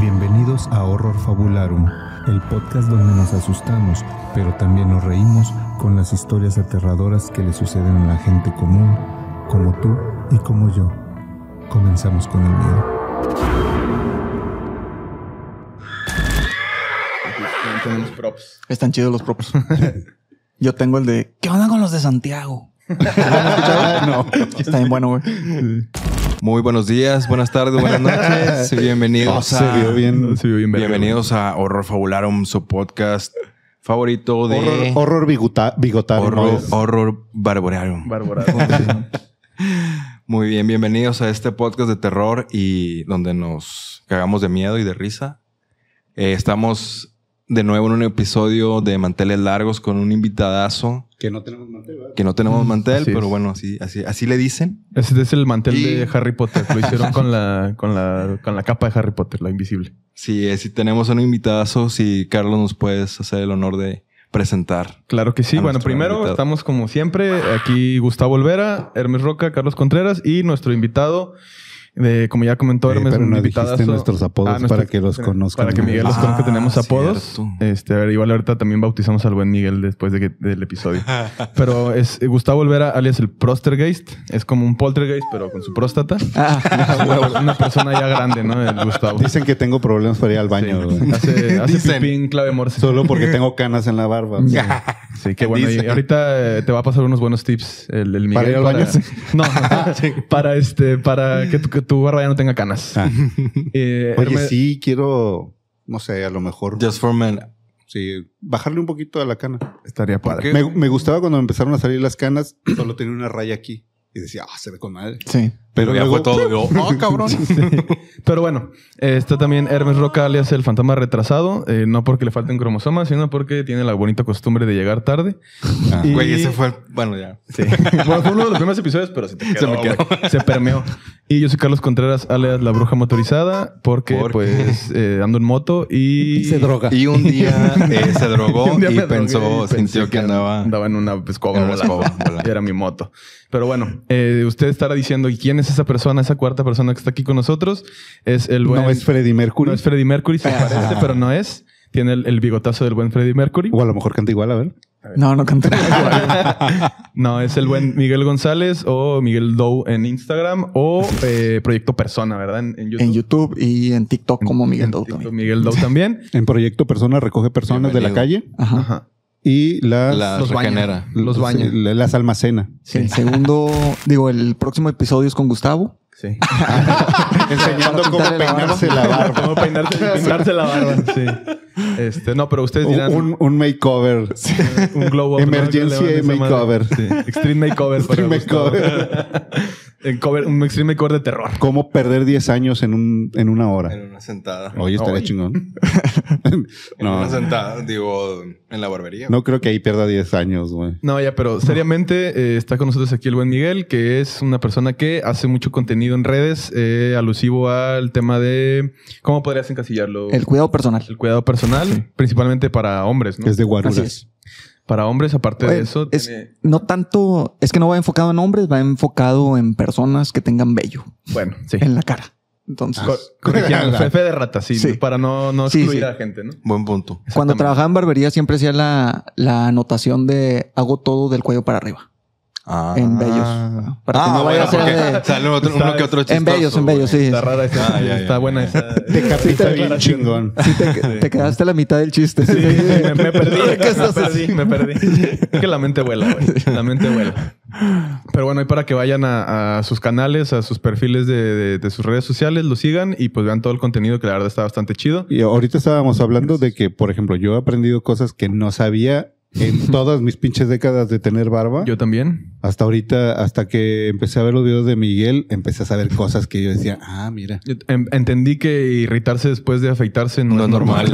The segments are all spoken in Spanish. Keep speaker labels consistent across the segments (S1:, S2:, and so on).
S1: Bienvenidos a Horror Fabularum, el podcast donde nos asustamos, pero también nos reímos con las historias aterradoras que le suceden a la gente común, como tú y como yo. Comenzamos con el miedo.
S2: Con los props.
S3: Están chidos los props. Yo tengo el de ¿Qué onda con los de Santiago? no, está bien bueno, güey.
S4: Muy buenos días, buenas tardes, buenas noches. Bienvenidos a
S1: bien.
S4: Bienvenidos a Horror Fabularum, su podcast favorito de
S5: Horror, horror biguta- bigotario.
S4: Horror,
S5: ¿no?
S4: horror Barbariarum.
S2: Bárbara.
S4: Muy bien, bienvenidos a este podcast de terror y donde nos cagamos de miedo y de risa. Eh, estamos de nuevo en un episodio de Manteles Largos con un invitadazo
S5: Que no tenemos mantel, ¿verdad? Mm,
S4: que no tenemos mantel,
S6: así es.
S4: pero bueno, así, así, así le dicen.
S6: Ese Este es el mantel
S4: Y-
S6: de Harry Potter. Lo hicieron con la, con la, con la capa de Harry Potter, la invisible.
S4: Si, eh, si tenemos a un invitadazo, si Carlos nos puedes hacer el honor de presentar.
S6: Claro que sí.
S4: A
S6: bueno,
S4: nuestro
S6: primero
S4: invitado.
S6: estamos como siempre. Aquí Gustavo Olvera, Hermes Roca, Carlos Contreras y nuestro invitado. de- como ya comentó
S5: Eh,
S6: Hermes,
S5: pero
S6: un
S5: no
S6: invitadazo- Ah,
S5: dijiste nuestros apodos para que los conozcan.
S6: Para que Miguel los
S4: Ah,
S6: conozca, tenemos apodos.
S4: cierto.
S6: Este, a ver, igual ahorita también bautizamos al buen Miguel después de que- del episodio. pero es eh, Gustavo Olvera, alias el Prostergeist. Es como un poltergeist, pero con su próstata.
S3: Ah,
S6: Una persona ya grande, ¿no? El Gustavo.
S5: Dicen que tengo problemas para ir al baño.
S6: Sí.
S5: güey.
S6: Hace, hace
S4: Dicen.
S6: pipí en clave morse.
S5: Solo porque tengo canas en la barba. güey.
S6: Sí, qué bueno. Y ahorita eh, te va a pasar unos buenos tips el, el Miguel.
S5: ¿Para ir al baño?
S6: No, no, para este, para que tu, que tu barba ya no tenga canas.
S5: Ah.
S6: Eh,
S5: Oye,
S6: Hermes-
S5: sí, quiero, no sé, a lo mejor
S4: Just for men.
S5: sí, bajarle un poquito a la cana.
S6: Estaría padre.
S5: Me, me gustaba cuando me empezaron a salir las canas, solo tenía una raya aquí. Y decía, ah, se ve con madre.
S3: sí.
S4: Pero ya
S5: luego-
S4: fue todo. Yo, oh, cabrón.
S6: Pero bueno, eh, está también Hermes Roca, alias el fantasma retrasado. eh, no porque le falten cromosomas, sino porque tiene la bonita costumbre de llegar tarde.
S5: Ah.
S6: Y-
S4: Güey, ese fue. el- Bueno, ya.
S6: Sí. bueno, fue uno de los primeros episodios, pero se te quedó,
S4: Se me quedó.
S6: güey. Se permeó. Y yo soy Carlos Contreras, alias la bruja motorizada, porque
S4: ¿Por qué?
S6: pues eh, ando en moto y...
S5: droga.
S4: Y un día eh, se drogó
S6: Un día
S4: y
S6: me drogué
S4: pensó,
S6: y
S4: sintió
S6: pensé
S4: que andaba.
S6: Andaba en una escoba.
S4: Ah. en una
S6: volando.
S4: escoba, volando.
S6: Y era mi moto. Pero bueno, eh, usted estará diciendo, ¿y quién es esa persona, esa cuarta persona que está aquí con nosotros? Es el buen...
S5: No es Freddie Mercury.
S6: no es Freddie Mercury, se parece, pero no es. Tiene el, el bigotazo del buen Freddie Mercury.
S5: o a lo mejor canta igual, a ver.
S3: No, no canté.
S6: No, es el buen Miguel González o Miguel Dow en Instagram o eh, Proyecto Persona, ¿verdad? En, en YouTube.
S3: En YouTube y en TikTok como Miguel
S6: En
S3: Dou
S6: TikTok,
S3: también.
S6: Miguel Dow también.
S5: En Proyecto Persona recoge personas de la
S4: Bienvenido.
S5: calle
S3: Ajá.
S6: Ajá.
S5: y las,
S4: La
S6: Los baña.
S4: regenera.
S6: los baña.
S5: Las almacena.
S3: El segundo, digo, el próximo episodio es con Gustavo.
S6: Sí.
S5: Enseñando
S3: Para
S5: cómo
S3: pintarle la
S5: peinarse la barba.
S6: Como peinarse, peinarse la barba. Sí. Este, no, pero ustedes dirán
S5: Un, un makeover.
S6: un glow up, ¿no?
S5: Emergencia
S6: Que le van a esa
S5: makeover.
S6: madre. Sí. Extreme makeover. para
S5: Extreme
S6: Gustavo. En cover- un extreme makeover de terror.
S5: ¿Cómo perder 10 años en, un, en una hora?
S4: En una sentada.
S5: Oye, estaría
S6: Oye.
S5: chingón.
S4: En
S5: no,
S4: una sentada, digo, en la barbería.
S5: no creo que ahí pierda 10 años, güey.
S6: No, ya, pero seriamente eh, está con nosotros aquí el buen Miguel, que es una persona que hace mucho contenido en redes eh, alusivo al tema de cómo podrías encasillarlo.
S3: El cuidado personal.
S6: El cuidado personal, principalmente para hombres, ¿no?
S5: Es de
S3: Así
S5: guaruras.
S3: es.
S6: Para hombres, aparte de
S3: Bueno,
S6: eso,
S3: es-
S6: tiene-
S3: No tanto, es que no va enfocado en hombres, va enfocado en personas que tengan vello
S6: bueno, sí. Ah,
S3: en la cara. Entonces,
S6: Cor- corrigiendo, fe, fe de rata, sí,
S3: Sí.
S6: para no, no
S3: Sí,
S6: excluir
S3: sí.
S6: a gente, ¿no?
S4: Buen punto.
S3: cuando
S6: Exactamente.
S3: trabajaba en barbería siempre hacía la, la anotación de hago todo del cuello para arriba.
S4: Ah.
S3: En bellos. Para que
S4: Ah,
S3: no vaya
S4: bueno,
S3: a ser
S4: porque
S3: de-
S4: sale otro- uno que otro
S3: En bellos, en bellos, sí.
S6: Está rara esa,
S4: Ah, ya,
S6: está
S4: ya,
S6: buena
S4: ya.
S6: esa.
S5: Te capita bien chingón.
S3: Sí, te, te quedaste a la mitad del chiste.
S6: Sí, me, me perdí,
S3: ¿Qué
S6: me
S3: estás
S6: perdí, me perdí. Es que la mente vuela, güey. La mente vuela. Pero bueno, y para que vayan a, a sus canales, a sus perfiles de, de- de sus redes sociales, lo sigan y pues vean todo el contenido que la verdad está bastante chido.
S5: Y ahorita estábamos hablando de que, por ejemplo, yo he aprendido cosas que no sabía en todas mis pinches décadas de tener barba.
S6: Yo también.
S5: Hasta ahorita, hasta que empecé a ver los videos de Miguel, empecé a saber cosas que yo decía, ah, mira.
S6: Yo en- entendí que irritarse después de afeitarse no,
S4: No es normal.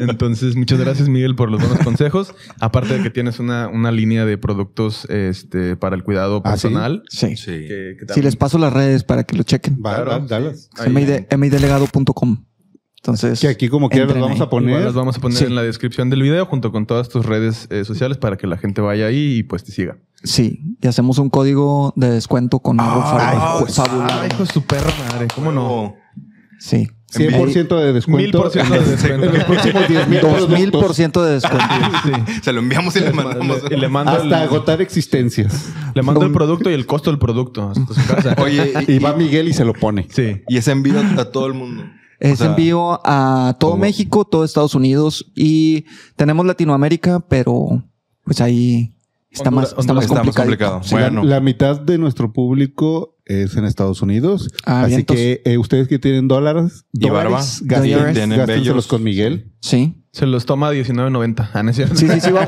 S6: Entonces, muchas gracias, Miguel, por los buenos consejos. Aparte de que tienes una, una línea de productos este, para el cuidado
S5: ¿Ah, sí?
S6: personal.
S3: Sí.
S4: Sí.
S6: que- que
S3: Si les paso las redes para que lo chequen.
S5: Va,
S6: Claro,
S5: va,
S6: sí.
S5: dalas.
S6: Ahí.
S3: MID midelegado.com. Entonces,
S5: Que aquí como quiera los
S3: Entren
S5: vamos
S3: ahí.
S5: a poner.
S6: Igual las vamos a poner
S3: Sí.
S6: en la descripción del video junto con todas tus redes eh, sociales para que la gente vaya ahí y pues te siga.
S3: sí. Y hacemos un código de descuento con algo pues, fa-
S4: ay,
S6: pues,
S3: fabuloso.
S6: hijo de su perra madre. ¿Cómo no?
S3: Sí.
S5: 100% de
S6: Mil
S5: descuento.
S6: por ciento de descuento.
S5: Próximos 10,000
S3: Dos mil por
S5: productos
S3: ciento de descuento.
S6: Ah.
S4: Se lo enviamos y le mandamos.
S6: Le, le mando, el,
S5: Hasta agotar existencias.
S6: le mando el producto y el costo del producto hasta su casa.
S4: Oye, y,
S5: Y va Miguel y se lo pone.
S6: Sí.
S4: y ese envío a todo el mundo.
S3: Es
S4: O sea,
S3: envío a todo
S4: ¿cómo?
S3: México, todo Estados Unidos y tenemos Latinoamérica, pero pues ahí está
S6: Honduras-
S3: más, está
S6: Honduras
S3: más
S4: Está más
S3: complicado.
S4: complicado.
S5: Sí, la-
S4: Bueno,
S5: la, mitad de nuestro público es en Estados Unidos.
S3: Ah,
S5: así
S3: vientos.
S5: que eh, ustedes que tienen dólares,
S4: Y barba.
S5: dólares,
S3: Dólares.
S5: gasten-
S4: Tienen
S5: gástenselos
S4: bellos.
S5: con Miguel.
S3: Sí.
S6: Se los toma 19.90. Ah, no es cierto.
S3: Sí, sí, sí. va-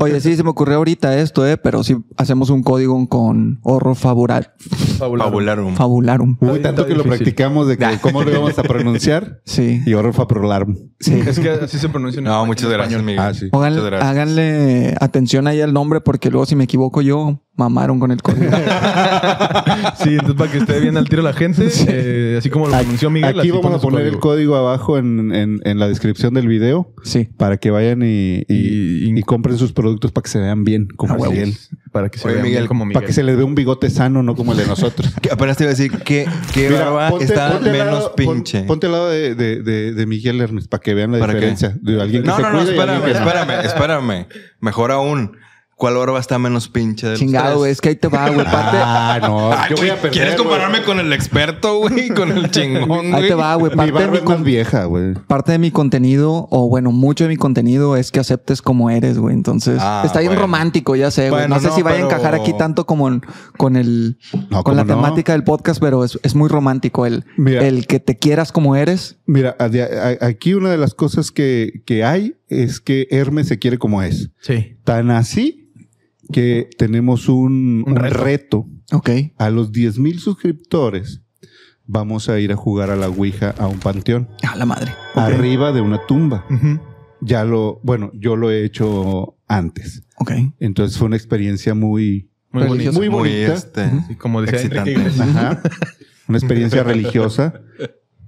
S3: Oye, sí, se me ocurrió ahorita esto, eh, pero si hacemos un código con horror fabular,
S6: Fabular.
S4: Fabularum.
S3: fabularum.
S5: Uy,
S6: bien,
S5: tanto
S6: está
S5: que lo
S6: difícil.
S5: practicamos de que cómo lo íbamos a pronunciar.
S3: Sí.
S5: Y ahora fue a prolarm.
S3: sí.
S6: Es que así se pronuncia. en
S4: No,
S6: español.
S4: muchas gracias, Miguel.
S5: Ah, sí.
S3: Pongan-
S4: Muchas gracias.
S3: háganle atención ahí al nombre porque luego si me equivoco yo, mamaron con el código.
S6: Sí, entonces para que esté bien al tiro la gente, eh, así como lo anunció Miguel.
S5: Aquí
S6: así
S5: vamos
S6: ponen
S5: a
S6: su
S5: poner el código abajo en, en- en la descripción del video
S3: Sí.
S5: para que vayan y, y-
S6: Y-
S5: y compren sus productos para que se vean bien, como
S3: Ah, huevos.
S5: Miguel.
S6: Para que se
S4: Oye,
S6: vea
S4: Miguel,
S6: bien como Miguel.
S5: Para que se les dé un bigote sano, no como el de nosotros.
S4: ah, Que Apenas te iba a decir que, que
S5: Mira,
S4: barba
S5: ponte-
S4: está
S5: ponte al
S4: menos
S5: lado- pon-
S4: pinche.
S5: ponte al lado de, de- de- de Miguel Hermes para que vean la
S4: ¿Para qué?
S5: diferencia. De alguien que
S4: no,
S5: se
S4: no, no,
S5: cuida y alguien
S4: espérame,
S5: que no.
S4: espérame, espérame. Mejor aún, ¿cuál barba está menos pinche de los
S3: Chingado, güey,
S4: tres?
S3: es que ahí te va, güey. Parte,
S5: Ah, no.
S4: Ay,
S5: yo voy
S4: güey,
S5: a perder,
S4: ¿Quieres
S5: güey.
S4: compararme con el experto, güey? Con el chingón, güey.
S3: ahí te va, güey.
S5: Mi
S3: Parte de
S5: barba
S3: mi
S5: es más vieja, güey.
S3: parte de mi contenido, o bueno, mucho de mi contenido es que aceptes como eres, güey. Entonces,
S4: Ah,
S3: está bien
S4: bueno.
S3: romántico, ya sé, güey.
S4: Bueno,
S3: no sé
S4: no,
S3: si vaya
S4: pero-
S3: a encajar aquí tanto como en- con el
S5: No,
S3: con la
S5: ¿cómo no?
S3: temática del podcast, pero es, es muy romántico el,
S5: Mira.
S3: el que te quieras como eres.
S5: Mira, a- a- a- aquí una de las cosas que, que hay es que Hermes se quiere como es.
S6: Sí.
S5: Tan así que tenemos un,
S6: Un
S5: un
S6: reto.
S5: reto.
S3: Ok.
S5: A los 10 mil suscriptores vamos a ir a jugar a la Ouija a un panteón.
S3: A la madre.
S5: Arriba de una tumba.
S6: Ujú.
S5: Ya lo, bueno, yo lo he hecho antes.
S3: Ok.
S5: Entonces fue una experiencia muy,
S6: Muy bonito.
S3: Religioso.
S5: muy
S4: Muy
S5: bonita.
S4: este.
S6: Sí, como decía
S4: Excitante.
S6: Enrique Iglesias.
S5: Ajá. Una experiencia religiosa.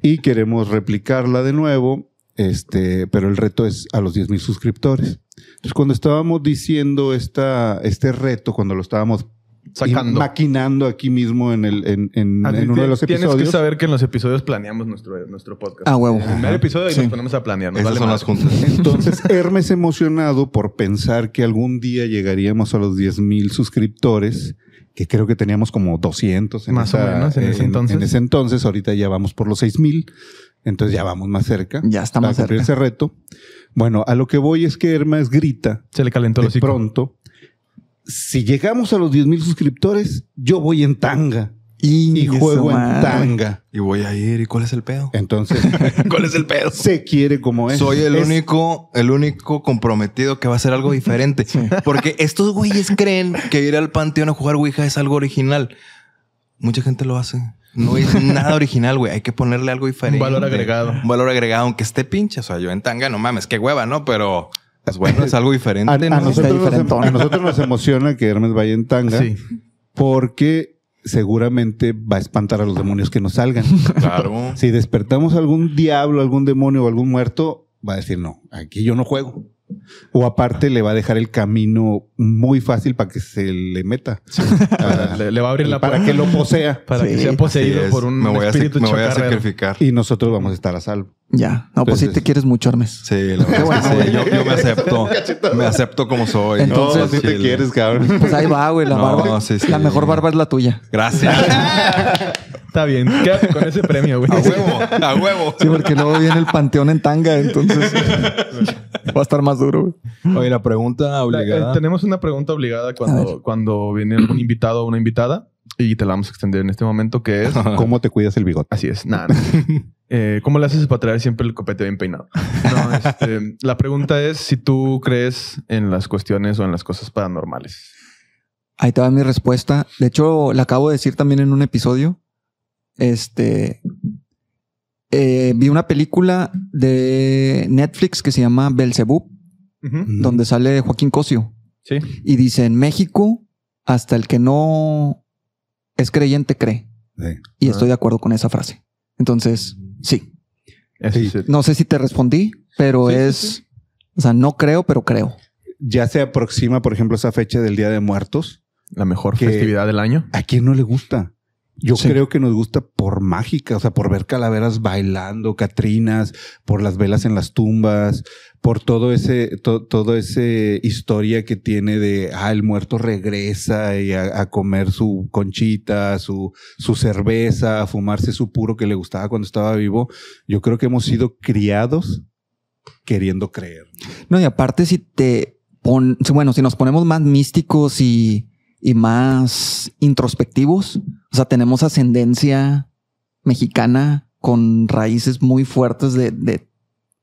S5: Y queremos replicarla de nuevo. Este, pero el reto es a los 10 mil suscriptores. Entonces, cuando estábamos diciendo esta, este reto, cuando lo estábamos
S6: Sacando.
S5: maquinando aquí mismo en, el, en, en-
S6: Así
S5: en uno de los
S6: tienes que
S5: episodios.
S6: saber que en los episodios planeamos nuestro, nuestro podcast.
S3: Ah, huevo.
S6: En el primer episodio y
S3: Sí.
S6: nos ponemos a planear. nos vale
S4: Esas son
S6: madre.
S4: las juntas.
S5: Entonces, Hermes emocionado por pensar que algún día llegaríamos a los 10 mil suscriptores, que creo que teníamos como 200 en,
S6: Más o
S5: esa-
S6: menos en ese entonces.
S5: en ese entonces. Ahorita ya vamos por los 6 mil, entonces ya vamos más cerca.
S3: Ya está
S5: para
S3: más
S5: cumplir
S3: cerca.
S5: ese reto. Bueno, a lo que voy es que Hermes grita
S6: Se le calentó el
S5: de
S6: hocico.
S5: pronto. Si llegamos a los 10 mil suscriptores, yo voy en tanga y
S3: Ingue su
S5: juego en
S3: madre.
S5: tanga.
S4: Y voy a ir. ¿Y cuál es el pedo?
S5: Entonces,
S4: ¿Cuál es el pedo?
S5: se quiere como es.
S4: Soy el
S5: Es-
S4: único, el único comprometido que va a hacer algo diferente. Porque estos güeyes creen que ir al panteón a jugar Ouija es algo original. Mucha gente lo hace. No es nada original, güey. Hay que ponerle algo diferente.
S6: Un valor agregado.
S4: Un valor agregado, aunque esté pinche. O sea, yo en tanga, no mames, qué hueva, ¿no? Pero es bueno, es algo
S5: A,
S4: diferente.
S5: a
S4: ¿no?
S5: nosotros nos, em-
S3: diferentón.
S5: a nosotros nos emociona que Hermes vaya en tanga
S6: Sí.
S5: porque seguramente va a espantar a los demonios que nos salgan.
S4: Claro.
S5: si despertamos algún diablo, algún demonio o algún muerto, va a decir, no, aquí yo no juego. O aparte le va a dejar el camino muy fácil para que se le meta. Para-
S6: Le, le va a abrir la
S5: para
S6: puerta
S5: que lo posea.
S6: para que
S3: Sí.
S6: sea poseído
S4: Así es.
S6: por un
S4: me voy a,
S6: espíritu
S4: sac- me voy a
S6: chacarrero.
S4: sacrificar.
S5: Y nosotros vamos a estar a salvo.
S3: Ya. No, pues sí te
S5: Entonces-
S3: quieres mucho, Hermes.
S4: Sí, la verdad es que sí. Yo, yo me acepto. Me acepto como soy.
S3: Entonces-
S4: No,
S5: si
S4: chile.
S5: te quieres, cabrón.
S3: Pues ahí va, güey, la
S4: No,
S3: barba.
S4: sí, sí.
S3: La mejor barba es la tuya.
S4: Gracias.
S6: Está bien. Quédate con ese premio, güey.
S4: A huevo, a huevo.
S3: Sí, porque luego viene el panteón en tanga, entonces va a estar más duro, güey.
S4: Oye, la pregunta
S6: La- eh,
S4: obligada.
S6: tenemos una pregunta obligada
S3: A
S6: cuando, cuando viene un invitado o una invitada y te la vamos a extender en este momento que es...
S5: ¿Cómo te cuidas el bigote?
S6: Así es, nada. Eh, ¿Cómo le haces para traer siempre el copete bien peinado? No, este, la pregunta es si tú crees en las cuestiones o en las cosas paranormales.
S3: Ahí te va mi respuesta. De hecho, la acabo de decir también en un episodio. Este. eh, vi una película de Netflix que se llama Belzebub,
S6: Ujú.
S3: donde sale Joaquín Cosio.
S6: Sí.
S3: Y dice: En México, hasta el que no es creyente cree.
S5: Sí.
S6: Ah.
S3: Y estoy de acuerdo con esa frase. Entonces, sí.
S6: Ese
S5: Sí.
S6: es el-
S3: No sé si te respondí, pero
S6: Sí, sí,
S3: es. O sea, no creo, pero creo.
S5: Ya se aproxima, por ejemplo, esa fecha del Día de Muertos.
S6: la mejor
S5: Que-
S6: festividad del año.
S5: ¿A quién no le gusta? Yo
S3: Sí.
S5: creo que nos gusta por mágica, o sea, por ver calaveras bailando, catrinas, por las velas en las tumbas, por todo ese, to- todo ese historia que tiene de, ah, el muerto regresa y a, a comer su conchita, su, su cerveza, a fumarse su puro que le gustaba cuando estaba vivo. Yo creo que hemos sido criados queriendo creer.
S3: No, y aparte si te pon, si, bueno, si nos ponemos más místicos y, y más introspectivos, o sea, tenemos ascendencia mexicana con raíces muy fuertes de, de-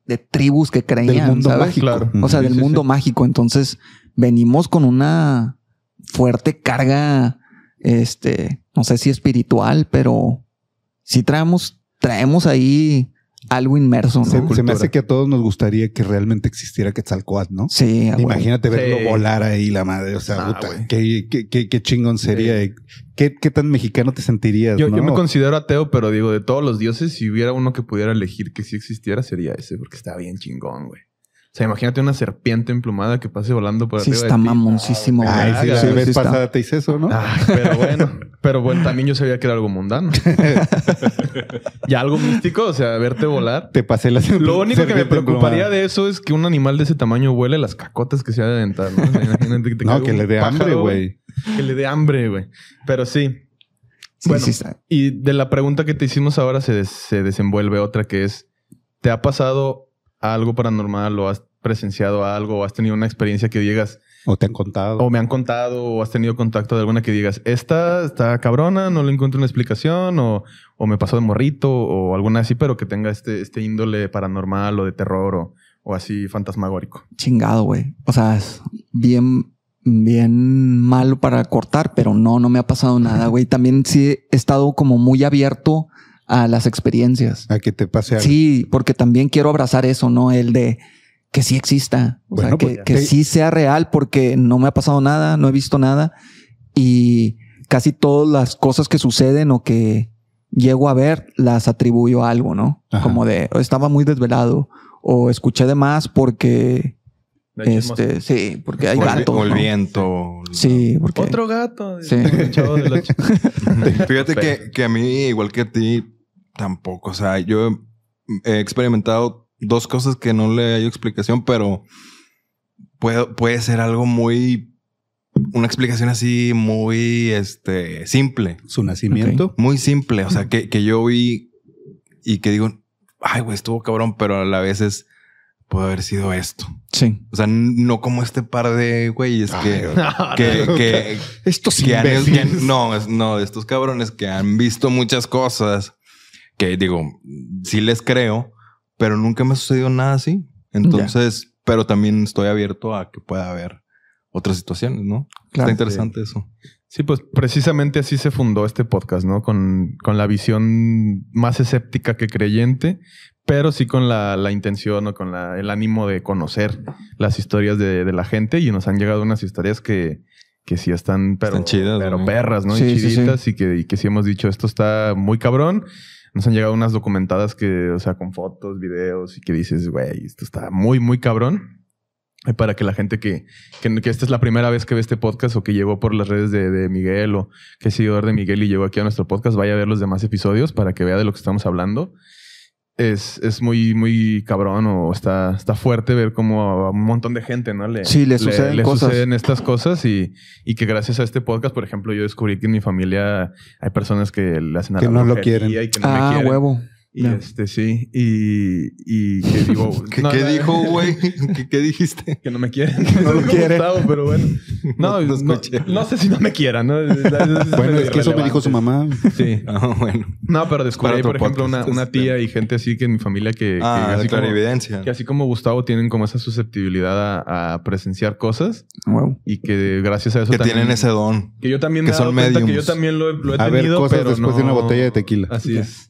S3: de tribus que creían,
S5: Del mundo
S3: ¿sabes?
S5: mágico.
S6: Claro.
S3: O sea,
S6: Sí,
S3: del
S6: sí,
S3: mundo
S6: sí.
S3: mágico. Entonces, venimos con una fuerte carga, este, no sé si espiritual, pero sí traemos, traemos ahí algo inmerso, ¿no?
S5: Se, se me
S6: Cultura.
S5: hace que a todos nos gustaría que realmente existiera Quetzalcoatl, ¿no?
S3: Sí, a huevo.
S5: Imagínate verlo
S6: Sí.
S5: volar ahí la madre, o
S6: Ah,
S5: sea, puta,
S6: güey.
S5: qué, qué- qué- qué chingón sería, eh. ¿Qué, qué tan mexicano te sentirías.
S6: Yo,
S5: ¿no?
S6: yo me considero ateo, pero digo, de todos los dioses, si hubiera uno que pudiera elegir que sí existiera, sería ese, porque está bien chingón, güey. O sea, imagínate una serpiente emplumada que pase volando por
S3: Sí,
S6: arriba de
S3: está
S6: ti.
S3: mamoncísimo.
S6: Ah,
S5: Ay,
S6: Ah,
S5: sí,
S6: claro,
S5: sí,
S6: sí Ah.
S5: vez
S3: está.
S5: pasada te hice eso, ¿no?
S6: Ay, pero bueno, pero bueno, también yo sabía que era algo mundano. y algo místico, o sea, verte volar.
S5: Te pasé la
S6: Lo único que me
S5: serpiente
S6: preocuparía
S5: emplumada.
S6: de eso es que un animal de ese tamaño huele las cacotas que se ha de aventar. ¿no? O sea, imagínate que te
S5: No,
S6: caiga
S5: que
S6: un
S5: le dé
S6: pájaro,
S5: hambre, güey.
S6: Que le dé hambre, güey. Pero sí,
S3: Sí,
S6: Bueno,
S3: sí está.
S6: Y de la pregunta que te hicimos ahora se, des- se desenvuelve otra que es, ¿te ha pasado algo paranormal o has presenciado algo o has tenido una experiencia que digas,
S5: O te han contado.
S6: o me han contado o has tenido contacto de alguna que digas, esta está cabrona, no le encuentro una explicación o, o me pasó de morrito o alguna así, pero que tenga este, este índole paranormal o de terror o, o así fantasmagórico?
S3: Chingado, güey. O sea, es bien, bien malo para cortar, pero no, no me ha pasado nada, güey. También sí he estado como muy abierto a las experiencias.
S5: A que te pase algo.
S3: Sí, porque también quiero abrazar eso, ¿no? El de que sí exista, o
S5: Bueno,
S3: sea, que,
S5: pues ya.
S3: que
S5: Te-
S3: sí sea real porque no me ha pasado nada, no he visto nada y casi todas las cosas que suceden o que llego a ver las atribuyo a algo, ¿no?
S5: Ajá.
S3: Como de "Oh, estaba muy desvelado o escuché de más porque este, sí, porque hay
S4: O el-
S3: gatos.
S4: O el
S3: ¿no?
S4: viento.
S3: Sí, porque
S6: Otro gato.
S3: Sí.
S6: El chavo de la ocho.
S4: Fíjate que, que a mí, igual que a ti, tampoco. O sea, yo he experimentado dos cosas que no le hay explicación, pero puede, puede ser algo muy. Una explicación así muy este, simple.
S5: Su nacimiento.
S4: Muy simple. O sea, que, que yo vi y que digo, ay, güey, estuvo cabrón, pero a la vez es. Puede haber sido esto.
S3: sí.
S4: O sea, n- no como este par de güeyes que,
S3: Ah,
S4: que, que,
S5: Estos
S4: que han-
S5: imbéciles.
S4: que han- no, es- no, de estos cabrones que han visto muchas cosas que digo, sí les creo, pero nunca me ha sucedido nada así. Entonces, pero también estoy abierto a que pueda haber otras situaciones, ¿no? Está
S3: Claro.
S4: interesante eso.
S6: Sí, pues precisamente así se fundó este podcast, ¿no? Con, con la visión más escéptica que creyente, pero sí con la, la intención o con la- el ánimo de conocer las historias de, de la gente y nos han llegado unas historias que, que sí están, pero,
S4: Están chidas,
S6: pero
S4: ¿no?
S6: perras, ¿no?
S3: Sí,
S6: y
S3: sí, sí.
S6: chiditas y, que, y que sí hemos dicho, esto está muy cabrón. Nos han llegado unas documentadas que, o sea, con fotos, videos y que dices, güey, esto está muy, muy cabrón. Eh, Para que la gente que, que, que esta es la primera vez que ve este podcast o que llegó por las redes de, de Miguel o que es seguidor de Miguel y llegó aquí a nuestro podcast, vaya a ver los demás episodios para que vea de lo que estamos hablando. Es, es muy, muy cabrón o está, está fuerte ver cómo a un montón de gente, ¿no? Le,
S3: Sí, le suceden cosas.
S6: suceden estas cosas y, y que gracias a este podcast, por ejemplo, yo descubrí que en mi familia hay personas que le hacen a
S5: Que
S6: la
S5: no lo
S6: brujería
S5: quieren.
S6: Y que no me
S3: Ah,
S6: quieren.
S3: huevo.
S6: Y
S3: Ya.
S6: este, sí. Y, y que digo...
S4: ¿Qué,
S6: no,
S4: qué
S6: no,
S4: dijo, güey? ¿Qué, qué dijiste?
S6: que no me quieren. No
S3: lo quieren.
S6: pero bueno. No,
S4: No
S6: no,
S4: te escuché.
S6: no sé si no me quieran. ¿no? Es- es- es
S5: Bueno,
S6: medio
S5: es que eso me dijo su
S6: irrelevante.
S5: mamá.
S6: Sí.
S4: Ah, bueno.
S6: No, pero descubrí,
S4: Para
S6: ahí,
S4: otro
S6: por ejemplo, una,
S4: podcast.
S6: una tía y gente así que en mi familia que, que
S4: Ah,
S6: así,
S4: claro,
S6: como,
S4: evidencia.
S6: que así como Gustavo tienen como esa susceptibilidad a, a presenciar cosas
S3: Huevo.
S6: y que gracias a eso
S4: Que
S6: también-
S4: tienen ese don.
S6: que yo también
S4: que
S6: me he dado
S4: son
S6: cuenta que
S4: mediums.
S6: yo también lo, he- lo he
S5: A
S6: tenido,
S5: ver cosas
S6: pero
S5: después de una
S6: no-
S5: botella de tequila.
S6: Así es.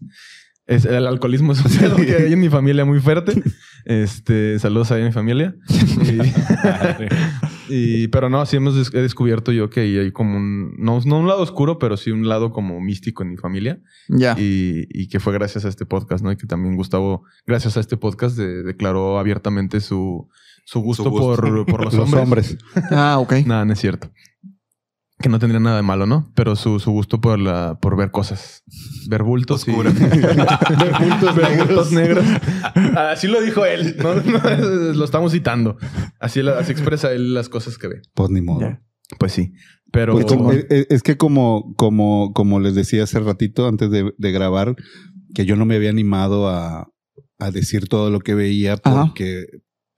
S6: Es el alcoholismo es un pedo que hay en mi familia muy fuerte. Este, saludos ahí a mi familia. Y, y- pero no, sí hemos des- he descubierto yo que ahí hay como un no, no un lado oscuro, pero sí un lado como místico en mi familia
S5: Ah.
S3: Ya.
S6: y, y que fue gracias a este podcast, ¿no? Y que también Gustavo, gracias a este podcast, de- declaró abiertamente su, su gusto,
S4: gusto.
S6: Por, por los,
S5: Los
S6: hombres.
S5: hombres.
S3: Ah, ok.
S6: Nada, no es cierto. Que no tendría nada de malo, ¿no? Pero su, su gusto por la por ver cosas. Ver bultos. y-
S4: Oscura.
S6: ver bultos negros. Así lo dijo él. ¿no? lo estamos citando. Así, la- así expresa él las cosas que ve.
S5: Pues ni modo.
S3: Ya.
S6: Pues sí. Pero
S5: Pues como- eh, eh, es que como, como, como les decía hace ratito antes de, de grabar, que yo no me había animado a, a decir todo lo que veía
S3: Ajá.
S5: porque,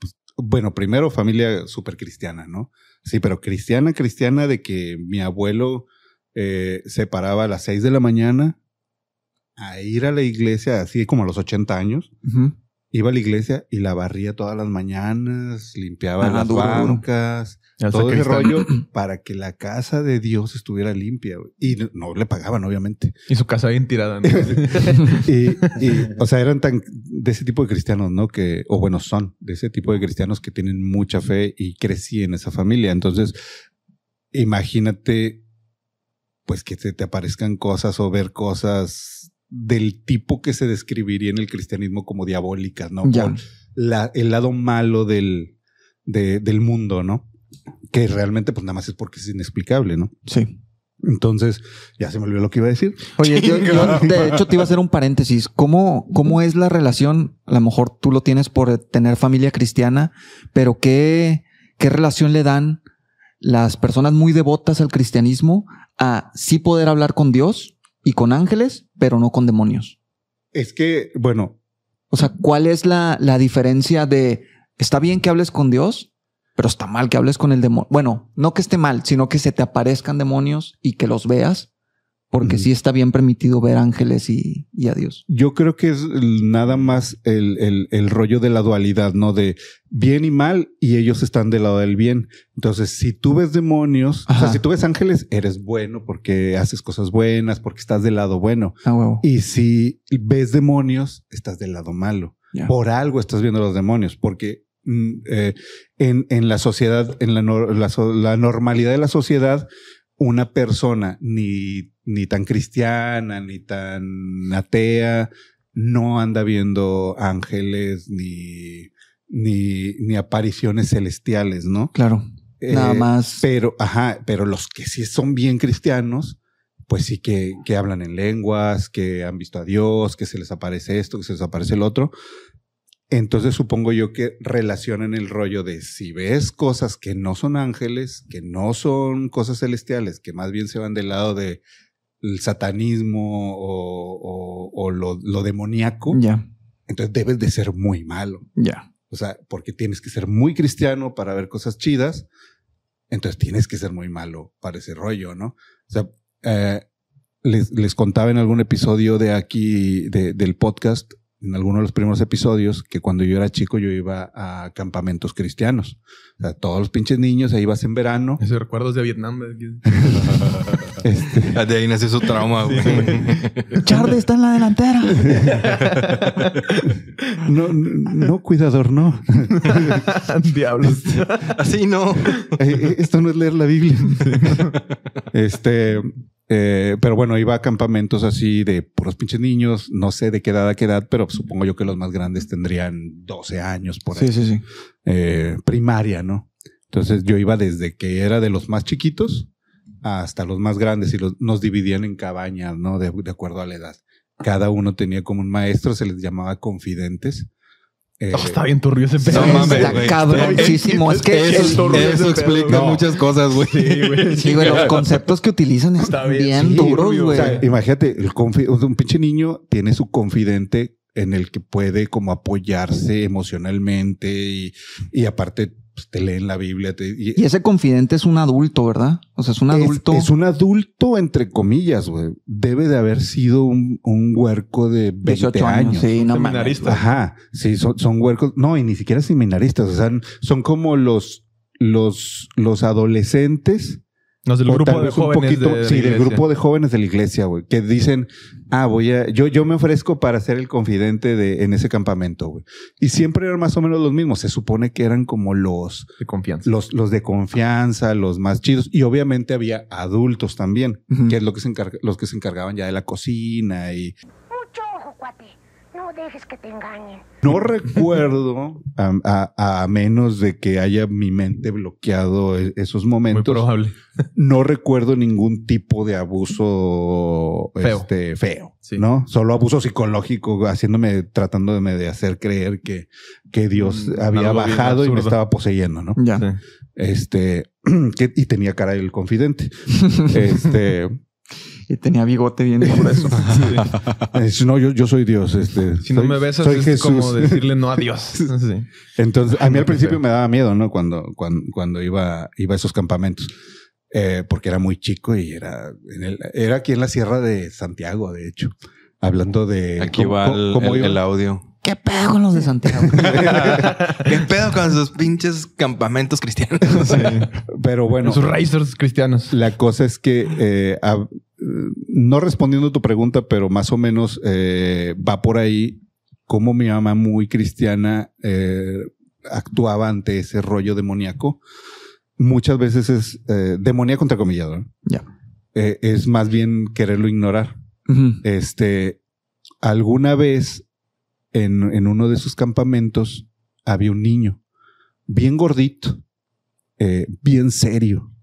S5: pues, bueno, primero familia súper cristiana, ¿no? Sí, pero cristiana, cristiana de que mi abuelo eh, se paraba a las 6 de la mañana a ir a la iglesia, así como a los 80 años.
S3: Ujú.
S5: Iba a la iglesia y la barría todas las mañanas, limpiaba
S3: Ah,
S5: las
S3: duro, duro.
S5: bancas,
S6: el
S5: todo ese
S6: sacristán.
S5: rollo para que la casa de Dios estuviera limpia. güey. Y no, no le pagaban, obviamente.
S6: Y su casa bien tirada. ¿no?
S5: Y, y, o sea, eran tan de ese tipo de cristianos, ¿no? Que, o bueno, son de ese tipo de cristianos que tienen mucha fe y crecí en esa familia. Entonces, imagínate, pues que te, te aparezcan cosas o ver cosas del tipo que se describiría en el cristianismo como diabólicas, ¿no?
S3: Ya.
S5: Con la- el lado malo del, de- del mundo, ¿no? Que realmente, pues nada más es porque es inexplicable, ¿no?
S3: Sí.
S5: Entonces, ya se me olvidó lo que iba a decir.
S3: Oye, yo, yo, de hecho te iba a hacer un paréntesis. ¿Cómo, ¿Cómo es la relación? A lo mejor tú lo tienes por tener familia cristiana, pero ¿qué, qué relación le dan las personas muy devotas al cristianismo a sí poder hablar con Dios y con ángeles, pero no con demonios?
S5: Es que, bueno,
S3: O sea, ¿cuál es la, la diferencia de está bien que hables con Dios, pero está mal que hables con el demonio? Bueno, no que esté mal, sino que se te aparezcan demonios y que los veas, porque
S5: Ujú.
S3: sí está bien permitido ver ángeles y, y a Dios.
S5: yo creo que es el- nada más el, el- el rollo de la dualidad, ¿no? De bien y mal, y ellos están del lado del bien. Entonces, si tú ves demonios, o sea,
S3: Ajá.
S5: si tú ves ángeles, eres bueno porque haces cosas buenas, porque estás del lado bueno.
S3: Ah, huevo.
S5: Y si ves demonios, estás del lado malo.
S3: Ya.
S5: Por algo estás viendo los demonios, porque mm, eh, en, en la sociedad, en la, nor- la so- la normalidad de la sociedad, una persona ni, ni tan cristiana, ni tan atea, no anda viendo ángeles ni, ni, ni apariciones celestiales, ¿no?
S3: Claro, nada
S5: Eh,
S3: más.
S5: pero, ajá, pero los que sí son bien cristianos, pues sí que, que hablan en lenguas, que han visto a Dios, que se les aparece esto, que se les aparece el otro. Entonces supongo yo que relacionan el rollo de si ves cosas que no son ángeles, que no son cosas celestiales, que más bien se van del lado de el satanismo o, o- o lo, lo demoníaco,
S3: Ya,
S5: entonces debes de ser muy malo.
S3: ya.
S5: O sea, porque tienes que ser muy cristiano para ver cosas chidas. Entonces tienes que ser muy malo para ese rollo, ¿no? O sea, eh, les, les contaba en algún episodio de aquí, de- del podcast, en alguno de los primeros episodios, que cuando yo era chico yo iba a campamentos cristianos. O sea, todos los pinches niños, ahí vas en verano.
S6: Esos recuerdos de Vietnam. ¿ves?
S5: Este,
S4: Ah, De ahí nació su trauma, güey.
S3: Charde está en la delantera.
S5: no, no, no, cuidador, no.
S6: Diablos.
S4: Así no.
S5: Eh, eh, Esto no es leer la Biblia. Este, eh, pero bueno, iba a campamentos así de puros pinches niños, no sé de qué edad a qué edad, pero supongo yo que los más grandes tendrían 12 años por ahí.
S3: Sí, sí, sí.
S5: Eh, primaria, ¿no? Entonces yo iba desde que era de los más chiquitos hasta los más grandes y los, nos dividían en cabañas, ¿no? De, de acuerdo a la edad. Cada uno tenía como un maestro, se les llamaba confidentes. Eh,
S6: Oh, está bien turbio ese pedo.
S4: No mames,
S3: está
S4: güey.
S3: cabroncísimo. Es que
S4: Eso,
S3: el-
S6: Torre ese
S4: eso explica
S6: pedo.
S4: muchas cosas, güey.
S3: digo, los conceptos que utilizan
S6: Está
S3: están
S6: bien,
S3: bien,
S6: sí,
S3: duros,
S6: rubio,
S5: O
S3: güey.
S5: sea, imagínate, el confi- un pinche niño tiene su confidente en el que puede como apoyarse emocionalmente y, y aparte pues, te leen la Biblia. te- y-
S3: y ese confidente es un adulto, ¿verdad? O sea, es un
S5: es-
S3: adulto.
S5: Es, un adulto, entre comillas, güey. Debe de haber sido un, un huerco de 20
S3: 18
S5: años.
S3: años. Sí, no mames.
S6: Seminarista.
S5: Ajá, sí, son, son huercos. No, y ni siquiera seminaristas. O sea, son como los, los, los adolescentes
S6: Los del
S5: o
S6: grupo
S5: tal
S6: de
S5: vez un
S6: jóvenes.
S5: poquito-
S6: de- de
S5: sí, del
S6: iglesia.
S5: grupo de jóvenes de la iglesia, güey, que dicen, ah, voy a, yo, yo me ofrezco para ser el confidente de, en ese campamento, güey. Y siempre eran más o menos los mismos. Se supone que eran como los,
S6: de confianza.
S5: los, los de confianza, los más chidos. Y obviamente había adultos también,
S3: Ujú.
S5: que es lo que se encarga- los que se encargaban ya de la cocina y
S7: Mucho ojo, cuate. No No dejes que te engañen.
S5: No recuerdo, a, a- a menos de que haya mi mente bloqueado e- esos
S6: Muy
S5: momentos,
S6: probable.
S5: no recuerdo ningún tipo de abuso
S6: Feo.
S5: este, feo,
S6: Sí.
S5: ¿no? Solo abuso psicológico, haciéndome, tratándome de hacer creer que, que Dios
S6: Mm,
S5: había
S6: algo bien
S5: bajado y
S6: absurdo.
S5: me
S6: Mm.
S5: estaba poseyendo, ¿no?
S3: Ya.
S6: Sí.
S5: Este, que- y tenía cara el confidente. Este,
S3: Y tenía bigote bien grueso.
S5: es, no, yo, yo soy Dios. Este,
S6: Si no
S5: soy-
S6: me besas
S5: soy
S6: es
S5: Jesús.
S6: como decirle no a Dios. Sí.
S5: Entonces, a
S6: Ay,
S5: mí
S6: no,
S5: al
S6: qué
S5: principio
S6: feo.
S5: me daba miedo, ¿no? Cuando, cuando, cuando iba, iba a esos campamentos, Eh, porque era muy chico y era, en el- era aquí en la Sierra de Santiago, de hecho. Hablando de.
S4: Aquí
S5: ¿cómo-
S4: va
S5: cómo-
S4: el,
S5: cómo
S4: el-
S5: iba?
S4: el audio.
S3: ¿Qué pedo con los de Santiago?
S4: ¿Qué pedo con esos pinches campamentos cristianos?
S5: Pero bueno,
S6: Sus racers cristianos.
S5: la cosa es que, eh, a- eh, no respondiendo a tu pregunta, pero más o menos eh, va por ahí cómo mi mamá muy cristiana eh, actuaba ante ese rollo demoníaco. Muchas veces es eh, demoníaco entrecomillado. ¿no?
S3: Ya.
S5: eh, es más bien quererlo ignorar.
S3: Ujú.
S5: Este, alguna vez en, en uno de sus campamentos había un niño bien gordito, eh, bien serio,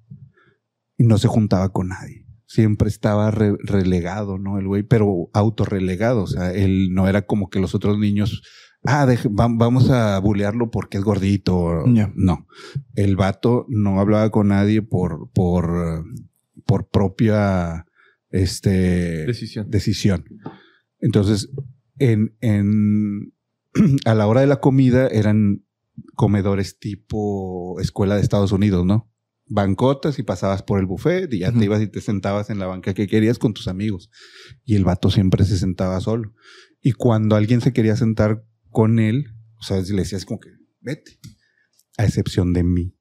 S5: y no se juntaba con nadie. Siempre estaba re- relegado, ¿no? El güey, pero autorrelegado. O sea, él no era como que los otros niños, ah, deje- va- vamos a bulearlo porque es gordito. o-
S3: Ya.
S5: No. El vato no hablaba con nadie por, por, eh, por propia, este
S6: Decisión.
S5: decisión. Entonces, en, en- a la hora de la comida eran comedores tipo escuela de Estados Unidos, ¿no? Bancotas y pasabas por el buffet y ya
S3: Ujú.
S5: te ibas y te sentabas en la banca que querías con tus amigos. Y el vato siempre se sentaba solo. Y cuando alguien se quería sentar con él, o sea, le decías como que, vete, a excepción de mí.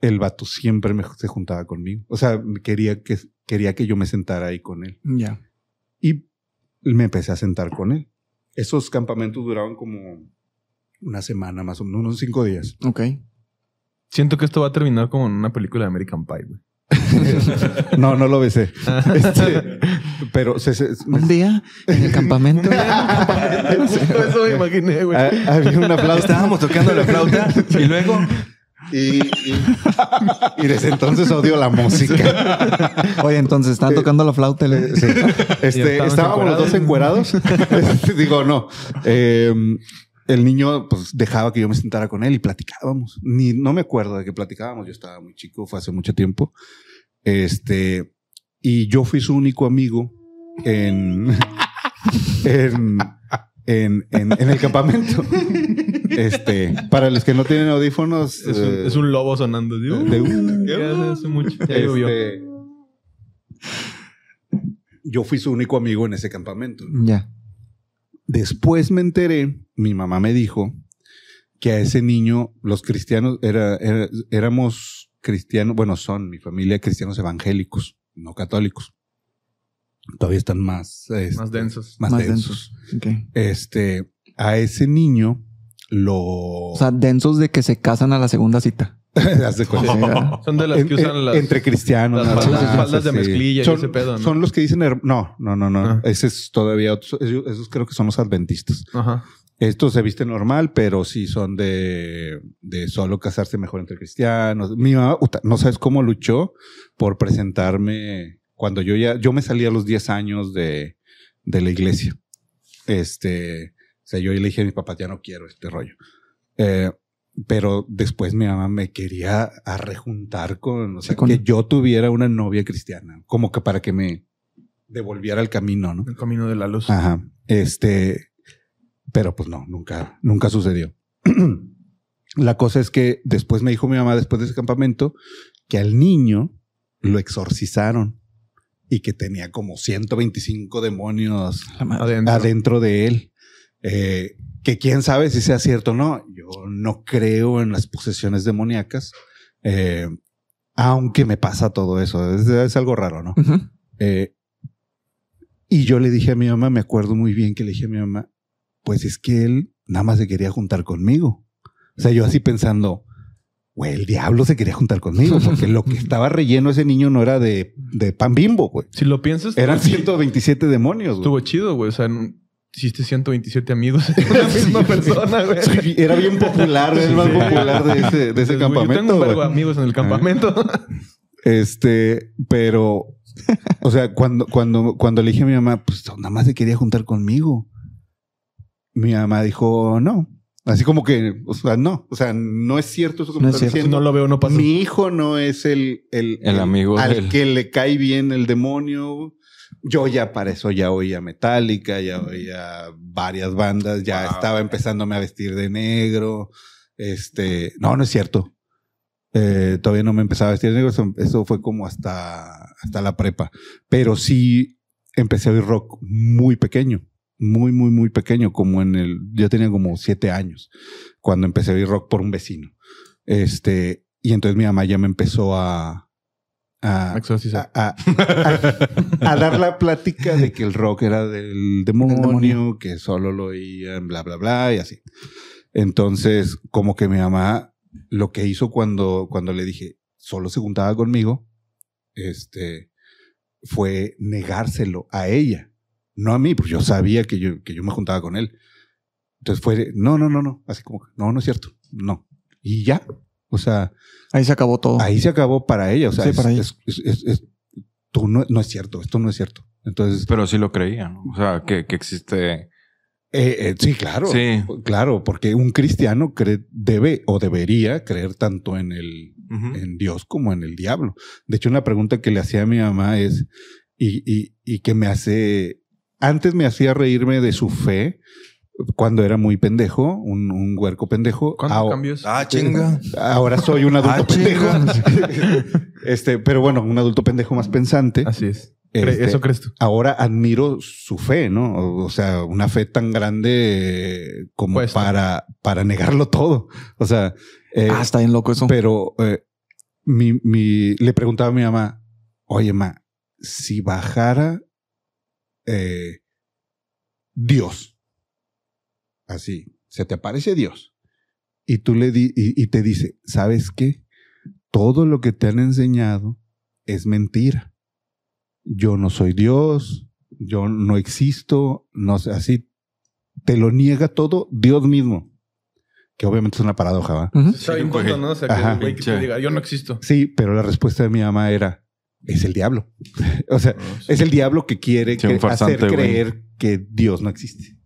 S5: El vato siempre me, se juntaba conmigo. O sea, quería que, quería que yo me sentara ahí con él
S3: Ya.
S5: y me empecé a sentar con él. Esos campamentos duraban como una semana más o menos, unos cinco días.
S3: Ok.
S6: Siento que esto va a terminar como en una película de American Pie, güey.
S5: No, no lo besé. Este, pero se- se-
S3: Un día en el campamento.
S6: Justo eso me imaginé, güey.
S5: Ah, había una flauta
S4: Estábamos tocando la flauta y luego
S5: y, y- y desde entonces odio la música.
S3: Oye, entonces están tocando la flauta. y le-
S5: Sí. Este,
S6: estaban
S5: estábamos los dos encuerados. Este, Digo, no. Eh, el niño pues dejaba que yo me sentara con él y platicábamos. Ni no me acuerdo de que platicábamos. Yo estaba muy chico, fue hace mucho tiempo. Este, y yo fui su único amigo en en, en, en- en el campamento. Este, para los que no tienen audífonos,
S6: Es un,
S5: eh,
S6: es un lobo sonando, tío.
S5: de un-
S6: Ya hace mucho. Ya
S5: este,
S6: llovió.
S5: yo fui su único amigo en ese campamento.
S3: Ya.
S5: Después me enteré, mi mamá me dijo que a ese niño, los cristianos, era, era- éramos cristianos, bueno, son mi familia cristianos evangélicos, no católicos. Todavía están más, este,
S6: Más densos.
S5: más
S3: Más
S5: densos.
S3: Ok.
S5: Este, a ese niño lo.
S3: O sea, densos de que se casan a la segunda cita.
S5: haz de
S3: Pues
S5: cuenta.
S6: Son de las
S5: En-
S6: que usan
S5: en-
S6: las.
S5: entre cristianos.
S6: las
S5: nada
S6: faldas-
S5: más,
S6: faldas de
S5: así.
S6: mezclilla y
S5: son,
S6: ese pedo, ¿no?
S5: son los que dicen, her- no, no, no, no,
S6: Ah.
S5: ese es todavía otro, esos, esos creo que son los adventistas.
S6: Ajá.
S5: Estos se visten normal, pero sí son de, de solo casarse mejor entre cristianos. Mi mamá, uta, no sabes cómo luchó por presentarme cuando yo ya, yo me salí a los 10 años de, de la iglesia. Este, o sea, yo le dije a mi papá, ya no quiero este rollo. Eh, pero después mi mamá me quería a rejuntar con, o sea,
S3: Sí, con-
S5: que yo tuviera una novia cristiana, como que para que me devolviera el camino, ¿no?
S6: El camino de la luz.
S5: Ajá. Este, pero pues no, nunca, nunca sucedió. La cosa es que después me dijo mi mamá, después de ese campamento, que al niño lo exorcizaron y que tenía como 125 demonios
S3: La madre.
S6: Adentro.
S5: adentro de él. Eh, que quién sabe si sea cierto o no. Yo no creo en las posesiones demoníacas, eh, aunque me pasa todo eso. Es- es algo raro, ¿no?
S3: Ujú.
S5: Eh, y yo le dije a mi mamá, me acuerdo muy bien que le dije a mi mamá, pues es que él nada más se quería juntar conmigo. O sea, yo así pensando, güey, el diablo se quería juntar conmigo, porque lo que estaba relleno ese niño no era de, de pan bimbo, güey.
S6: Si lo piensas,
S5: Eran 127 demonios, güey.
S6: estuvo chido, güey. O sea, n- hiciste 127 amigos en una misma persona, güey.
S5: Sí, Era bien popular, era el más
S6: Sí.
S5: popular de ese, de ese
S6: Entonces, güey, Yo
S5: campamento.
S6: tengo un vergo de
S5: güey.
S6: amigos en el campamento.
S5: Este, pero, o sea, cuando, cuando, cuando le dije a mi mamá, pues nada más se quería juntar conmigo. Mi mamá dijo, no. Así como que, o sea, no. O sea, no es cierto eso que
S3: No
S5: me
S3: es
S5: estás
S3: cierto.
S6: Si
S5: diciendo.
S6: no lo veo, no pasa.
S5: Mi hijo no es el, el,
S4: El amigo
S5: al
S4: del-
S5: que le cae bien el demonio. Yo ya para eso ya oía Metallica, ya oía varias bandas, ya estaba empezándome a vestir de negro. Este, no, no es cierto. Eh, todavía no me empezaba a vestir de negro, eso, eso fue como hasta, hasta la prepa. Pero sí empecé a oír rock muy pequeño, muy, muy, muy pequeño, como en el, yo tenía como siete años cuando empecé a oír rock por un vecino. Este, y entonces mi mamá ya me empezó a, a,
S6: Exorcizar.
S5: a, a- a- a dar la plática de que el rock era del demonio,
S3: Del demonio.
S5: que solo lo oían, bla, bla, bla, y así. Entonces, como que mi mamá lo que hizo cuando, cuando le dije, solo se juntaba conmigo, este, fue negárselo a ella, no a mí, porque yo sabía que yo, que yo me juntaba con él. Entonces fue, de, no, no, no, no, así como, no, no es cierto, no. Y ya, o sea,
S3: Ahí se acabó todo.
S5: Ahí se acabó para ella. O sea,
S3: Sí,
S5: es-
S3: para ella.
S5: es- es- es- es- tú no, no es cierto, esto no es cierto. Entonces,
S4: Pero sí lo creía, ¿no? O sea, que, que existe.
S5: eh, eh, sí, claro.
S4: Sí.
S5: Claro, porque un cristiano cree- debe o debería creer tanto en el,
S4: Ujú.
S5: en Dios como en el diablo. De hecho, una pregunta que le hacía a mi mamá es, y, y- y que me hace, antes me hacía reírme de su fe cuando era muy pendejo, un, un huerco pendejo.
S6: ¿Cuántos
S5: Ahora-
S6: cambios?
S4: Ah, chinga.
S5: Ahora soy un adulto
S4: Ah,
S5: pendejo.
S4: chinga.
S5: este, pero bueno, un adulto pendejo más pensante.
S4: Ah,
S6: Así es. Cre-
S5: Este,
S6: Eso crees tú.
S5: ahora admiro su fe, ¿no? O- O sea, una fe tan grande eh, como
S6: Cuesta.
S5: para, para negarlo todo. O sea, eh,
S3: ah, está bien loco eso.
S5: pero eh, mi, mi- le preguntaba a mi mamá, oye, ma, si bajara eh, Dios, así, se te aparece Dios, y tú le di- y, y te dice, ¿sabes qué? Todo lo que te han enseñado es mentira. Yo no soy Dios, yo no existo, no sé, así te lo niega todo Dios mismo. Que obviamente es una paradoja, ¿va?
S3: Ujú.
S6: Está bien tonto, ¿no? O sea, que
S5: Ajá.
S6: el güey que te diga, yo no existo.
S5: Sí, pero la respuesta de mi mamá era, es el diablo. o sea, es el diablo que quiere
S4: Sí, un
S5: que-
S4: farsante,
S5: hacer
S4: güey.
S5: creer que Dios no existe.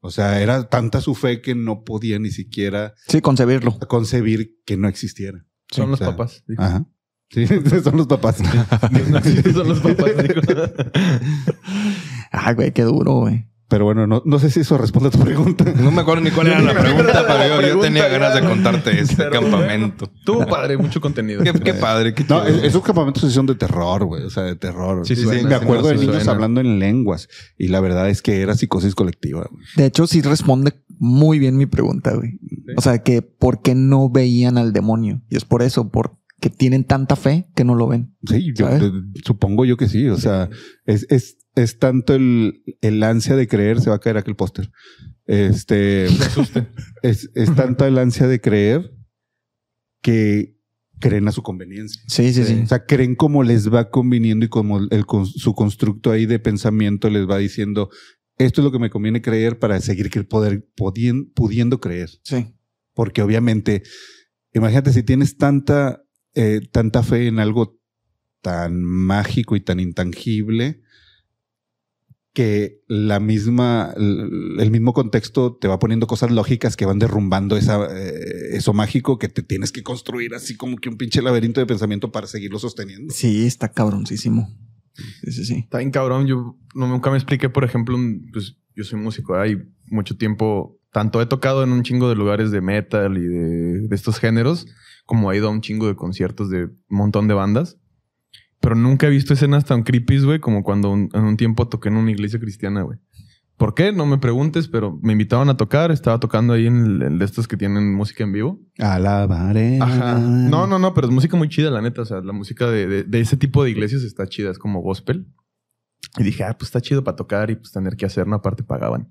S5: O sea, era tanta su fe que no podía ni siquiera
S3: Sí, concebirlo.
S5: concebir que no existiera.
S6: Son los
S5: O sea,
S6: papás. dijo.
S5: Ajá. Sí, son los papás.
S6: Dios no existe, son los papás. dijo.
S3: Ah, güey, qué duro, güey.
S5: Pero bueno, no, no sé si eso responde a tu pregunta.
S4: No me acuerdo ni cuál era la pregunta, pero yo, yo tenía ganas de contarte este
S6: Pero bueno.
S4: campamento.
S6: Tuvo padre, mucho contenido.
S4: Qué, qué padre. Qué
S5: No,
S4: chido.
S5: es- esos campamentos sí son de terror, güey. O sea, de terror.
S6: Sí, sí,
S4: sí,
S5: Me
S4: sí,
S5: acuerdo
S4: sí,
S5: de
S4: sí,
S5: niños
S4: suena.
S5: hablando en lenguas. Y la verdad es que era psicosis colectiva. güey.
S3: De hecho, sí responde muy bien mi pregunta, güey. O sea, que ¿por qué no veían al demonio? Y es por eso, porque tienen tanta fe que no lo ven.
S5: Sí, yo,
S3: ¿Sabes?
S5: eh, supongo yo que sí. O sea, es, es, es tanto el, el ansia de creer, se va a caer aquel póster. Este es, es tanto el ansia de creer que creen a su conveniencia.
S3: Sí, sí, sí.
S5: O sea, creen como les va conviniendo y como el con- su constructo ahí de pensamiento les va diciendo esto es lo que me conviene creer para seguir que poder, podien- pudiendo creer.
S3: Sí.
S5: Porque obviamente, imagínate si tienes tanta, eh, tanta fe en algo tan mágico y tan intangible que la misma, l- el mismo contexto te va poniendo cosas lógicas que van derrumbando esa, eh, eso mágico que te tienes que construir así como que un pinche laberinto de pensamiento para seguirlo sosteniendo.
S3: Sí, está cabroncísimo. Sí, sí, sí.
S6: Está bien cabrón. Yo no, nunca me expliqué, por ejemplo, un- pues yo soy músico ¿verdad? y mucho tiempo, tanto he tocado en un chingo de lugares de metal y de, de estos géneros, como he ido a un chingo de conciertos de un montón de bandas. Pero nunca he visto escenas tan creepy, güey, como cuando un- en un tiempo toqué en una iglesia cristiana, güey. ¿Por qué? No me preguntes, pero me invitaban a tocar. Estaba tocando ahí en, el- en de estos que tienen música en vivo.
S5: Alabaré.
S6: Ajá. No, no, no, pero es música muy chida, la neta. O sea, la música de, de- de ese tipo de iglesias está chida, es como gospel. Y dije, ah, pues está chido para tocar y pues tener que hacer, no, aparte pagaban.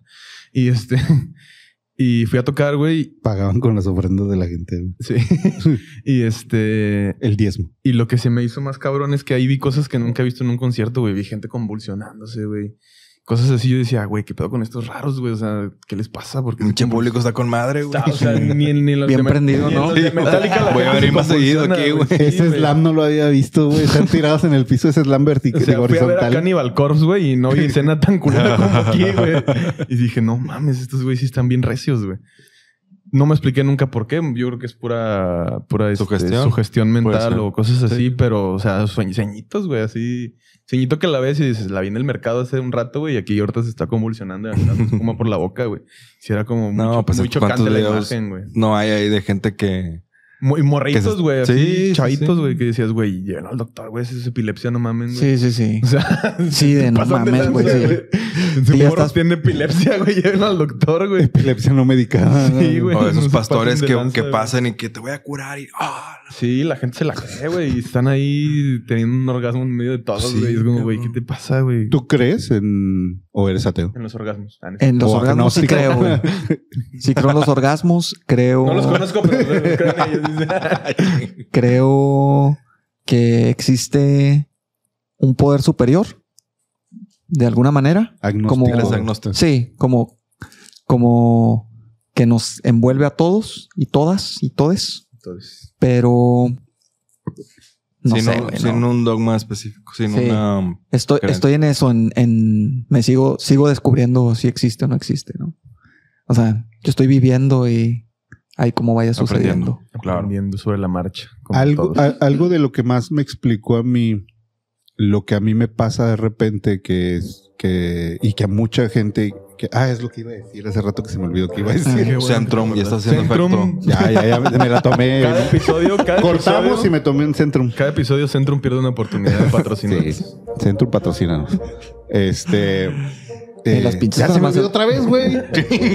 S6: Y este, y fui a tocar, güey.
S5: Pagaban con las ofrendas de la gente.
S6: Sí. y este,
S5: El diezmo.
S6: y lo que se me hizo más cabrón es que ahí vi cosas que nunca he visto en un concierto, güey. Vi gente convulsionándose, güey. cosas así. Yo decía, "Ah, güey, ¿qué pedo con estos raros, güey? O sea, ¿qué les pasa? Porque
S4: Pinche público está con madre, güey.
S6: Está, o sea, ni, en- ni en los
S3: Bien
S6: de-
S3: prendido,
S6: ni en
S3: ¿no?
S6: los de
S4: Sí,
S6: Metallica la
S4: voy a
S6: gente
S4: venir
S6: se
S4: más seguido aquí,
S6: convulsiona,
S4: güey.
S5: Ese
S6: Sí,
S5: slam no lo había visto, güey. Están tirados en el piso, ese slam vertical
S6: O sea, fui a ver a
S5: horizontal.
S6: Cannibal Corpse, güey, y no vi escena tan culera como aquí, güey. Y dije, no mames, estos güeyes sí están bien recios, güey. No me expliqué nunca por qué. Yo creo que es pura, pura este,
S4: Sugestión.
S6: sugestión
S4: Puede
S6: mental
S4: ser.
S6: o cosas así, pero, o sea, sueñ- ceñitos, güey, así. Ceñito que la ves y dices, la vi en el mercado hace un rato, güey, y aquí ahorita se está convulsionando, y aventando espuma por la boca, güey. Si era como
S4: No,
S6: mucho,
S4: pues,
S6: muy
S4: ¿cuántos
S6: chocante la
S4: videos?
S6: imagen, güey.
S4: No hay ahí de gente que.
S6: Mo- Y
S4: Que
S6: morritos,
S4: se-
S6: güey,
S4: Sí,
S6: así,
S4: sí,
S6: chavitos,
S4: sí.
S6: güey, que decías, güey, llévenlo al doctor, güey, si es epilepsia, no mames, güey.
S3: Sí, sí, sí.
S6: O sea,
S3: Sí, de no
S6: pasan
S3: mames,
S6: lanza,
S3: güey, sí.
S6: Su
S3: Sí, ya
S6: morro
S3: estás-
S6: tiene epilepsia, güey. Llévenlo al doctor, güey.
S5: Epilepsia no medicada.
S6: Sí, güey.
S4: O
S6: no
S4: esos
S6: se
S4: pastores
S6: pasen de
S4: que,
S6: lanza,
S4: que
S6: güey.
S4: pasan y que te voy a curar y. ¡Ah!
S6: Sí, la gente se la cree, güey. Y están ahí teniendo un orgasmo en medio de todos,
S4: Sí,
S6: güey. es como,
S4: cabrón.
S6: güey, ¿qué te pasa, güey?
S5: ¿Tú crees en... o eres ateo?
S6: En los orgasmos. Ah, no.
S3: En los
S5: O
S3: orgasmos sí creo,
S5: agnóstico.
S3: güey. Sí creo en los orgasmos, creo...
S6: No los conozco, pero los creo en ellos.
S3: creo que existe un poder superior de alguna manera.
S5: Agnóstico.
S3: Como-
S4: Eres agnóstico.
S3: Sí, como, como que nos envuelve a todos y todas y todes,
S6: Entonces,
S3: pero no
S4: sin
S3: sé,
S4: un,
S3: güey,
S4: sin
S3: no.
S4: un dogma específico, sin
S3: Sí.
S4: una.
S3: Estoy,
S4: creencia.
S3: estoy en eso, en, en- me sigo, sigo descubriendo si existe o no existe, ¿no? O sea, yo estoy viviendo y ahí como vaya sucediendo.
S4: Aprendiendo. Claro.
S6: aprendiendo sobre la marcha. como
S5: Algo,
S6: todos.
S5: a- algo de lo que más me explicó a mí, lo que a mí me pasa de repente, que es que, y que a mucha gente, que, ah, es lo que iba a decir hace rato que se me olvidó que iba a
S3: Ah,
S5: decir.
S6: Qué bueno
S4: Centrum,
S6: que
S4: ya
S6: te
S4: está
S6: acordaste.
S4: haciendo
S6: Centrum.
S5: Ya, ya, ya me la tomé.
S6: Cada episodio, cada
S5: Eh, Cortamos y
S6: episodio,
S5: me tomé un Centrum.
S6: Cada episodio Centrum pierde una oportunidad de patrocinar.
S5: Sí, Centrum patrocínanos. Este. eh,
S3: las pinches
S5: ya se me
S3: armas-
S5: olvidó otra vez, güey.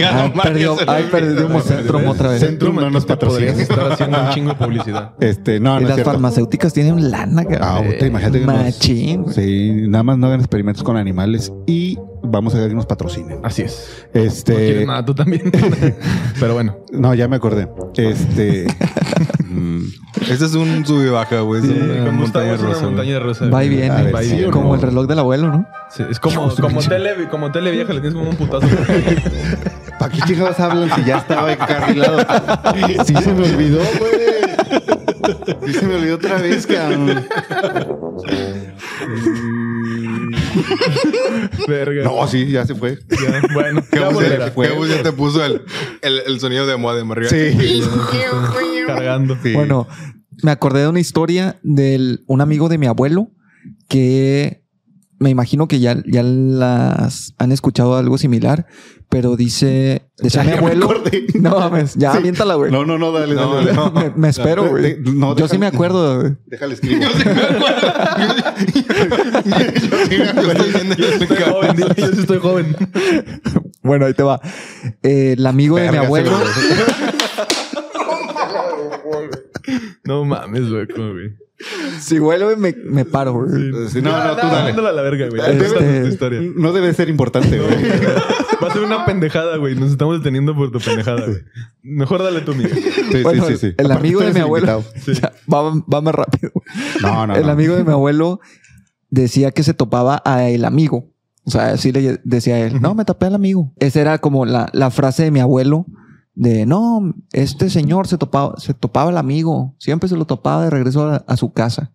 S3: Ah, perdió, ay, perdimos Centrum otra vez.
S5: Centrum no nos
S6: Te podrías
S5: patrocina.
S6: estar haciendo un chingo de publicidad.
S5: Este,
S3: y
S5: no, no es
S3: las
S5: cierto.
S3: farmacéuticas tienen un lana,
S5: Ah,
S3: cabrón.
S5: puta, imagínate que nos-
S3: Machín. güey.
S5: Sí, nada más no hagan experimentos con animales y vamos a ver que nos patrocinen.
S6: Así es. Ah, No
S5: Este,
S6: quieres nada, tú también. Pero bueno.
S5: no, ya me acordé. Este, mm,
S4: Este es un sub y baja, güey. Es
S6: Sí,
S4: una
S6: como
S4: montaña
S6: estamos en
S4: rusa.
S6: una
S4: güey.
S6: montaña rusa.
S3: Va y viene.
S5: A ver,
S6: Va y
S5: sí,
S6: viene.
S5: ¿o
S3: Como
S5: no?
S3: el reloj del abuelo, ¿no?
S6: Sí, es como, como, tele, como tele vieja, le tienes como un putazo.
S5: ¿Para qué chingados hablan si ya estaba encarrilado? Sí se me olvidó, güey. Sí se me olvidó otra vez, cabrón.
S6: Verga.
S5: No, sí, ya se fue.
S6: Ya, bueno,
S4: ¿Qué
S6: ya
S4: bus ya-
S6: volverá.
S4: qué bus ya te puso el, el, el sonido de moda de arriba?
S5: Sí.
S6: Cargando.
S3: Bueno, me acordé de una historia de un amigo de mi abuelo que me imagino que ya, ya las han escuchado algo similar, pero dice, decía mi
S5: ya me
S3: abuelo.
S5: acordé.
S3: No mames, ya aviéntala, güey.
S5: No, no, no, dale,
S4: No,
S5: dale. dale.
S4: no.
S3: me, me espero, güey.
S5: De- de- no,
S3: Yo sí
S5: déjalo.
S3: me acuerdo, güey.
S5: Déjale escribir.
S4: Yo estoy viendo-
S6: Estoy joven, dile, yo sí estoy joven.
S3: Bueno, ahí te va. Eh, el amigo de mi abuelo.
S6: No mames, güey. ¿cómo, güey?
S3: Si vuelve, me, me paro, güey.
S5: Sí, no, no, tú dale.
S6: Mándala a la verga, güey.
S3: Este-
S6: Cuéntanos tu historia.
S5: No debe ser importante, güey.
S6: Va a ser una pendejada, güey. Nos estamos deteniendo por tu pendejada, güey. Mejor dale tú, Miguel.
S5: Sí,
S3: Bueno,
S5: sí, sí, sí.
S3: el
S5: Aparte,
S3: amigo de
S5: tú eres
S3: mi
S5: el
S3: abuelo.
S5: invitado.
S6: Sí.
S3: Ya, va, va más rápido.
S5: No, no,
S3: el
S5: no.
S3: amigo de mi abuelo decía que se topaba a el amigo. O sea, así le decía él, no, me tapé al amigo. Esa era como la, la frase de mi abuelo de, no, este señor se topaba, se topaba al amigo. Siempre se lo topaba de regreso a, a su casa.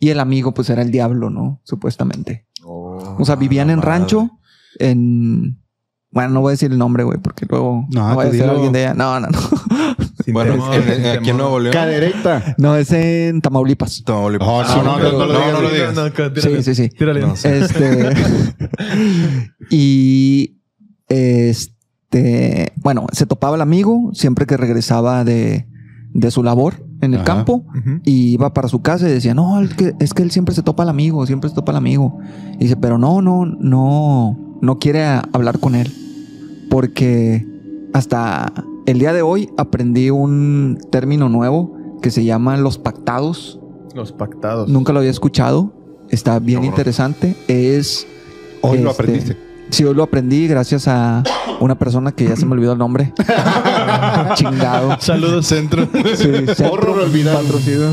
S3: Y el amigo, pues, era el diablo, ¿no? Supuestamente. O
S5: Ah,
S3: sea, vivían en rancho, en... Bueno, no voy a decir el nombre, güey, porque luego
S5: No,
S3: no, vaya a
S5: tú
S3: ser
S5: dilo.
S3: alguien de allá. No, no, no.
S4: Bueno, en- en- aquí en Nuevo León.
S5: Caderecta.
S3: No, es en Tamaulipas.
S4: Tamaulipas.
S5: Oh,
S4: Ah,
S5: no, no,
S4: pero-
S5: no, no lo digas.
S3: Sí, sí, sí.
S6: Tírale.
S4: No sé.
S3: Este. y. Este. Bueno, se topaba el amigo siempre que regresaba de, de su labor en el
S5: Ajá.
S3: campo.
S6: Ujú.
S3: Y iba para su casa y decía, no, el que- es que él siempre se topa al amigo, siempre se topa al amigo. Y dice, pero no, no, no, no quiere a- hablar con él. Porque hasta el día de hoy aprendí un término nuevo que se llama los pactados.
S6: Los pactados.
S3: Nunca lo había escuchado. Está bien
S4: Cabrón.
S3: interesante. Es.
S5: Hoy lo
S3: este,
S5: aprendiste.
S3: Sí, hoy lo aprendí gracias a una persona que ya se me olvidó el nombre. Chingado.
S6: Saludos, centro.
S3: Sí, sí,
S5: Horror olvidado.
S3: patrocinio.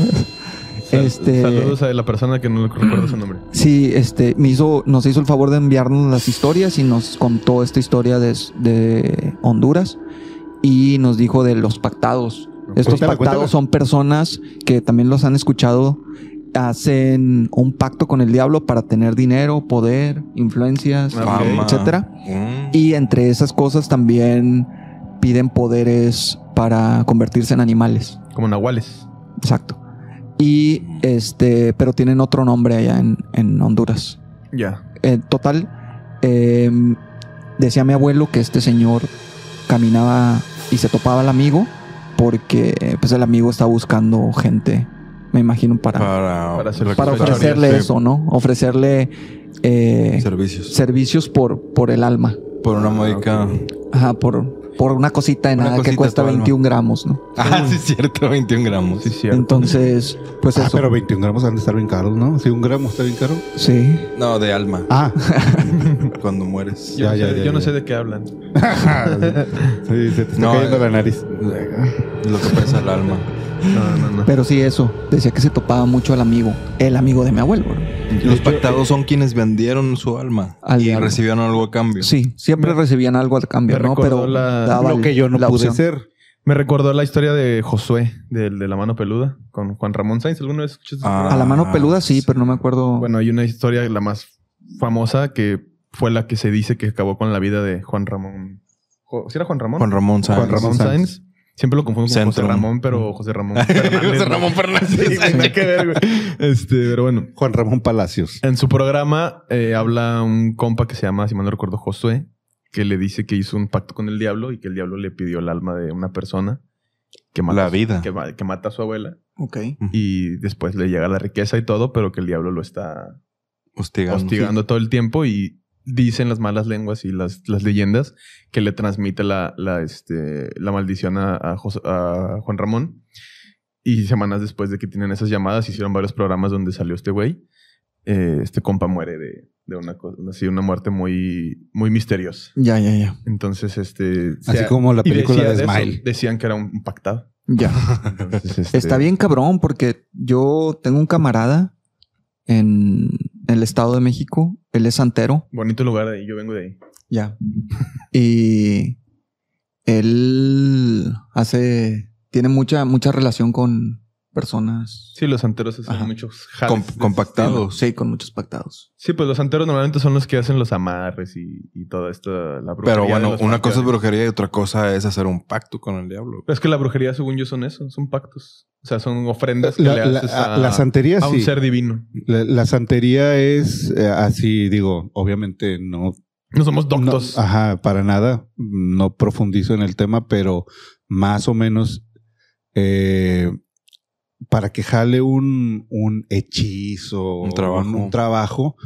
S6: Sal-
S3: Este-
S6: Saludos a la persona que no recuerdo su nombre.
S3: Sí, este, me hizo, nos hizo el favor de enviarnos las historias y nos contó esta historia de, de Honduras y nos dijo de los pactados. Estos
S5: Cuéntala,
S3: pactados
S5: cuéntala.
S3: son personas que también los han escuchado, hacen un pacto con el diablo para tener dinero, poder, influencias,
S6: Ah,
S4: Fama.
S3: etcétera.
S4: Mm.
S3: Y entre esas cosas también piden poderes para convertirse en animales.
S6: Como Nahuales.
S3: Exacto. Y este, pero tienen otro nombre allá en, en Honduras.
S6: Ya.
S3: En total, eh, decía mi abuelo que este señor caminaba y se topaba al amigo porque eh, pues el amigo está buscando gente, me imagino, para,
S4: Oh, Para,
S6: Para hacer-
S4: recoger
S3: para
S6: escuchar,
S3: ofrecerle
S4: sí,
S3: eso, ¿no? Ofrecerle eh,
S4: Servicios.
S3: servicios por, por el alma.
S4: Por una módica.
S3: Ajá, por, por una cosita de
S4: Una
S3: nada que
S4: cosita
S3: cuesta
S4: tu alma.
S3: 21 gramos, ¿no?
S4: Ah, sí, es cierto, 21 gramos.
S6: Sí, cierto.
S3: Entonces, pues
S5: Ah,
S3: eso.
S5: pero 21 gramos han de estar bien caros, ¿no? Si un gramo está bien caro.
S3: Sí.
S4: No, de alma.
S5: Ah,
S4: Cuando mueres.
S6: yo
S5: ya,
S6: no,
S5: ya,
S6: sé,
S5: ya,
S6: yo no
S5: ya.
S6: sé de qué hablan.
S5: sí, se te está
S4: No,
S5: cayendo
S4: eh.
S5: la nariz.
S6: eh,
S4: Lo que pesa el alma.
S6: No, no, no.
S3: Pero sí, eso. Decía que se topaba mucho al amigo, el amigo de mi abuelo.
S4: Los
S6: eh,
S4: pactados son quienes vendieron su alma
S3: Al
S4: y
S3: diablo.
S4: recibieron algo a cambio.
S3: Sí, siempre recibían algo al cambio,
S6: me
S3: ¿no?
S6: recordó
S3: Pero
S6: la-
S3: daba
S5: Lo que yo no
S3: la
S5: pude
S3: opción.
S5: ser.
S6: Me recordó la historia de Josué, del de la mano peluda, con Juan Ramón Sainz. ¿Alguna vez escuchaste? ese
S4: Ah.
S6: programa?
S3: A la mano peluda sí,
S4: sí.
S3: pero no me acuerdo.
S6: Bueno, hay una historia, la más famosa, que fue la que se dice que acabó con la vida de Juan Ramón. Jo- ¿Sí era Juan Ramón?
S4: Juan Ramón Sáenz.
S6: Juan Ramón Sáenz. Siempre lo confundo con
S4: Centrum.
S6: José Ramón, pero José Ramón. Fernández,
S4: José
S6: ¿no?
S4: Ramón Fernández.
S6: Sí, güey, nada que ver, güey. Este, pero bueno.
S5: Juan Ramón Palacios.
S6: En su programa eh, habla un compa que se llama, si mal no recuerdo, Josué, que le dice que hizo un pacto con el diablo y que el diablo le pidió el alma de una persona que mata,
S4: La vida.
S6: que ma- que mata a su abuela
S3: ok.
S6: y después le llega la riqueza y todo, pero que el diablo lo está
S4: Hostigando.
S6: hostigando todo el tiempo y dicen las malas lenguas y las, las leyendas que le transmite la, la, este, la maldición a, a Jos- a Juan Ramón. Y semanas después de que tienen esas llamadas, hicieron varios programas donde salió este güey. Eh, este compa muere de, de una, co- así, una muerte muy, muy misteriosa.
S3: Ya, ya, ya.
S6: Entonces, este...
S5: Así
S6: sea-
S5: como la
S6: y
S5: película
S6: decía
S5: de
S6: eso,
S5: Smile.
S6: decían que era un pactado.
S3: Ya.
S5: Ah,
S6: Entonces, este,
S3: Está bien cabrón porque yo tengo un camarada en el Estado de México. Él es santero.
S6: Bonito lugar ahí, yo vengo de ahí.
S3: Ya. Y él hace... Tiene mucha, mucha relación con personas...
S6: Sí, los santeros hacen
S3: Ajá.
S6: muchos jales
S4: Com-
S6: de ese
S4: compactados.
S3: Sí, con muchos pactados.
S6: Sí, pues los santeros normalmente son los que hacen los amarres y, y toda esta la brujería.
S4: Pero
S6: de
S4: bueno,
S6: los
S4: una cosa es
S6: panteones.
S4: brujería y otra cosa es hacer un pacto con el diablo.
S6: Pero es que la brujería, según yo, son eso, son pactos. O sea, son ofrendas que
S5: La,
S6: le
S5: la-
S6: haces a,
S5: a- la santería
S6: a un
S5: sí.
S6: ser divino.
S5: La, la santería es eh, así, digo, obviamente no
S6: No somos doctos.
S5: No, ajá, para nada. No profundizo en el tema, pero más o menos eh, para que jale un, un hechizo,
S4: Un trabajo.
S5: un, un trabajo,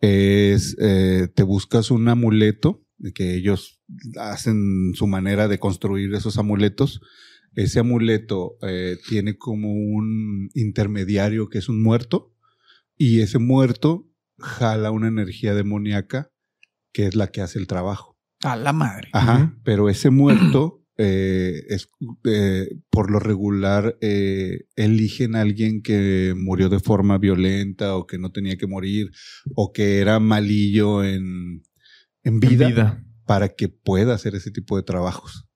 S5: es eh, te buscas un amuleto que ellos hacen su manera de construir esos amuletos. Ese amuleto eh, tiene como un intermediario que es un muerto y ese muerto jala una energía demoníaca que es la que hace el trabajo.
S3: A la madre.
S5: Ajá. Pero ese muerto eh, es eh, por lo regular eh, eligen a alguien que murió de forma violenta o que no tenía que morir o que era malillo en, en
S6: en
S5: vida,
S6: vida.
S5: para que pueda hacer ese tipo de trabajos.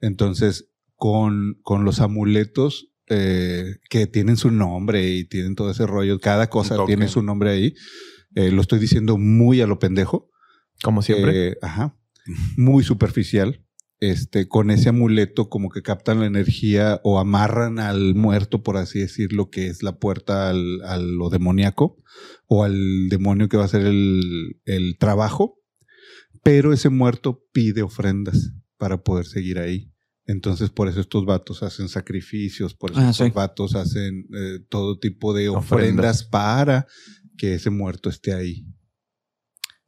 S5: Entonces, con, con los amuletos eh, que tienen su nombre y tienen todo ese rollo, cada cosa
S4: token.
S5: tiene su nombre ahí. eh, lo estoy diciendo muy a lo pendejo.
S6: Como siempre.
S5: Eh, ajá. Muy superficial. Este, con ese amuleto, como que captan la energía o amarran al muerto, por así decirlo, que es la puerta al, a lo demoníaco o al demonio que va a hacer el, el trabajo. Pero ese muerto pide ofrendas para poder seguir ahí. Entonces, por eso estos vatos hacen sacrificios, por eso
S3: Ah,
S5: estos
S3: sí.
S5: vatos hacen eh, todo tipo de
S6: Ofrendas.
S5: ofrendas para que ese muerto esté ahí.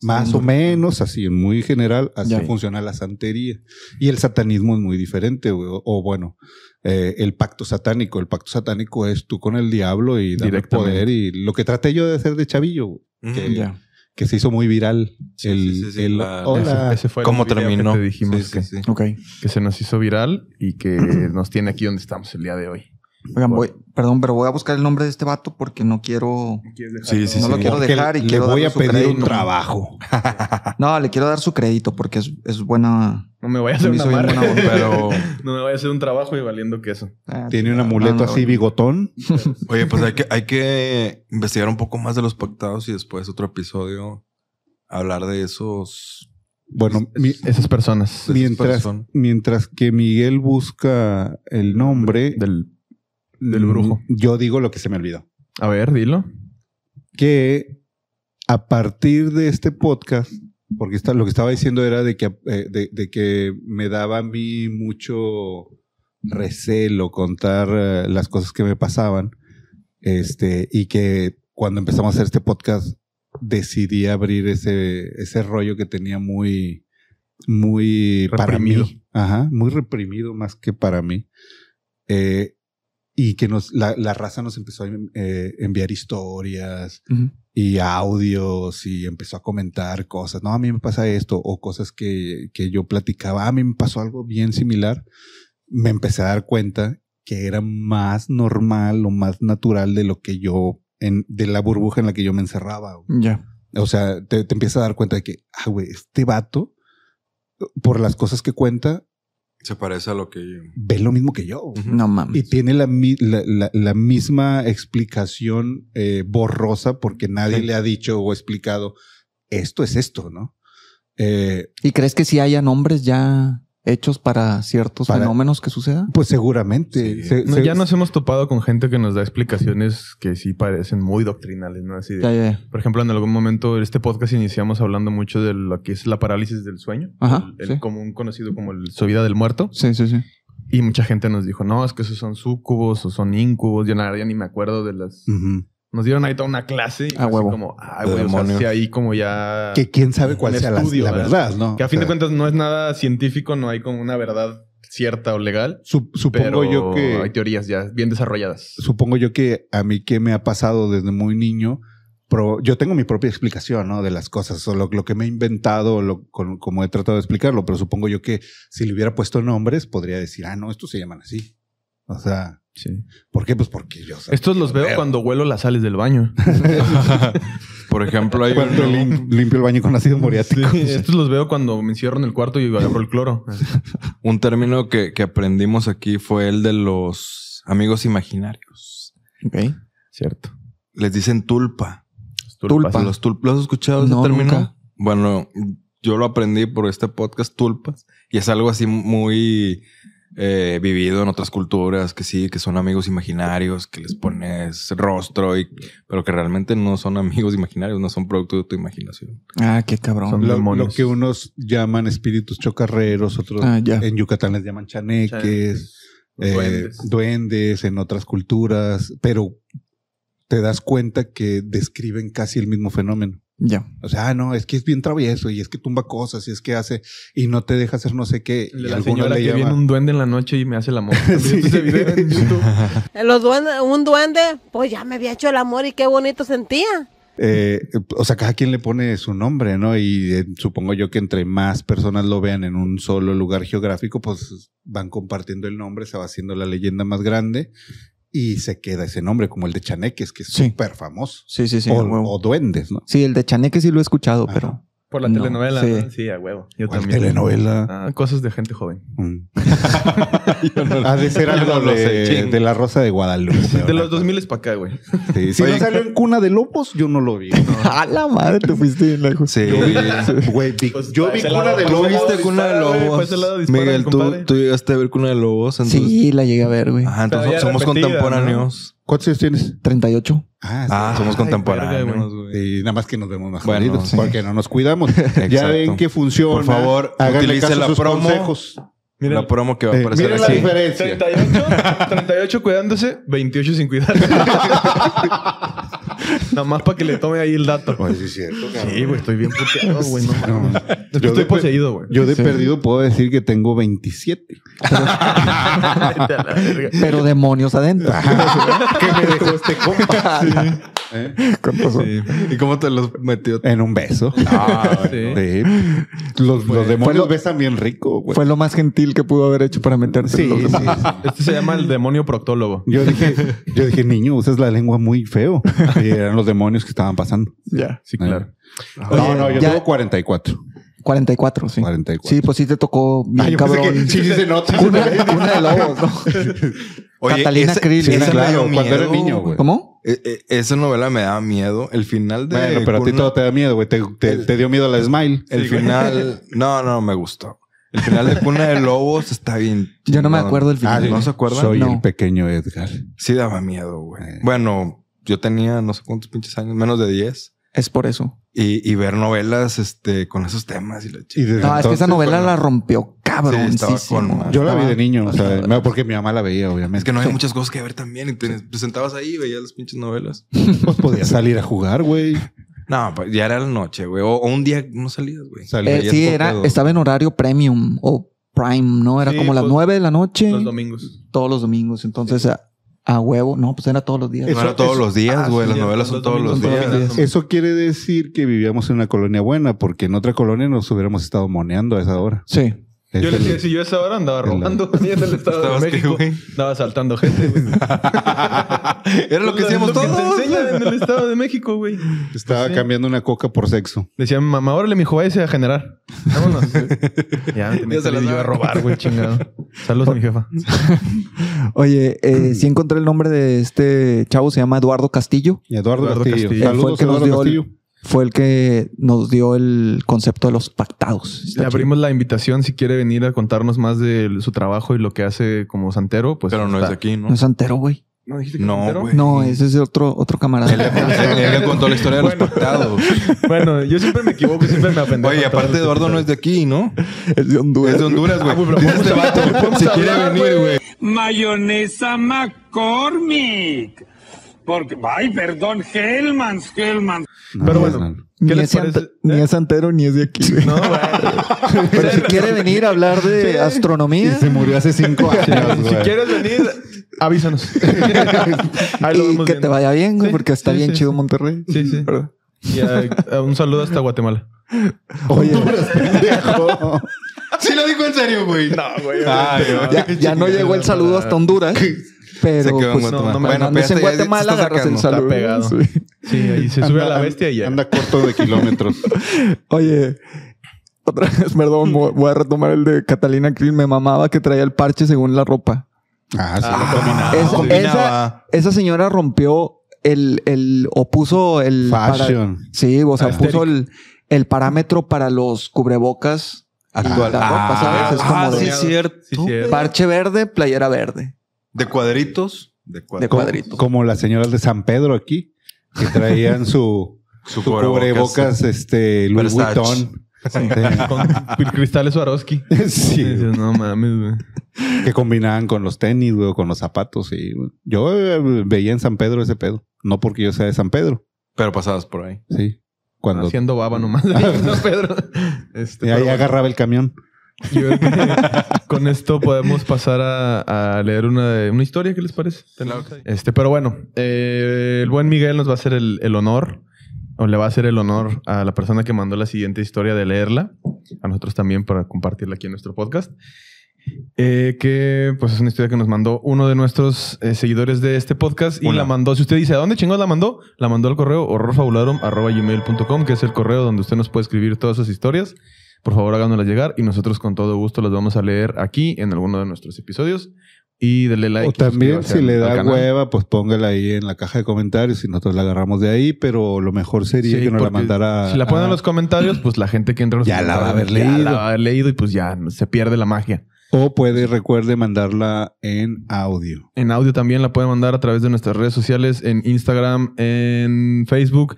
S5: Más
S3: Sí.
S5: o menos, así, en muy general, así
S3: Ya.
S5: funciona la santería. Y el satanismo es muy diferente, güey. o, o bueno, eh, el pacto satánico. El pacto satánico es tú con el diablo y darle
S6: Directamente.
S5: poder. Y lo que traté yo de hacer de chavillo, güey, que,
S3: Ya.
S5: que se hizo muy viral.
S4: Sí,
S5: el,
S4: sí, sí, sí,
S5: el-
S4: la-
S5: hola.
S6: Ese, ese fue el
S4: ¿Cómo
S6: video que
S4: terminó?
S6: te dijimos
S4: Sí,
S6: que,
S4: sí, sí.
S3: Ok.
S6: que se nos hizo viral y que nos tiene aquí donde estamos el día de hoy.
S3: Oigan, voy, perdón, pero voy a buscar el nombre de este vato porque no quiero.
S4: Sí, sí,
S3: no
S4: sí.
S3: lo quiero
S5: Porque
S3: dejar y
S5: le
S3: quiero
S5: voy
S3: darle
S5: a
S3: su
S5: pedir un
S3: crédito. Ah,
S5: trabajo. Ah.
S3: No, le quiero dar su crédito porque es, es buena.
S6: No me voy a
S3: Se
S6: hacer
S3: me
S6: una
S3: hizo bien
S6: marca.
S3: buena onda.
S4: Pero,
S6: No me voy a hacer un trabajo y valiendo queso.
S3: Ah,
S5: Tiene un
S3: no,
S5: amuleto
S3: no,
S5: así bigotón.
S4: oye, pues hay que, hay que investigar un poco más de los pactados y después otro episodio hablar de esos.
S5: Bueno, mi-
S6: Esas personas.
S4: Esas
S5: mientras,
S4: personas.
S5: mientras que Miguel busca el nombre
S6: Del, del
S5: mm,
S6: brujo.
S5: yo digo lo que se me olvidó.
S6: a ver, dilo.
S5: Que a partir de este podcast, porque está, lo que estaba diciendo era de que, eh, de, de que me daba a mí mucho recelo contar eh, las cosas que me pasaban, este, y que cuando empezamos a hacer este podcast decidí abrir ese, ese rollo que tenía muy, muy
S6: Reprimido.
S5: para mí. Ajá, muy reprimido más que para mí. Eh, y que nos, la, la raza nos empezó a eh, enviar historias
S3: Ujú.
S5: y audios y empezó a comentar cosas. No, a mí me pasa esto o cosas que, que yo platicaba. A mí me pasó algo bien similar. Me empecé a dar cuenta que era más normal o más natural de lo que yo, en, de la burbuja en la que yo me encerraba. güey.
S3: Ya.
S5: O sea, te, te empiezas a dar cuenta de que, ah, güey, este vato, por las cosas que cuenta,
S4: Se parece a lo que.
S5: ve lo mismo que yo. güey.
S3: No mames.
S5: Y tiene la, mi- la, la- la misma explicación eh, borrosa porque nadie le ha dicho o explicado esto es esto, ¿no? Eh,
S3: ¿Y crees que si haya nombres ya hechos para ciertos
S5: Para-
S3: fenómenos que sucedan?
S5: pues seguramente.
S4: Sí.
S5: Se-
S6: No,
S5: se-
S6: ya nos hemos topado con gente que nos da explicaciones que sí parecen muy doctrinales, ¿no? Así de-
S3: Ya, ya, ya.
S6: por ejemplo, en algún momento de este podcast iniciamos hablando mucho de lo que es la parálisis del sueño.
S3: Ajá,
S6: El,
S3: sí.
S6: común conocido como el subida del muerto.
S3: Sí, sí, sí.
S6: Y mucha gente nos dijo, no, es que esos son sucubos o son incubos. Yo la verdad ya ni me acuerdo de las...
S5: Ujú.
S6: Nos dieron ahí toda una clase. Y
S3: A
S6: así
S3: huevo.
S6: como, ah,
S4: De
S6: güey, o sea,
S4: demonios.
S6: sí, ahí como ya...
S5: Que quién sabe cuál
S6: Ah, Un
S5: sea la,
S6: estudio,
S5: la
S6: ¿verdad?
S5: verdad, ¿no?
S6: Que a fin
S5: O
S6: de
S5: sea,
S6: cuentas no es nada científico, no hay como una verdad cierta o legal.
S5: sup- supongo
S6: pero
S5: yo
S6: hay
S5: que
S6: teorías ya bien desarrolladas.
S5: supongo yo que a mí que me ha pasado desde muy niño. pro- yo tengo mi propia explicación, ¿no? De las cosas, o lo, lo que me he inventado, o lo, con- como he tratado de explicarlo, pero supongo yo que si le hubiera puesto nombres, podría decir, ah, no, estos se llaman así. O sea, ¿Por qué? Pues porque yo sabía.
S6: Estos los veo cuando huelo las sales del baño.
S4: Por ejemplo, hay
S5: Cuando
S4: uno-
S5: lim- limpio el baño con ácido muriático.
S6: Sí, Estos los veo cuando me encierro en el cuarto y agarro el cloro.
S5: Ah,
S4: un término que, que aprendimos aquí fue el de los amigos imaginarios.
S3: Ok.
S6: Cierto.
S4: Les dicen tulpa.
S3: Tulpa.
S4: ¿A los tulpas has escuchado
S3: No,
S4: ese término?
S3: nunca.
S4: Bueno, yo lo aprendí por este podcast Tulpas y es algo así muy eh, vivido en otras culturas que sí, que son amigos imaginarios, que les pones rostro, y, pero que realmente no son amigos imaginarios, no son producto de tu imaginación.
S3: Ah, qué cabrón.
S6: Son-
S5: Lo,
S6: Demonios.
S5: lo que unos llaman espíritus chocarreros, otros
S3: Ah, ya.
S5: en Yucatán les llaman chaneques, eh, duendes.
S6: Duendes.
S5: en otras culturas, pero te das cuenta que describen casi el mismo fenómeno.
S3: Ya.
S5: O sea, ah, no, es que es bien travieso y es que tumba cosas y es que hace y no te deja hacer no sé qué.
S6: El
S5: y
S6: de La
S5: alguno
S6: señora
S5: le
S6: que
S5: llama-
S6: viene un duende en la noche y me hace el amor.
S5: Sí.
S6: Ese video en YouTube.
S7: Los duende- un duende, pues ya me había hecho el amor y qué bonito sentía.
S5: Eh, o sea, cada quien le pone su nombre, ¿no? Y eh, supongo yo que entre más personas lo vean en un solo lugar geográfico, pues van compartiendo el nombre, se va haciendo la leyenda más grande y se queda ese nombre, como el de Chaneques, que es
S3: Sí.
S5: súper famoso.
S3: Sí, sí, sí.
S5: o,
S3: a huevo.
S5: o Duendes, ¿no?
S3: Sí, el de Chaneque sí lo he escuchado,
S5: Ajá.
S3: pero.
S6: Por la
S3: No,
S6: telenovela.
S3: sí.
S6: ¿no? Sí, a huevo. Yo
S5: ¿Cuál
S6: también.
S5: telenovela?
S6: Ah, cosas de gente joven.
S5: Mm. ha de ser
S4: yo
S5: algo
S4: no lo
S5: de,
S4: sé, ching.
S5: de la Rosa de Guadalupe.
S6: De
S5: ¿verdad?
S6: los 2000 es para acá, güey.
S5: Sí. Si no salió en Cuna de Lobos, yo no lo vi.
S3: A la madre, te fuiste bien lejos.
S4: Sí.
S5: Güey, vi-
S6: Pues,
S5: yo vi
S6: ese
S5: Cuna
S6: lado-
S5: de
S6: pues,
S5: Lobos.
S6: ese lado
S4: Cuna de
S6: Dispara, güey,
S4: Lobos?
S6: pues, al lado dispara,
S4: Miguel,
S6: compadre.
S4: tú, tú llegaste a ver Cuna de Lobos. Entonces,
S3: Sí, la llegué a ver, güey.
S5: Ah.
S4: Ajá, entonces
S6: Pero ya
S4: somos
S6: repetida,
S4: contemporáneos.
S5: ¿Cuántos años tienes?
S3: 38.
S5: Ah, sí.
S4: Ah, somos
S6: Ay, verga,
S4: contemporáneos, güey.
S5: Y nada más que nos vemos más
S4: Bueno,
S5: jodidos
S4: sí.
S5: porque no nos cuidamos. ya
S4: Exacto.
S5: ven que funciona.
S4: Por favor,
S5: háganle
S4: utilice
S5: caso a
S4: la
S5: sus
S4: promo.
S5: consejos.
S6: Mira,
S4: La promo que va a
S5: Eh,
S4: aparecer
S5: miren la
S4: aquí.
S5: diferencia.
S6: 38, 38 cuidándose, 28 sin cuidarse. Nada más para que le tome ahí el dato.
S5: Pues sí, es cierto. cabrón.
S6: Sí, güey, estoy bien puteado, güey. No,
S5: No,
S6: mames. Es que
S5: yo
S6: estoy
S5: de-
S6: poseído, güey.
S5: Yo de
S3: Sí.
S5: perdido puedo decir que tengo 27.
S6: Vete a la verga.
S3: Pero demonios adentro.
S5: que me dejó este compa. ¿Eh?
S4: Sí. ¿Y cómo te los metió?
S5: En un beso.
S6: Sí.
S5: Sí. Ah, Los, los demonios
S3: Fue lo-
S5: besan bien rico, güey.
S3: Fue lo más gentil que pudo haber hecho para meterse
S5: Sí,
S3: en los
S5: sí,
S3: demás.
S5: sí.
S6: Este se llama el demonio proctólogo.
S5: Yo dije, yo dije, niño, usas la lengua muy feo. Y eran los demonios que estaban pasando. Ah.
S3: Ya.
S6: Sí, claro.
S5: No, no, yo
S3: ya-
S5: tengo 44.
S3: 44, sí.
S5: 44.
S3: Sí, pues sí te tocó bien
S5: Ah, yo pensé
S3: cabrón.
S5: que- sí, sí se nota.
S3: Una, una de lobos, ¿no? Catalina
S4: esa-
S3: Krill.
S4: esa
S3: Sí,
S4: me
S5: claro,
S4: dio
S5: cuando
S4: miedo.
S5: era niño, güey.
S3: ¿Cómo?
S4: Eh, eh, Esa novela me daba miedo. El final de.
S5: Bueno, pero a ti
S4: Kurna-
S5: todo te da miedo, güey. Te, te- te dio miedo la smile.
S4: El final. No, no, me gustó. El final de Cuna de Lobos está bien.
S3: Yo no me
S4: chingón.
S3: acuerdo del final.
S5: Ah, sí.
S4: ¿No se acuerdan?
S5: Soy
S3: No.
S5: el pequeño Edgar.
S4: Sí, daba miedo, güey.
S5: Eh.
S4: Bueno, yo tenía no sé cuántos pinches años, menos de 10.
S3: Es por eso.
S4: Y, y ver novelas este, con esos temas y la
S5: Y
S4: chica.
S5: desde
S3: No, es que esa
S5: entonces-
S3: novela
S4: bueno.
S3: la rompió cabrón.
S4: Sí, estaba con madre.
S5: Yo la vi de niño, o sea,
S3: estaba-
S5: me- porque mi mamá la veía, obviamente.
S4: Es que no había muchas cosas que ver también. Y te, te sentabas ahí y veías las pinches novelas.
S5: Pues podía salir a jugar, güey.
S4: No, pues, ya era la noche, güey. O, o un día no salías, güey.
S5: Salía
S4: veías
S3: Eh, sí,
S4: por
S3: era,
S4: pedo.
S3: estaba en horario premium o prime, ¿no? Era
S6: Sí,
S3: como las
S6: pues,
S3: 9 de la noche.
S6: Los domingos.
S3: todos los domingos. Entonces, a, a huevo. No, pues era todos los días.
S4: No era todos los
S6: Ah,
S4: días, güey. Las novelas son todos los
S3: son todos los
S4: días.
S3: días.
S5: Eso quiere decir que vivíamos en una colonia buena, porque en otra colonia nos hubiéramos estado moneando a esa hora. Este,
S3: Sí.
S6: Yo
S5: Es
S6: le
S5: el-
S6: decía, si yo a esa hora andaba
S5: el-
S6: robando ni en el Estado
S4: ¿Estabas
S6: de
S4: qué,
S6: México.
S4: güey?
S6: Andaba saltando gente, güey.
S4: Era lo que hacíamos
S6: Lo te
S4: todos.
S6: enseñan en el Estado de México, güey.
S5: Estaba
S6: Sí.
S5: cambiando una coca por sexo.
S6: Decía mi mamá, órale, mijo, váyase a generar. Vámonos. ya, me tenía
S4: Ya
S6: que
S4: se la
S6: ir yo
S4: sabe.
S6: a robar, güey, chingado. Saludos a mi jefa.
S3: Oye, eh, sí encontré el nombre de este chavo, se llama Eduardo Castillo.
S5: Y Eduardo,
S6: Eduardo
S5: Castillo.
S6: Castillo.
S3: Él fue el
S5: Saludos,
S3: que nos
S5: Eduardo
S3: dio el-
S5: Castillo.
S3: Fue el que nos dio el concepto de los pactados. Está
S6: Le
S3: chido.
S6: abrimos la invitación si quiere venir a contarnos más de su trabajo y lo que hace como santero. Pues
S4: Pero no es
S6: está.
S4: de aquí, ¿no?
S3: No es antero, güey.
S6: ¿No dijiste que
S4: No,
S6: santero?
S4: güey.
S3: No, ese es otro, otro
S4: Él le,
S3: camarada.
S4: él le contó la historia de los
S6: Bueno.
S4: pactados.
S6: Bueno, yo siempre me equivoco, siempre me aprendí.
S4: Oye, aparte Eduardo no es de aquí, ¿no?
S3: es de Honduras.
S4: Es de Honduras, güey.
S6: güey, pero
S4: Dice
S6: vamos
S4: este vato, si quiere venir, güey.
S8: Mayonesa McCormick. Porque, ay, perdón, Hellmans, Hellmans.
S5: No,
S6: Pero
S5: no,
S6: bueno.
S5: no.
S3: Ni,
S6: ¿Qué les
S3: es ante-
S6: parece?
S3: ni es antero ni es de aquí. güey.
S6: No, güey.
S3: Pero si quiere venir a hablar de
S5: Y
S3: astronomía
S5: se murió hace cinco años,
S6: Si
S5: güey.
S6: quieres venir, avísanos. Ahí lo
S3: y que
S6: vemos
S3: te
S6: bien.
S3: vaya bien, güey, porque está
S6: sí,
S3: bien
S6: sí,
S3: chido
S6: sí.
S3: Monterrey.
S6: Sí, sí.
S3: ¿Verdad?
S6: Y, eh, eh, un saludo hasta Guatemala.
S3: Oye,
S4: Sí lo dijo en serio, güey. No, güey. Ay, güey.
S3: ya, ya no llegó el saludo hasta Honduras,
S4: Se
S3: pero
S4: quedó en
S3: pues
S4: Guatemala.
S3: no, no,
S4: Bueno,
S3: bueno,
S4: pues,
S3: en
S4: ya- ya te
S3: Guatemala
S4: está
S3: agarras el
S4: sacando, está
S3: saludo.
S6: pegado.
S3: sí.
S6: Sí, ahí se sube a la bestia y ya.
S5: Anda corto de kilómetros.
S3: Oye, otra vez,
S5: Hmm.
S3: perdón, voy voy a retomar el de Catalina Krill. Me mamaba que traía el parche según la ropa.
S5: Ah, sí.
S3: Esa-
S4: combinaba.
S3: esa, esa señora rompió el, el o puso el para-
S5: Fashion.
S3: sí, o sea,
S5: Aesthetic.
S3: puso el, el parámetro para los cubrebocas actual.
S5: Ah,
S3: La ropa, ¿sabes? Es como
S4: Ah, sí,
S3: de-
S4: es cierto.
S6: Sí, cierto.
S3: parche verde, playera verde.
S4: De cuadritos. De
S3: De
S4: cuadritos.
S3: cuadrito.
S5: Como las señoras de San Pedro aquí, que traían su,
S4: Su
S5: su cubrebocas, este, Louis
S4: Versace.
S5: Vuitton.
S6: Con cristales Swarovski.
S5: Sí.
S6: Y
S5: Sí,
S6: dices, no mames, güey.
S5: que combinaban con los tenis, güey, o con los zapatos. sí, güey. Yo eh, veía en San Pedro ese pedo. No porque yo sea de San Pedro,
S4: Pero pasabas por ahí.
S5: sí. Cuando
S6: Haciendo baba nomás. no, Pedro. Este,
S5: y ahí
S6: pero
S5: agarraba el camión.
S6: yo creo que con esto podemos pasar a, a leer una, de- una historia. ¿Qué les parece? Este, pero bueno, eh, el buen Miguel nos va a hacer el, el honor, o le va a hacer el honor a la persona que mandó la siguiente historia de leerla, a nosotros también para compartirla aquí en nuestro podcast. Eh, que pues es una historia que nos mandó uno de nuestros eh, seguidores de este podcast y
S4: Una.
S6: la mandó. Si usted dice, ¿a dónde chingados la mandó? La mandó al correo horrorfabularum.com, que es el correo donde usted nos puede escribir todas sus historias. Por favor, háganoslas llegar y nosotros con todo gusto las vamos a leer aquí en alguno de nuestros episodios. Y dele like.
S5: o
S6: y
S5: también
S6: suscríbase
S5: si
S6: al-
S5: le
S6: al
S5: da
S6: canal.
S5: hueva, pues póngala ahí en la caja de comentarios y nosotros la agarramos de ahí, pero lo mejor sería
S6: Sí,
S5: que nos la
S6: porque
S5: mandara.
S6: Si la ponen
S5: a-
S6: en los comentarios, pues la gente que entra a los
S5: Ya la va a haber
S6: comentarios Ya
S5: leído.
S6: la va a haber leído y pues ya se pierde la magia.
S5: O puede, recuerde, mandarla en audio.
S6: En audio también la pueden mandar a través de nuestras redes sociales, en Instagram, en Facebook,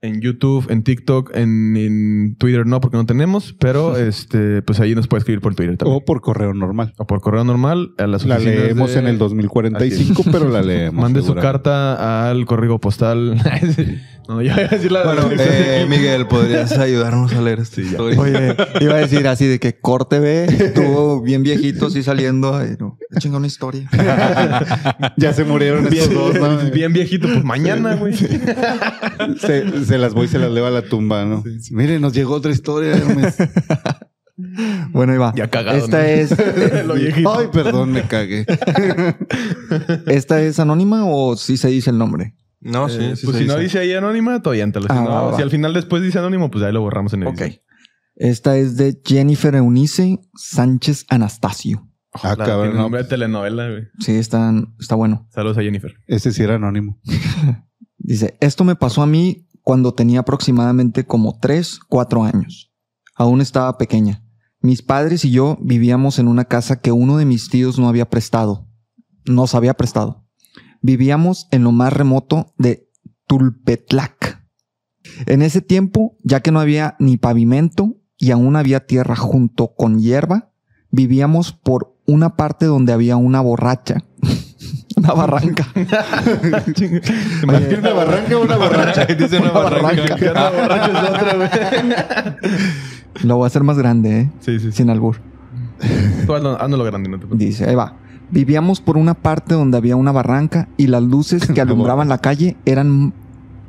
S6: en YouTube, en TikTok, en, en Twitter no, porque no tenemos, pero este, pues ahí nos puede escribir por Twitter también.
S5: O por correo normal.
S6: O, por correo normal a las
S5: Oh. La
S6: oficinas
S5: leemos
S6: de-
S5: en el 2045, pero la leemos.
S6: Mande su
S5: seguramente.
S6: carta al correo postal. no, yo iba a decir la
S4: Bueno, eh, Miguel, ¿podrías ayudarnos a leer este
S3: Oye, iba a decir así de que corte ve, estuvo bien viejito así saliendo. ay, no, chinga una historia.
S5: Ya se murieron estos dos, ¿no?
S6: Bien viejito, pues mañana, güey.
S5: Se, se las voy, se las leo a la tumba, ¿no? Miren, nos llegó otra historia. Hermes.
S3: Bueno, ahí va.
S6: Ya cagado,
S3: Esta
S6: ¿no?
S3: es.
S6: Lo viejito.
S5: Ay, perdón, me cagué.
S3: ¿Esta es anónima o sí se dice el nombre?
S4: No,
S6: Eh, pues si no dice ahí anónima, todavía entalo. Si,
S3: Ah,
S6: no,
S3: va, va.
S6: si al final después dice anónimo, pues ahí lo borramos en el
S3: Ok. Esta es de Jennifer Eunice Sánchez Anastasio.
S5: Ah, cabrón, no.
S6: nombre de telenovela, güey.
S3: Sí, están, está bueno.
S6: Saludos a Jennifer.
S5: Ese sí era anónimo.
S3: Dice, esto me pasó a mí cuando tenía aproximadamente como 3, 4 años. Aún estaba pequeña. Mis padres y yo vivíamos en una casa que uno de mis tíos no había prestado. Nos había prestado. Vivíamos en lo más remoto de Tulpetlac. En ese tiempo, ya que no había ni pavimento y aún había tierra junto con hierba, vivíamos por una parte donde había una borracha, una barranca.
S5: ¿Una barranca o una Ah. borracha?
S4: Dice una barranca.
S3: Lo voy a hacer más grande, ¿eh?
S6: Sí, sí, sí.
S3: Sin albur.
S6: Tú hazlo, hazlo lo grande, no te preocupes.
S3: Dice, ahí va. Vivíamos por una parte donde había una barranca y las luces que alumbraban la calle eran m-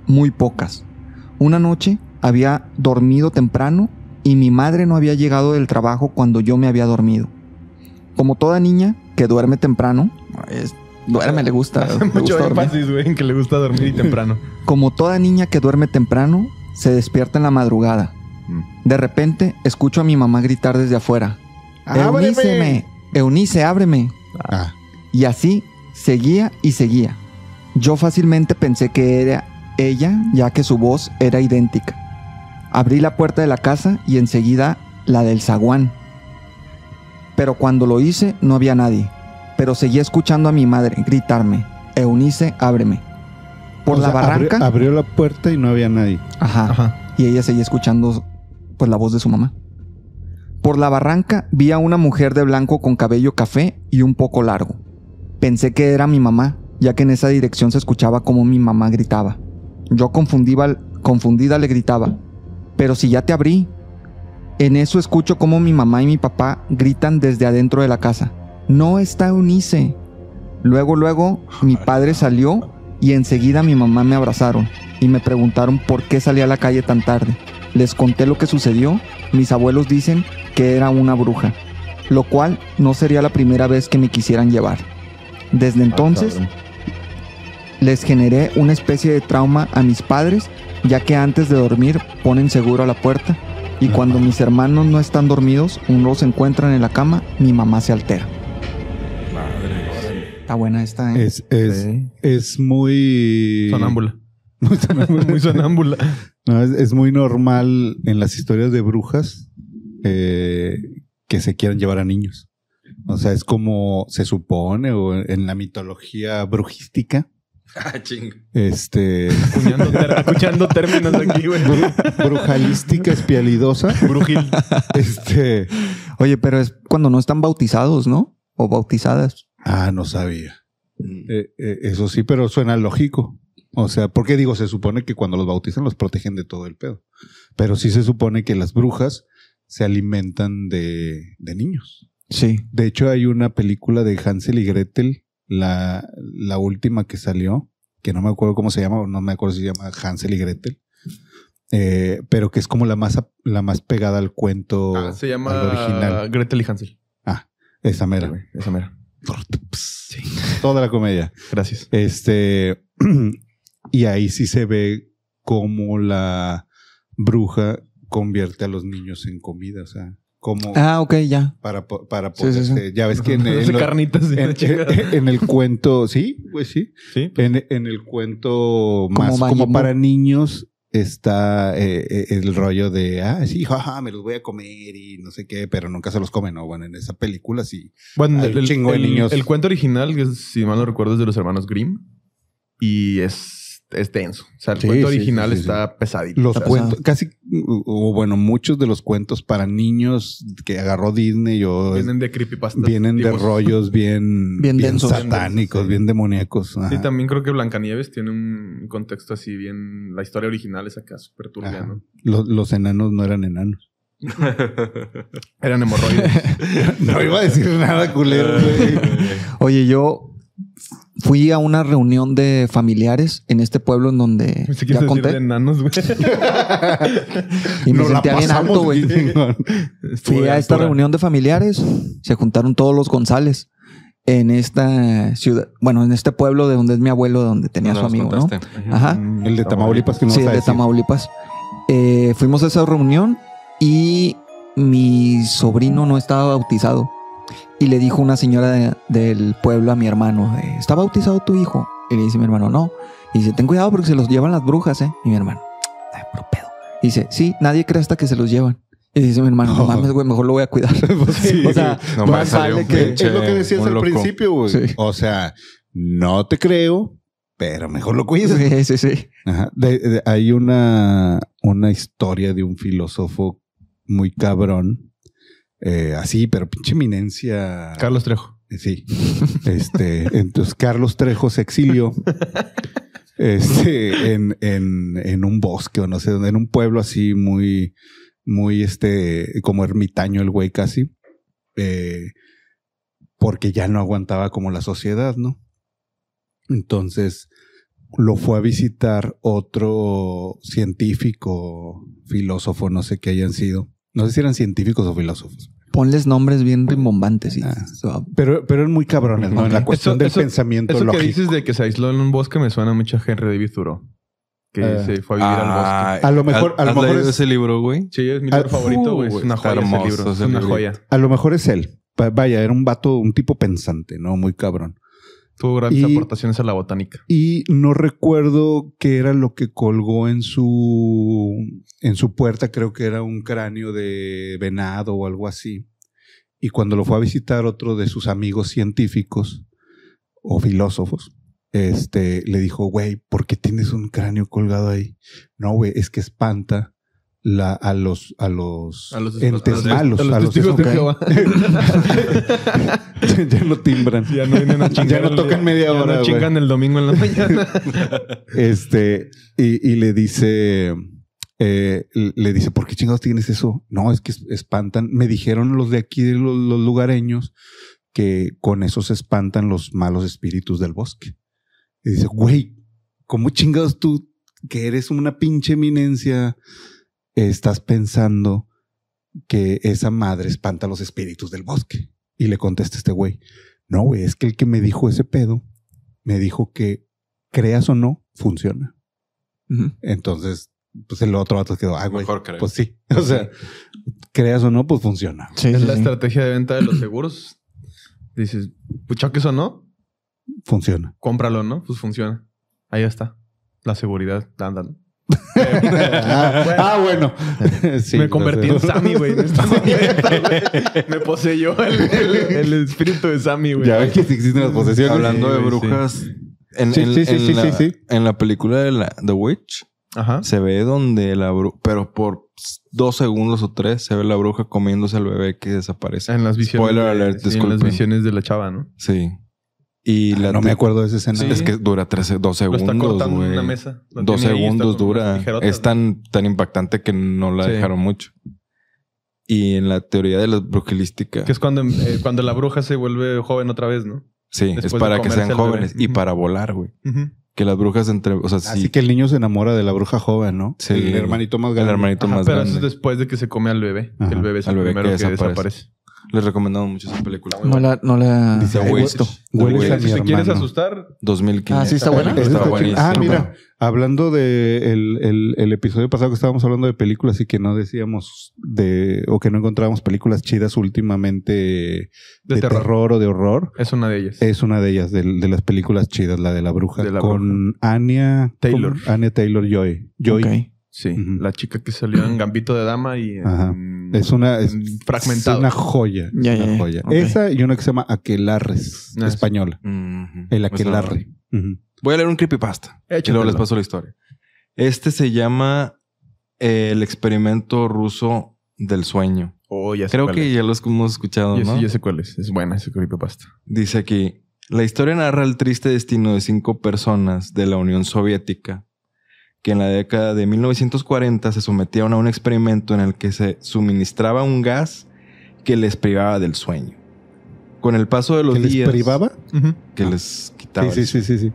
S3: muy pocas. Una noche había dormido temprano y mi madre no había llegado del trabajo cuando yo me había dormido. Como toda niña que duerme temprano, es- duerme, le gusta. le
S6: Mucho
S3: gusta dormir.
S6: énfasis, güey, en que le gusta dormir y temprano.
S3: Como toda niña que duerme temprano, se despierta en la madrugada.
S6: Mm.
S3: De repente escucho a mi mamá gritar desde afuera. Euníceme, Eunice, ábreme.
S5: Ah,
S3: Y así seguía y seguía. Yo fácilmente pensé que era ella, ya que su voz era idéntica. Abrí la puerta de la casa y enseguida la del zaguán. Pero cuando lo hice no había nadie, pero seguía escuchando a mi madre gritarme, Eunice, ábreme. Por
S5: o
S3: la
S5: sea,
S3: barranca,
S5: Abrió, abrió la puerta y no había nadie.
S3: ajá,
S6: Ajá.
S3: y ella seguía escuchando pues la voz de su mamá. Por la barranca vi a una mujer de blanco con cabello café y un poco largo. Pensé que era mi mamá, ya que en esa dirección se escuchaba como mi mamá gritaba. Yo confundiba- confundida le gritaba, pero si ya te abrí. En eso escucho como mi mamá y mi papá gritan desde adentro de la casa. No está Eunice. Luego, luego, mi padre salió y enseguida mi mamá me abrazaron y me preguntaron por qué salí a la calle tan tarde. Les conté lo que sucedió, mis abuelos dicen que era una bruja, lo cual no sería la primera vez que me quisieran llevar. Desde entonces les generé una especie de trauma a mis padres, ya que antes de dormir ponen seguro a la puerta y cuando mis hermanos no están dormidos, unos se encuentran en la cama, mi mamá se altera. Está buena esta, ¿eh?
S5: Es, es, es muy...
S6: Sonámbula.
S5: Muy sonámbula.
S6: Muy sonámbula.
S5: No, es, es muy normal en las historias de brujas eh, que se quieran llevar a niños. O sea, es como se supone o en la mitología brujística.
S4: Ah, ching.
S5: Este,
S6: Acuñando ter- acuñando términos aquí, güey.
S5: brujalística espialidosa. Brujil. Este,
S3: Oye, pero es cuando no están bautizados, ¿no? O bautizadas.
S5: ah, no sabía. Eh, eh, eso sí, pero suena lógico. O sea, porque digo, se supone que cuando los bautizan los protegen de todo el pedo. Pero sí se supone que las brujas se alimentan de, de niños.
S3: Sí.
S5: De hecho, hay una película de Hansel y Gretel, la, la última que salió, que no me acuerdo cómo se llama, o no me acuerdo si se llama Hansel y Gretel, eh, pero que es como la más, ap- la más pegada al cuento
S6: Ah, se
S5: al
S6: llama
S5: original.
S6: Gretel y Hansel.
S5: Ah, esa mera.
S6: güey, Esa mera.
S5: Toda la comedia.
S6: Gracias.
S5: Este, y ahí sí se ve cómo la bruja convierte a los niños en comida, o sea, como
S3: Ah, ok, ya.
S5: para, po- para
S3: Sí, sí, sí.
S5: poderse- ya ves que en, en
S6: Hace
S5: lo-
S6: carnitas.
S5: en- eh, en el cuento, sí, pues sí,
S6: Sí.
S5: En, en el cuento más como,
S3: Majin Buu.
S5: para niños está eh, eh, el rollo de, ah, sí, jaja, me los voy a comer y no sé qué, pero nunca se los comen, ¿no? Bueno, en esa película sí.
S6: Bueno,
S5: Hay un
S6: el,
S5: chingo de
S6: el-
S5: niños.
S6: el cuento original, que es, si mal no recuerdo, es de los hermanos Grimm. Y es es denso. O sea, el
S5: Sí,
S6: cuento
S5: sí,
S6: original
S5: sí, sí,
S6: está pesadito.
S5: Los
S3: O sea-
S5: cuentos, casi, o bueno, muchos de los cuentos para niños que agarró Disney o
S6: Vienen de creepypastas.
S5: vienen de
S6: antiguos.
S5: rollos bien,
S3: Bien
S5: bien,
S3: densos.
S5: satánicos,
S6: Sí.
S5: bien demoníacos.
S6: Sí,
S5: Ajá.
S6: también creo que Blancanieves tiene un contexto así bien. La historia original es acá súper turbia,
S5: Ajá.
S6: ¿no?
S5: Los, los enanos no eran enanos.
S6: Eran hemorroides.
S5: No iba a decir nada, culero. güey.
S3: Oye, yo fui a una reunión de familiares en este pueblo en donde
S6: Pensé que ibas a decir de
S3: ya conté
S6: enanos, güey.
S3: y me
S5: Nos la
S3: sentía bien
S5: pasamos
S3: alto, güey.
S5: chingón.
S6: Estuvo
S3: Fui
S6: de
S3: a esta
S6: altura.
S3: reunión de familiares, se juntaron todos los González en esta ciudad, bueno, en este pueblo de donde es mi abuelo, de donde tenía
S4: No
S3: su
S4: nos
S3: amigo, ¿no?
S4: contaste.
S3: Ajá.
S6: Mm,
S5: El de Tamaulipas que no
S3: sí,
S5: vas a
S3: de
S5: decir.
S3: Tamaulipas. Eh, fuimos a esa reunión y mi sobrino no estaba bautizado. Y le dijo una señora de- del pueblo a mi hermano, eh, ¿está bautizado tu hijo? Y le dice mi hermano, no. Y dice, ten cuidado porque se los llevan las brujas, ¿eh? Y mi hermano, "Ay, puro pedo. Y dice, sí, nadie cree hasta que se los llevan. Y dice mi hermano, no mames, güey, mejor lo voy a cuidar. o sea,
S4: No
S3: más
S4: mames, salió
S3: vale
S4: un
S3: que-
S5: Es lo que
S4: pinche-
S5: decías
S4: un
S5: al
S4: loco.
S5: principio, güey.
S3: Sí.
S5: O sea, no te creo, pero mejor lo cuides.
S3: sí, sí, sí.
S5: Ajá. De- de- hay una, una historia de un filósofo muy cabrón, eh, así, pero pinche eminencia.
S6: Carlos Trejo.
S5: Sí. Este, entonces Carlos Trejo se exilió este, en, en- en un bosque o no sé dónde, en un pueblo así muy, muy este, como ermitaño el güey casi, eh, porque ya no aguantaba como la sociedad, ¿no? Entonces lo fue a visitar otro científico, filósofo, no sé qué hayan sido. No sé si eran científicos o filósofos.
S3: Ponles nombres bien rimbombantes y
S5: Ah.
S3: se va-
S5: Pero, pero eran muy cabrones, ¿no? En la
S6: Eso-
S5: cuestión del
S6: eso-
S5: pensamiento
S6: Eso
S5: lógico.
S6: que dices de que se aisló en un bosque me suena mucho a Henry David Thoreau. Que
S5: Eh.
S6: se fue a vivir al bosque.
S4: Ah,
S5: A lo mejor- a lo
S4: ¿has
S5: mejor
S4: leído
S5: es-
S4: ese libro, güey?
S6: Sí, es mi
S5: Ah,
S6: libro favorito, güey. Es
S4: güey,
S6: una
S4: está
S6: joya ese
S4: hermoso
S6: libro. Es
S4: ese
S6: una
S4: librito.
S6: joya.
S5: A lo mejor es él. Va- Vaya, era un vato, un tipo pensante, ¿no? Muy cabrón.
S6: Tuvo grandes
S5: Y-
S6: aportaciones a la botánica.
S5: Y no recuerdo qué era lo que colgó en su, en su puerta, creo que era un cráneo de venado o algo así. Y cuando lo fue a visitar otro de sus amigos científicos o filósofos, este, le dijo, güey, ¿por qué tienes un cráneo colgado ahí? No, güey, es que espanta la, a los, a los,
S6: A los-
S5: entes malos,
S6: a los testigos de Jehová.
S5: ya no timbran.
S6: Ya no vienen a chingar.
S5: Ya no
S6: el-
S5: tocan media
S6: ya
S5: hora.
S6: no
S5: güey.
S6: chingan el domingo en la mañana.
S5: Este, y, y le dice, eh, le dice, ¿por qué chingados tienes eso? No, es que es- espantan. Me dijeron los de aquí, de los, los lugareños, que con eso se espantan los malos espíritus del bosque. Y dice, güey, ¿cómo chingados tú, que eres una pinche eminencia, estás pensando que esa madre espanta a los espíritus del bosque? Y le contesta este güey, no, güey, es que el que me dijo ese pedo, me dijo que creas o no, funciona.
S3: Ujú.
S5: Entonces, pues el otro vato quedó, ah, güey,
S4: Mejor
S6: eh".
S4: creo.
S5: pues sí. O sea, creas o no, pues funciona.
S3: Sí,
S6: es
S3: sí,
S6: la
S3: sí.
S6: estrategia de venta de los seguros. Dices, pucha, que eso no,
S5: Funciona.
S6: cómpralo, ¿no? Pues funciona. Ahí está. La seguridad, andan.
S5: ah, bueno. Sí,
S6: me convertí en
S5: no sé.
S6: Sammy, güey. en esta mamada, güey. me poseyó el, el- el espíritu de Sammy, güey.
S5: Ya ven que sí existen las posesiones.
S4: Hablando de
S6: güey, sí.
S4: brujas, en,
S5: Sí,
S4: en-
S5: sí, sí,
S4: en
S5: sí,
S4: la,
S5: sí, sí.
S4: en la película de la, The Witch,
S6: Ajá.
S4: se ve donde la bruja, pero por dos segundos o tres, se ve la bruja comiéndose al bebé que desaparece.
S6: En las visiones.
S4: Spoiler
S6: de-
S4: alert,
S6: sí, en las
S4: disculpen.
S6: visiones de la chava, ¿no?
S4: Sí. Y
S6: Ah,
S4: la
S5: No me acuerdo de esa escena.
S6: Sí.
S4: Es que dura tres, dos
S6: Lo
S4: segundos.
S6: está cortando
S4: güey.
S6: en una mesa. Lo tiene ahí,
S4: Dos
S6: está
S4: segundos
S6: con unas
S4: dura.
S6: tijerotas,
S4: Es tan, tan impactante que no la
S6: Sí.
S4: dejaron mucho. Y en la teoría de la brujilística,
S6: ¿no? Que es cuando, eh, cuando la bruja se vuelve joven otra vez, ¿no?
S4: sí, es
S6: después de
S4: para que sean
S6: comerse al
S4: jóvenes
S6: bebé.
S4: y
S6: Ujú.
S4: para volar, güey. Que las brujas entre, o sea,
S5: Así
S4: sí,
S5: que el niño se enamora de la bruja joven, ¿no?
S4: Sí.
S5: El hermanito más
S4: el
S5: grande.
S4: hermanito
S6: Ajá,
S4: más
S6: pero
S4: grande.
S6: eso es después de que se come al bebé. que el
S5: Ajá,
S6: bebé es el
S4: al bebé
S6: primero
S4: que
S6: que, desaparece.
S4: desaparece. Les recomendamos mucho esa película.
S3: No la, no la
S5: Dice,
S4: The
S3: he
S5: güey,
S4: Witch.
S3: visto.
S4: The
S5: hueles
S4: Witch,
S5: a mi
S6: Pues, Si te quieres
S5: hermano.
S6: asustar,
S4: 2500.
S3: Ah, sí, está buena.
S4: Está
S5: Esa está
S4: buenísima.
S5: chida. Ah, mira, hablando de el, el- el episodio pasado que estábamos hablando de películas y que no decíamos de o que no encontrábamos películas chidas últimamente de,
S6: de,
S5: terror.
S6: terror.
S5: o de horror,
S6: Es una de ellas.
S5: es una de ellas del- de, las películas chidas, la de la bruja,
S6: De la
S5: con Anya
S6: Taylor.
S5: con Anya Taylor Joy. Joy.
S3: Ok.
S6: sí.
S5: Ujú.
S6: La chica que salió en Gambito de Dama y en-
S5: Ajá. Es una es,
S6: en Fragmentado.
S5: es una joya,
S3: Ya,
S5: una
S3: ya, ya.
S5: joya.
S3: Ok.
S5: Esa y una que se llama Aquelarres,
S6: Ah, sí.
S5: española.
S4: Ujú.
S5: El
S4: Esa-
S5: Aquelarre. Ujú.
S4: Voy a leer un creepypasta. Y
S6: Échatelo.
S4: luego les paso la historia. Este se llama eh, El experimento ruso del sueño.
S6: Oh, ya sé
S4: Creo
S6: cuál
S4: que
S6: es.
S4: ya lo hemos escuchado,
S6: Yo sí,
S4: ¿no?
S6: yo sé cuál es. Es buena ese creepypasta.
S4: Dice aquí, la historia narra el triste destino de cinco personas de la Unión Soviética que en la década de 1940 se sometieron a un experimento en el que se suministraba un gas que les privaba del sueño. Con el paso de los
S5: ¿Que les
S4: días
S5: privaba?
S4: que
S6: Ah.
S4: les quitaba
S5: Sí, sí,
S4: el
S5: sí, sí, sí.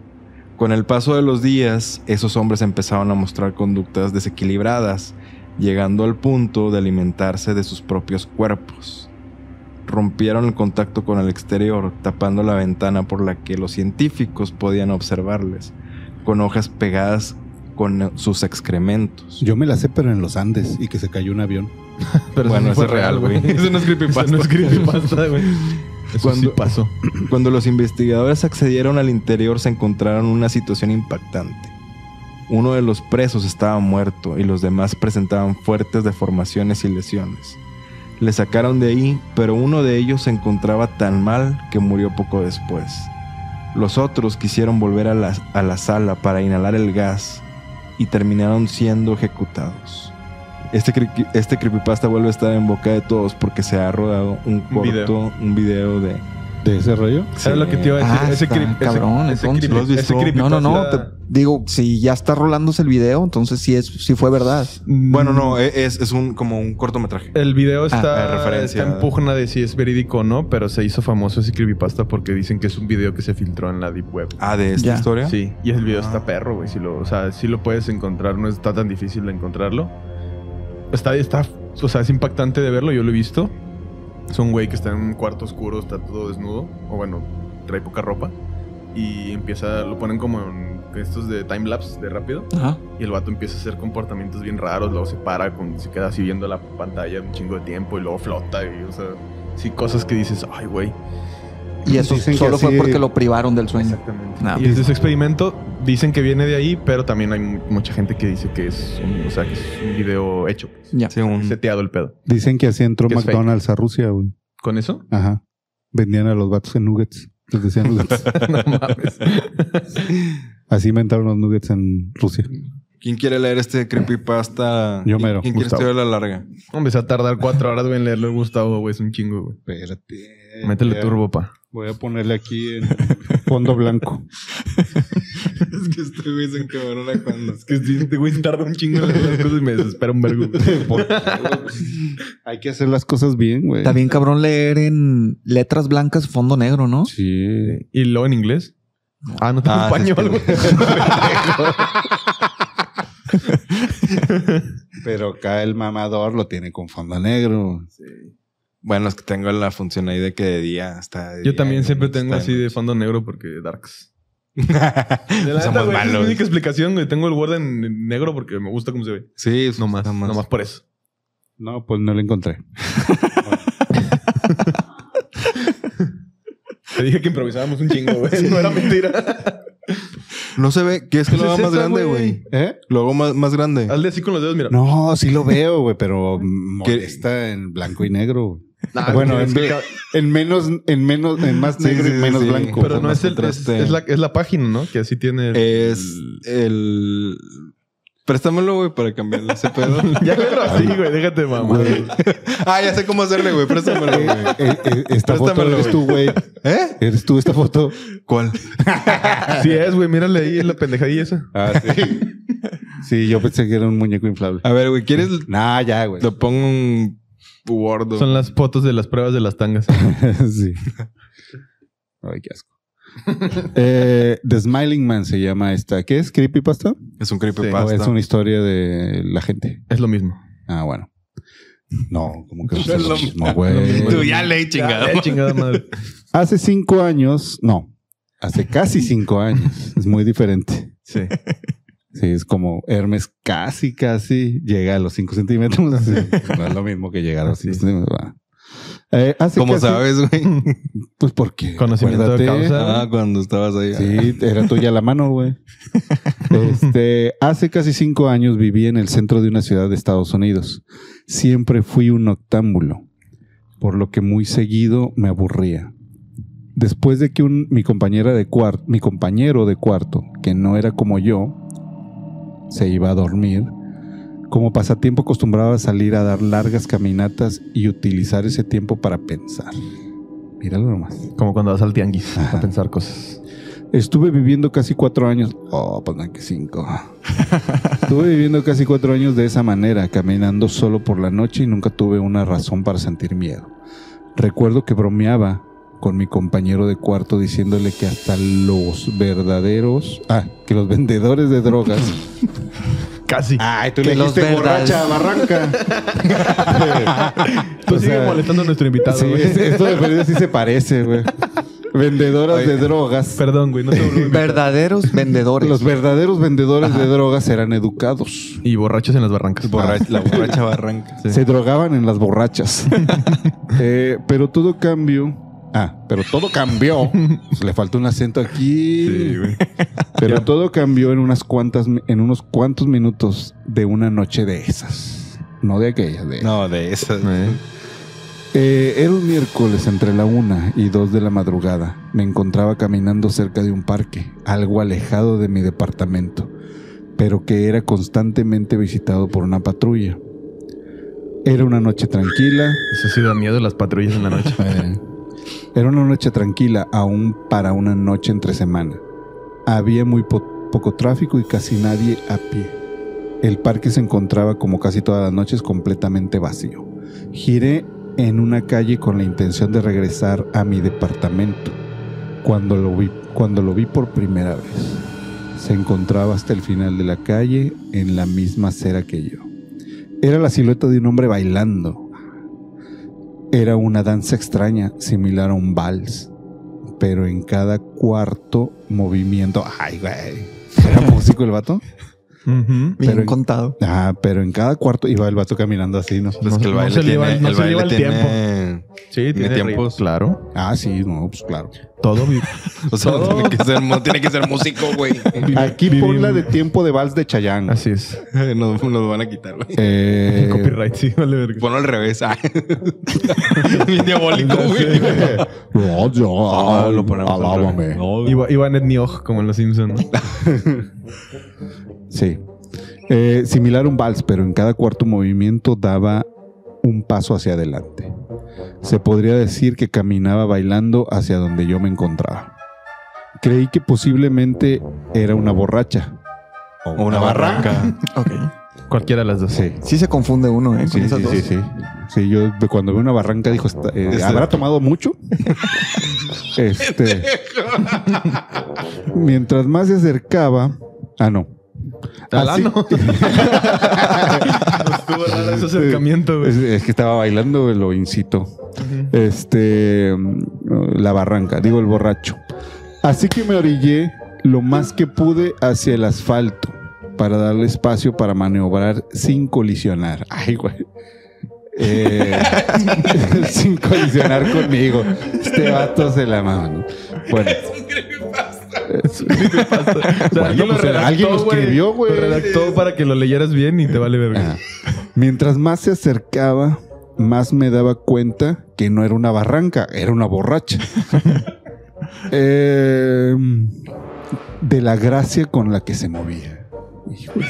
S4: con el paso de los días, esos hombres empezaron a mostrar conductas desequilibradas, llegando al punto de alimentarse de sus propios cuerpos. Rompieron el contacto con el exterior, tapando la ventana por la que los científicos podían observarles, con hojas pegadas con sus excrementos.
S5: Yo me la sé, pero en los Andes y que se cayó un avión.
S6: Pero
S4: Bueno,
S6: eso sí fue
S4: eso es real,
S6: real, güey.
S4: güey.
S6: Eso no es creepypasta.
S4: Eso no es
S6: creepypasta, güey. Eso sí
S4: Cuando-
S6: pasó.
S4: Cuando los investigadores accedieron al interior se encontraron una situación impactante. Uno de los presos estaba muerto y los demás presentaban fuertes deformaciones y lesiones. Le sacaron de ahí, pero uno de ellos se encontraba tan mal que murió poco después. Los otros quisieron volver a la, a la sala para inhalar el gas y terminaron siendo ejecutados. Este, cre- este creepypasta vuelve a estar en boca de todos porque se ha rodado un
S6: Un video.
S4: corto, un video de...
S5: ¿De ese rollo?
S6: Era lo que te iba a decir.
S3: Ah,
S6: ese
S3: está
S6: creep, ese-
S3: cabrón,
S6: ese,
S3: entonces.
S6: creep-
S4: ¿Lo has
S6: ese
S4: visto?
S6: creepypasta-
S3: No, no, no. te- digo, si ya está rolándose el video, entonces sí, es, sí fue verdad.
S4: Bueno, no, e- es, es un, como un cortometraje.
S6: El video
S4: Ah, de
S6: está,
S4: referencia.
S6: está en pugna de si es verídico o no, pero se hizo famoso ese creepypasta porque dicen que es un video que se filtró en la Deep Web.
S4: Ah, de esta
S3: Ya.
S4: historia.
S6: Sí, y el video
S4: Ah.
S6: está perro, güey. Si lo, o sea, si lo puedes encontrar, no está tan difícil de encontrarlo. Está, está, o sea, es impactante de verlo, yo lo he visto. Es un güey que está en un cuarto oscuro, está todo desnudo, o bueno, trae poca ropa. Y empieza, lo ponen como en estos de time lapse de rápido.
S3: Ajá.
S6: Y el vato empieza a hacer comportamientos bien raros, luego se para, con, se queda así viendo la pantalla un chingo de tiempo y luego flota. Y, o sea, sí, cosas que dices, ay, güey.
S3: Y eso
S5: Dicen que
S3: solo fue
S5: así-
S3: porque lo privaron del sueño.
S6: Exactamente.
S3: No.
S6: y ese experimento dicen que viene de ahí, pero también hay mu- mucha gente que dice que es un, o sea, que es un video hecho, pues,
S3: Ya.
S4: Sí, un-
S6: seteado el pedo.
S5: Dicen que así entró
S6: Que es fake.
S5: McDonald's a Rusia, güey.
S6: ¿Con eso?
S5: Ajá. Vendían a los vatos en nuggets. Les decían nuggets.
S6: no mames.
S5: así inventaron los nuggets en Rusia.
S4: ¿Quién quiere leer este creepypasta?
S5: Yo
S4: ¿Qui-
S5: mero,
S4: ¿Quién quiere
S6: Gustavo.
S4: estudiar la larga?
S6: Hombre, se va a tardar cuatro horas güey, en leerlo el Gustavo, güey. Es un chingo, güey.
S5: Espérate.
S6: Métele turbo, pa.
S5: Voy a ponerle aquí en fondo blanco.
S4: es que este güey se encabró la cuando.
S6: Es que este güey se tarda un chingo en leer las cosas y me desespera un vergo.
S5: Hay que hacer las cosas bien, güey.
S3: Está bien cabrón leer en letras blancas fondo negro, ¿no?
S5: Sí.
S6: ¿Y luego en inglés? Ah, no tengo
S4: Ah, sí,
S6: español, güey.
S5: Pero acá el mamador lo tiene con fondo negro.
S4: Bueno, es que tengo la función ahí de que de día está.
S6: Yo también siempre tengo así de fondo negro porque Darks. De la neta, güey, esa
S4: Somos
S6: es mi
S4: malos.
S6: única explicación, güey. Tengo el Word en en negro porque me gusta cómo se ve.
S4: Sí, pues,
S6: No más,
S4: nada
S6: no más por eso.
S5: No, pues no lo encontré.
S6: Te dije que improvisábamos un chingo, güey. No era mentira.
S4: No se ve. ¿Qué es que lo
S6: ¿Qué
S4: hago
S6: es
S4: más
S6: esa,
S4: grande,
S6: güey?
S4: güey?
S5: ¿Eh?
S4: Lo hago más, más grande.
S6: Hazle así con los dedos, mira.
S5: No, sí lo veo, güey, pero molesta en blanco y negro. güey.
S6: Ah,
S5: bueno, en, bla- en menos, en menos, en más
S4: Sí,
S5: negro
S4: sí,
S5: y menos
S4: sí.
S5: blanco.
S6: Pero no
S4: más
S6: es el. Es,
S4: contraste.
S6: es la, es la página, ¿no? Que así tiene. el-
S5: Eh,
S4: Es el. Préstamelo, güey, para cambiarle ese pedo.
S6: Ya léelo así, güey. Déjate, mamá.
S5: Güey,
S4: ah, ya sé cómo hacerle, güey. Préstamelo, güey.
S5: eh, eh, esta foto
S4: Préstamelo,
S5: eres tú, güey.
S4: ¿Eh?
S5: Eres tú esta foto.
S4: ¿Cuál?
S6: Sí es, güey. Mírale ahí la pendejadilla esa.
S5: Ah, sí. Sí, yo pensé que era un muñeco inflable.
S4: A ver, güey, ¿quieres
S5: Nah, ya, güey.
S4: Le pongo un Word.
S6: Son las fotos de las pruebas de las tangas.
S5: sí. Ay, qué asco. Eh, The Smiling Man se llama esta. ¿Qué es? ¿Creepypasta?
S4: Es un
S5: ¿O
S4: creepypasta.
S5: es una historia de la gente?
S6: Es lo mismo.
S5: Ah, bueno. No, como que no
S4: No
S5: es lo
S4: lo-
S6: lo
S5: mismo,
S6: mismo.
S5: güey.
S6: Tú ya
S4: leí
S6: Ya, chingada madre.
S5: Hace cinco años, no, hace casi cinco años. Es muy diferente.
S6: Sí.
S5: Sí, es como Hermes casi, casi llega a los cinco centímetros. Sí, no es lo mismo que llegar a los cinco centímetros. va. Eh, hace
S4: Como
S5: casi-
S4: sabes, güey.
S5: Pues porque.
S6: Conocimiento de
S5: acuérdate,
S6: causa.
S4: Ah, cuando estabas ahí.
S5: Sí, era tuya la mano, güey. Este, hace casi cinco años viví en el centro de una ciudad de Estados Unidos. Siempre fui un noctámbulo, por lo que muy seguido me aburría. después de que un, mi compañera de cuarto, mi compañero de cuarto, que no era como yo, se iba a dormir, como pasatiempo acostumbraba a salir a dar largas caminatas y utilizar ese tiempo para pensar. Míralo nomás.
S6: Como cuando vas al tianguis
S5: Ajá.
S6: a pensar cosas.
S5: Estuve viviendo casi cuatro años. Oh, pues no, que cinco. Estuve viviendo casi cuatro años de esa manera, caminando solo por la noche y nunca tuve una razón para sentir miedo. Recuerdo que bromeaba con mi compañero de cuarto diciéndole que hasta los verdaderos. Ah, que los vendedores de drogas.
S6: Casi.
S5: Ay, tú
S3: Que los verdaderos.
S5: barranca.
S6: Tú
S5: o
S6: sigues
S5: sea,
S6: molestando a nuestro invitado.
S5: Sí,
S6: güey.
S5: es- esto de perdido sí se parece, güey. Vendedoras de drogas.
S6: Perdón, güey, no te volví a invitar.
S3: Verdaderos vendedores.
S5: Los verdaderos vendedores de drogas eran educados.
S6: Y borrachos en las barrancas. Ah,
S4: Borra- La borracha barranca.
S6: Sí.
S5: Se drogaban en las borrachas. Eh, pero todo cambió. Ah, pero todo cambió. Pues le falta un acento aquí. Pero todo cambió en unas cuantas, en unos cuantos minutos de una noche de esas. No de aquellas, de
S4: No, de esas.
S6: Eh.
S5: eh, era un miércoles entre la una y dos de la madrugada. Me encontraba caminando cerca de un parque, algo alejado de mi departamento, pero que era constantemente visitado por una patrulla. Era una noche tranquila.
S6: Eso sí da miedo las patrullas en la noche.
S5: Era una noche tranquila, aún para una noche entre semana. Había muy po- poco tráfico y casi nadie a pie. El parque se encontraba, como casi todas las noches, completamente vacío. Giré en una calle con la intención de regresar a mi departamento. Cuando lo vi, cuando lo vi por primera vez, se encontraba hasta el final de la calle, en la misma acera que yo. Era la silueta de un hombre bailando, era una danza extraña, similar a un vals, pero en cada cuarto movimiento. Ay, güey. Era músico el vato.
S6: Ujú.
S3: Bien
S5: pero-
S3: contado.
S5: Ah, pero en cada cuarto iba el vato caminando así, ¿no?
S4: Pues que
S6: No-
S4: el
S6: no
S4: baile
S6: se le iba-
S4: tiene.
S6: no
S4: el
S6: se le iba
S4: baile
S6: el
S4: tiene.
S6: Sí, tiene
S4: tiempos.
S6: tiempos. Claro.
S5: Ah, sí, no, pues claro.
S6: Todo vi-
S4: O sea, no tiene, que ser, no tiene que ser músico, güey.
S5: Aquí pon la de tiempo de vals de Chayán.
S6: Así es.
S4: Nos, nos van a quitar, güey.
S5: Eh,
S6: Copyright, sí, vale verga.
S4: Ponlo al revés. ah. Bien diabólico, güey.
S5: no, yo,
S4: Ah,
S5: ay,
S4: lo ponemos al
S5: alábame.
S4: revés. No, güey.
S6: Iba, Iván Etnioj, como en Los Simpsons.
S5: Sí. Eh, similar a un vals, pero en cada cuarto movimiento daba un paso hacia adelante. Se podría decir que caminaba bailando hacia donde yo me encontraba. Creí que posiblemente era una borracha.
S4: O una barranca.
S3: Ok.
S6: Cualquiera de las dos.
S5: Sí.
S3: Sí se confunde uno, ¿eh? Con
S5: Sí,
S3: esas
S5: sí,
S3: dos.
S5: sí, sí. Sí, yo cuando veo una barranca dijo, "Está- eh,
S4: Este-
S5: ¿habrá tomado mucho? este. Mientras más se acercaba. Ah, no. Así-
S6: Talano. Ah, Estuvo raro ese acercamiento,
S5: Es,
S6: güey.
S5: es que estaba bailando, güey, lo incito. Este. mm, La barranca, digo el borracho. Así que me orillé lo más que pude hacia el asfalto para darle espacio para maniobrar sin colisionar. Ay, güey. Eh, sin colisionar conmigo. Este vato se la mama. ¿no? Bueno.
S6: O sea,
S5: Bueno,
S6: alguien lo
S5: pues, alguien lo
S6: güey.
S5: escribió, güey. Ah,
S6: Lo redactó para que lo leyeras bien y te vale verga.
S5: Ajá. Mientras más se acercaba, más me daba cuenta que no era una barranca, era una borracha. Eh, de la gracia con la que se movía. Híjole.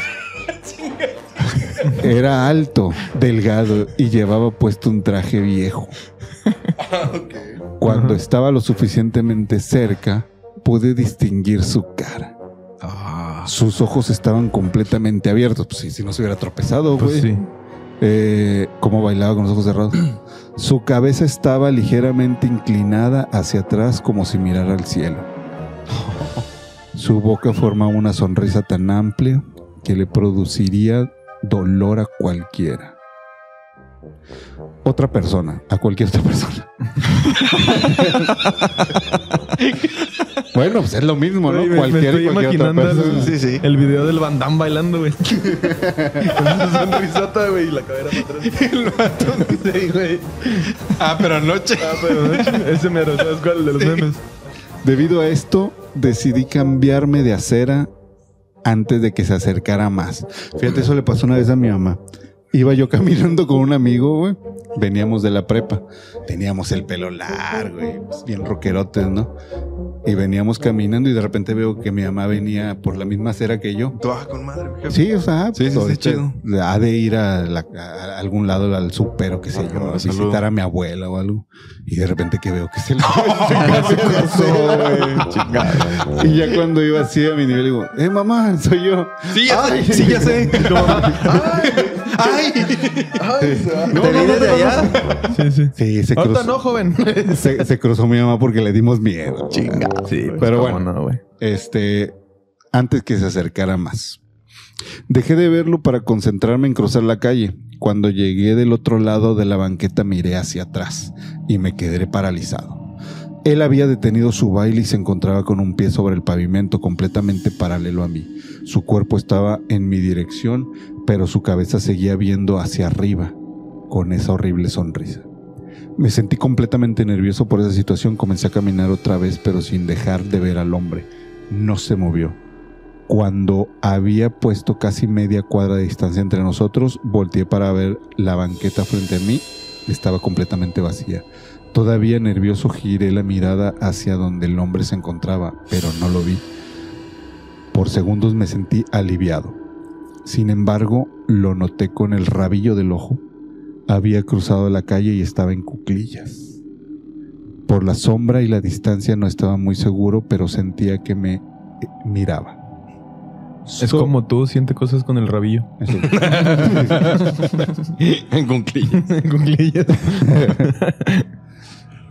S5: Era alto, delgado y llevaba puesto un traje viejo. Cuando estaba lo suficientemente cerca, pude distinguir su cara. Sus ojos estaban completamente abiertos. Pues sí, si no se hubiera tropezado, güey.
S6: Pues sí.
S5: Eh, cómo bailaba con los ojos cerrados. Su cabeza estaba ligeramente inclinada hacia atrás como si mirara al cielo. Su boca formaba una sonrisa tan amplia que le produciría dolor a cualquiera. Otra persona, a cualquier otra persona. bueno, pues es lo mismo, ¿no?
S6: Güey, me- me
S5: Cualquiera y
S6: estoy
S5: cualquier otra
S6: imaginando al- sí,
S5: persona.
S6: sí. El video del Van Damme bailando, güey. Con su sonrisota, güey, y la cadera para atrás. El vato. Sí, güey.
S4: Ah, pero anoche.
S6: Ah, pero ¿no? ese mero, ¿sabes cuál? El de los memes.
S5: Debido a esto, decidí cambiarme de acera antes de que se acercara más. Fíjate, eso le pasó una vez a mi mamá. Iba yo caminando con un amigo, güey. Veníamos de la prepa. Teníamos el pelo largo, güey. pues, Bien roquerotes, ¿no? Y veníamos caminando y de repente veo que mi mamá venía por la misma acera que yo.
S4: Toda ah, con madre, mi jefe.
S5: Sí, o sea,
S4: Sí, sí, sí,
S5: ahorita
S4: chido.
S5: ha de ir a, la- a algún lado, al súper o qué sé
S4: Ajá,
S5: yo, a
S4: saludo.
S5: visitar a mi abuela o algo. Y de repente que veo que se le
S4: Se
S5: pasó, güey. Y ya cuando iba así a mi nivel, digo, eh, mamá, soy yo.
S4: Sí, ya
S5: Ay.
S4: sé. Sí, ya sé.
S3: ¡Ay!
S6: Ah,
S5: No,
S3: ¿Te
S5: no, no
S3: vienes
S5: te
S3: de allá?
S6: Sí, sí.
S5: Sí, se
S6: Ahorita
S5: cruzó,
S6: no, joven.
S5: se, se cruzó mi mamá porque le dimos miedo.
S3: Chinga.
S6: Sí,
S5: pero
S6: pero
S5: bueno.
S6: bueno. Pues, No, güey.
S5: Este, antes que se acercara más. Dejé de verlo para concentrarme en cruzar la calle. Cuando llegué del otro lado de la banqueta miré hacia atrás y me quedé paralizado. Él había detenido su baile y se encontraba con un pie sobre el pavimento completamente paralelo a mí. Su cuerpo estaba en mi dirección, pero su cabeza seguía viendo hacia arriba con esa horrible sonrisa. Me sentí completamente nervioso por esa situación, comencé a caminar otra vez, pero sin dejar de ver al hombre. No se movió. Cuando había puesto casi media cuadra de distancia entre nosotros, volteé para ver la banqueta frente a mí. Estaba completamente vacía. Todavía nervioso giré la mirada hacia donde el hombre se encontraba, pero no lo vi. Por segundos me sentí aliviado. Sin embargo, lo noté con el rabillo del ojo había cruzado la calle y estaba en cuclillas. Por la sombra y la distancia no estaba muy seguro, pero sentía que me eh, miraba.
S6: Es
S5: So-
S6: como tú siente cosas con el rabillo.
S5: Eso.
S4: En conclillas.
S6: con glillas.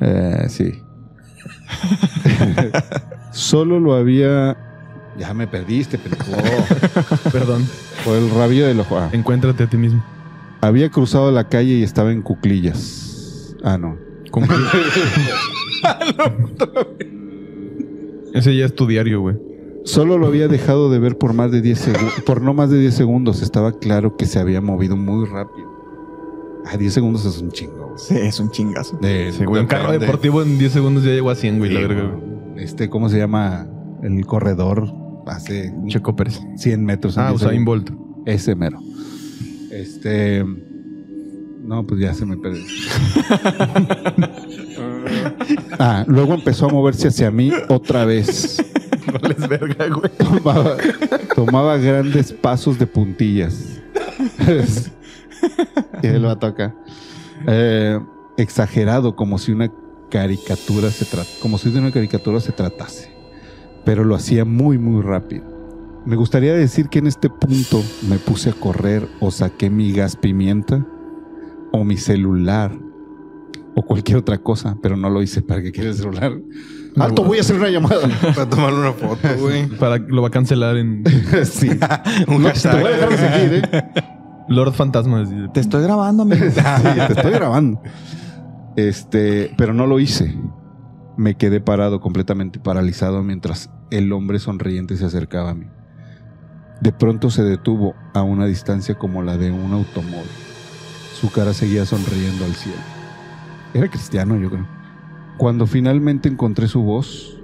S5: Eh, sí. Solo lo había... Ya me perdiste, pendejo.
S6: Perdón.
S5: Por el rabillo del ojo. Ah.
S6: Encuéntrate a ti mismo.
S5: Había cruzado la calle y estaba en cuclillas. Ah, no.
S6: Ese ya es tu diario, güey.
S5: Solo lo había dejado de ver por más de 10 segu- por no más de 10 segundos. Estaba claro que se había movido muy rápido. A 10 segundos es un chingo. güey.
S3: Sí, es un chingazo.
S5: De-
S6: Sí, güey. Un carro
S4: Depende.
S6: deportivo en 10 segundos ya llegó a 100, güey.
S5: Sí,
S6: la verga,
S5: güey.
S6: güey.
S5: este, ¿cómo se llama? El corredor hace
S6: Checo Pérez.
S5: 100 metros. en
S6: Ah,
S5: 10
S6: Usain
S5: segundos.
S6: Bolt.
S5: Ese mero. Este. No, pues ya se me perdió. ah, luego empezó a moverse hacia mí otra vez.
S6: Vales verga, güey.
S5: tomaba, tomaba grandes pasos de puntillas. y él lo ataca. Eh, exagerado, como si una caricatura se tra- como si de una caricatura se tratase. Pero lo hacía muy, muy rápido. Me gustaría decir que en este punto me puse a correr o saqué mi gas pimienta o mi celular o cualquier otra cosa, pero no lo hice para que quiera el celular. Alto, voy a hacer una llamada.
S4: Para tomar una foto, güey.
S6: Para, lo va a cancelar en
S5: sí.
S4: Un
S5: No, te voy a dejar de seguir, ¿eh?
S6: Lord Fantasma. así.
S3: Te estoy grabando, amigo.
S5: Sí, te estoy grabando. Este, pero no lo hice. Me quedé parado, completamente paralizado, mientras el hombre sonriente se acercaba a mí. De pronto se detuvo a una distancia como la de un automóvil. Su cara seguía sonriendo al cielo. Era cristiano, yo creo. Cuando finalmente encontré su voz.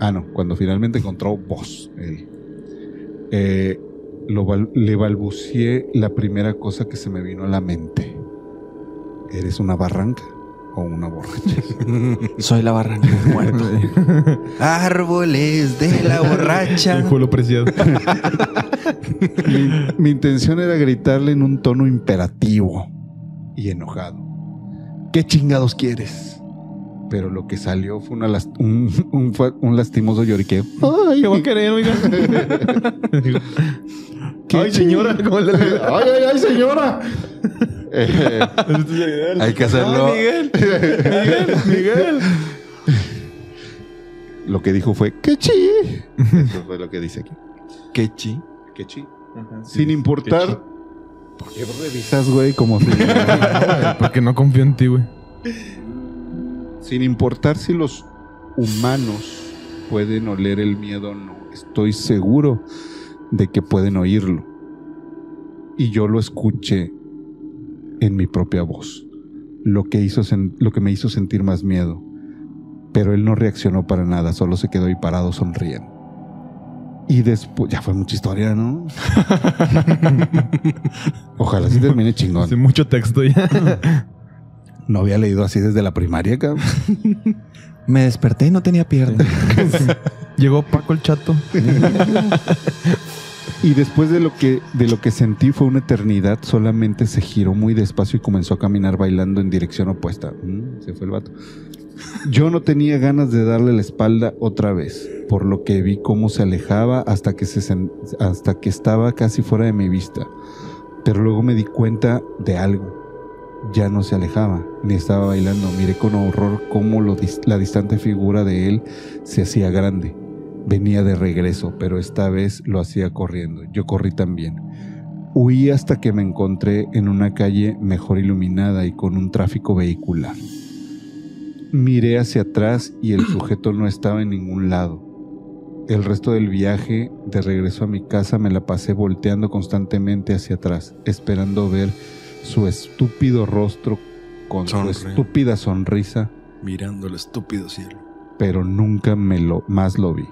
S5: Ah, no, cuando finalmente encontró voz. él. Eh, lo bal- le balbucié la primera cosa que se me vino a la mente. ¿Eres una barranca o una borracha?
S3: Soy la barranca del muerto. Árboles de la borracha.
S6: El Julio Preciado.
S5: mi, mi intención era gritarle en un tono imperativo y enojado. ¿Qué chingados quieres? Pero lo que salió fue una las- un, un fa- un lastimoso lloriqueo.
S6: Ay, ¿qué va a querer, oiga?
S5: ¿Qué
S6: Ay, señora. ¿cómo le-
S5: ¡Ay, ay, ay, señora! Eh,
S4: Hay que
S5: Ah,
S4: hacerlo.
S6: Miguel, Miguel.
S5: lo que dijo fue, ¡qué chi! Eso fue lo que dice aquí.
S4: Qué chi.
S5: ¿Qué chi? Sin importar. ¿Por qué revisas, güey? Como si-
S4: Ah,
S6: Porque no confío en ti, güey.
S5: Sin importar si los humanos pueden oler el miedo o no, estoy seguro de que pueden oírlo. Y yo lo escuché en mi propia voz, lo que, hizo sen- lo que me hizo sentir más miedo. Pero él no reaccionó para nada, solo se quedó ahí parado sonriendo. Y después, ya fue mucha historia, ¿no? Ojalá sí termine chingón.
S6: Hace mucho texto ya.
S5: No había leído así desde la primaria, cabrón.
S3: Me desperté y no tenía piernas.
S6: Llegó Paco el Chato.
S5: Y después de lo que de lo que sentí fue una eternidad, solamente se giró muy despacio y comenzó a caminar bailando en dirección opuesta. Mm, se fue el vato. Yo no tenía ganas de darle la espalda otra vez, por lo que vi cómo se alejaba hasta que se sen- hasta que estaba casi fuera de mi vista. Pero luego me di cuenta de algo. Ya no se alejaba, ni estaba bailando. Miré con horror cómo lo dis- la distante figura de él se hacía grande. Venía de regreso, pero esta vez lo hacía corriendo. Yo corrí también. Huí hasta que me encontré en una calle mejor iluminada y con un tráfico vehicular. Miré hacia atrás y el sujeto no estaba en ningún lado. El resto del viaje de regreso a mi casa me la pasé volteando constantemente hacia atrás, esperando ver su estúpido rostro con
S4: Sonríe.
S5: su estúpida sonrisa
S4: Mirando el estúpido cielo.
S5: pero nunca me lo, más lo vi.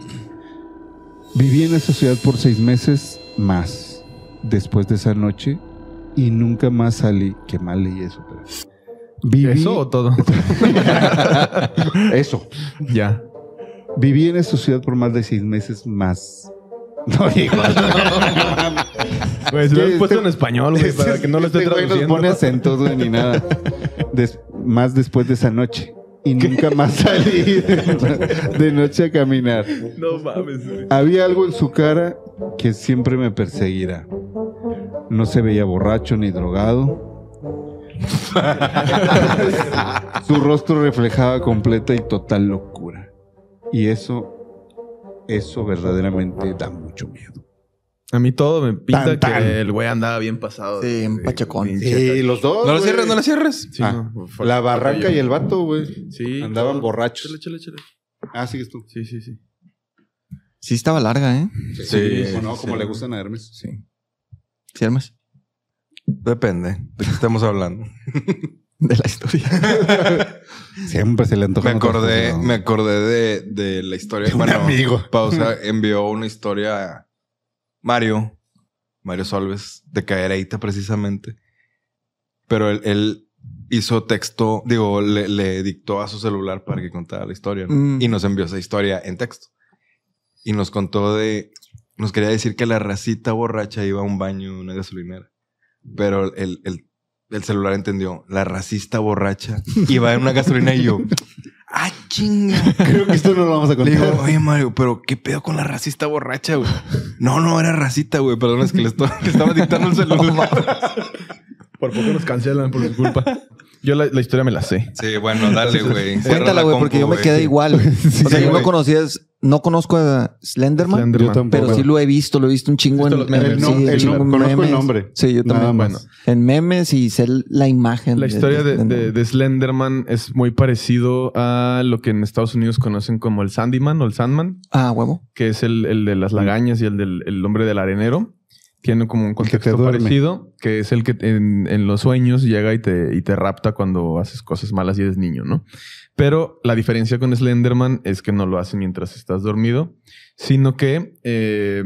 S5: Viví en esa ciudad por seis meses más después de esa noche y nunca más salí. Qué mal leí eso. pero- Viví,
S6: ¿Eso o todo?
S5: eso.
S6: ya.
S5: Viví en esa ciudad por más de seis meses más. No, hijo.
S6: Güey, se lo
S5: Sí,
S6: has puesto
S5: este-
S6: en español, güey, para que no lo esté
S5: Este güey
S6: traduciendo.
S5: nos pone acentos güey, ni nada. Des- más después de esa noche. Y nunca más salí de- de noche a caminar.
S6: No mames, güey.
S5: Había algo en su cara que siempre me perseguirá. No se veía borracho ni drogado. su rostro reflejaba completa y total locura. Y eso, eso verdaderamente da mucho miedo.
S6: A mí todo me pinta
S5: Tan, tan.
S6: que el güey andaba bien pasado.
S3: Sí, en
S6: güey,
S3: pachacón.
S6: pinche-
S5: Y los dos.
S4: No lo
S5: güey.
S4: cierres, no lo cierres.
S6: Sí,
S5: Ah,
S6: no, fue-
S5: La
S6: fue
S5: barranca
S6: yo.
S5: y el vato, güey.
S6: Sí.
S5: Andaban
S6: todo.
S5: borrachos.
S6: Chale, chale, chale.
S5: Ah, sigues tú.
S6: Sí, sí, sí.
S3: Sí estaba larga, ¿eh?
S5: Sí.
S4: Sí,
S5: o no,
S4: sí,
S5: como
S4: sí.
S5: le gustan a Hermes.
S3: Sí. ¿Sí, Hermes?
S4: Depende de qué estamos hablando.
S3: De la historia.
S5: Siempre se le antoja.
S4: Me acordé, me acordé de, de la historia.
S5: un amigo.
S4: Pausa envió una historia a Mario, Mario Solves, de Caereita precisamente. Pero él, él hizo texto, digo, le, le dictó a su celular para que contara la historia ¿no?
S3: Mm.
S4: y nos envió esa historia en texto. Y nos contó de, nos quería decir que la racita borracha iba a un baño, una gasolinera. Pero el, el, el celular entendió, la racista borracha iba a una gasolina y yo, ¡ah, chinga!
S5: Creo que esto no lo vamos a
S4: Le
S5: contar.
S4: digo, oye Mario, pero ¿qué pedo con la racista borracha, güey? No, no, era racista, güey. Perdón, es que le, estoy- le estaba dictando el celular.
S6: Por poco nos cancelan por su culpa. Yo la, la historia me la sé.
S4: Sí, bueno, dale, güey. Cierra
S3: Cuéntala,
S4: la
S3: güey,
S4: compu,
S3: porque yo me
S4: güey.
S3: quedé
S4: Sí.
S3: igual. güey. o sea,
S4: Sí,
S3: yo no
S4: güey.
S3: conocía, no conozco a Slenderman,
S6: Slenderman.
S5: Yo tampoco.
S3: pero sí lo he visto, lo he visto un chingo en,
S6: Visto los
S3: en-
S6: memes.
S5: El nom-
S3: sí,
S5: el
S3: un chingo
S5: nom-
S3: en
S5: conozco el
S3: memes.
S5: nombre.
S3: Sí, yo
S5: Nada
S3: también.
S5: más.
S6: Bueno.
S3: En memes y sé la imagen.
S6: La
S3: de-
S6: historia de,
S3: Slenderman.
S6: de- de Slenderman es muy parecido a lo que en Estados Unidos conocen como el Sandyman o el Sandman,
S3: Ah, huevo.
S6: que es el, el de las lagañas y el del el hombre del arenero. Tiene como un
S5: que te
S6: contexto
S5: duerme.
S6: parecido, que es el que en, en los sueños llega y te, y te rapta cuando haces cosas malas y eres niño, ¿no? Pero la diferencia con Slenderman es que no lo hace mientras estás dormido, sino que eh,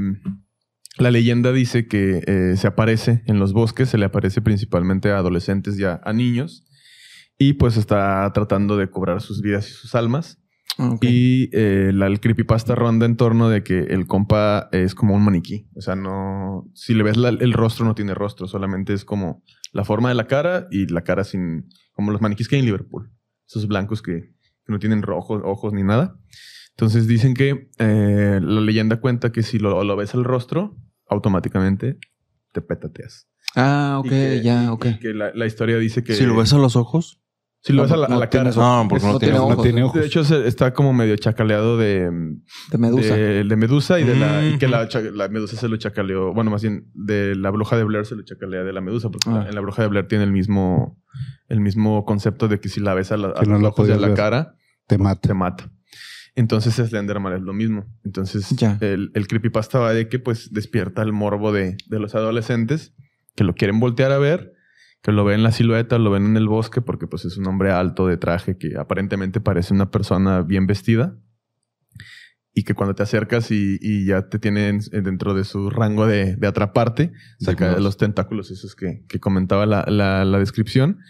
S6: la leyenda dice que eh, se aparece en los bosques, se le aparece principalmente a adolescentes y a, a niños, y pues está tratando de cobrar sus vidas y sus almas.
S3: Ah, Ok.
S6: Y eh, la, el creepypasta ronda en torno de que el compa es como un maniquí. O sea, no. Si le ves la- el rostro, no tiene rostro, solamente es como la forma de la cara y la cara sin. Como los maniquís que hay en Liverpool. Esos blancos que, que no tienen rojos, ojos ni nada. Entonces dicen que eh, la leyenda cuenta que si lo, lo ves el rostro, automáticamente te petateas.
S3: ah, ok,
S6: y que-
S3: ya, ok.
S6: Que la, la historia dice que.
S4: Si lo ves a los ojos.
S6: si lo ves a la, a
S3: No
S6: la cara.
S3: tienes
S4: No, porque
S6: Es-
S4: no,
S3: no
S4: tiene
S3: tiene
S4: ojos.
S5: No tiene ojos.
S6: De hecho, se- está como medio chacaleado de,
S3: De Medusa.
S6: de, de Medusa y de la y que
S4: Mm.
S6: la, cha- la Medusa se lo chacaleó, bueno, más bien de la bruja de Blair se lo chacalea de la Medusa, porque
S3: Ah.
S6: la- en la bruja de Blair tiene el mismo el mismo concepto de que si la ves a, la, a
S5: Que no
S6: los
S5: la
S6: ojos y a
S5: podías
S6: la
S5: ver.
S6: cara,
S5: Te mata.
S6: te mata. Entonces Slenderman es lo mismo. Entonces
S3: Ya.
S6: el, el creepypasta va de que pues despierta el morbo de, de los adolescentes que lo quieren voltear a ver, que lo ven en la silueta, lo ven en el bosque porque pues es un hombre alto de traje que aparentemente parece una persona bien vestida. y que cuando te acercas y, y ya te tienen eh, dentro de su rango de, de atraparte, saca
S4: Vámonos.
S6: los tentáculos esos que, que comentaba la, la- la descripción,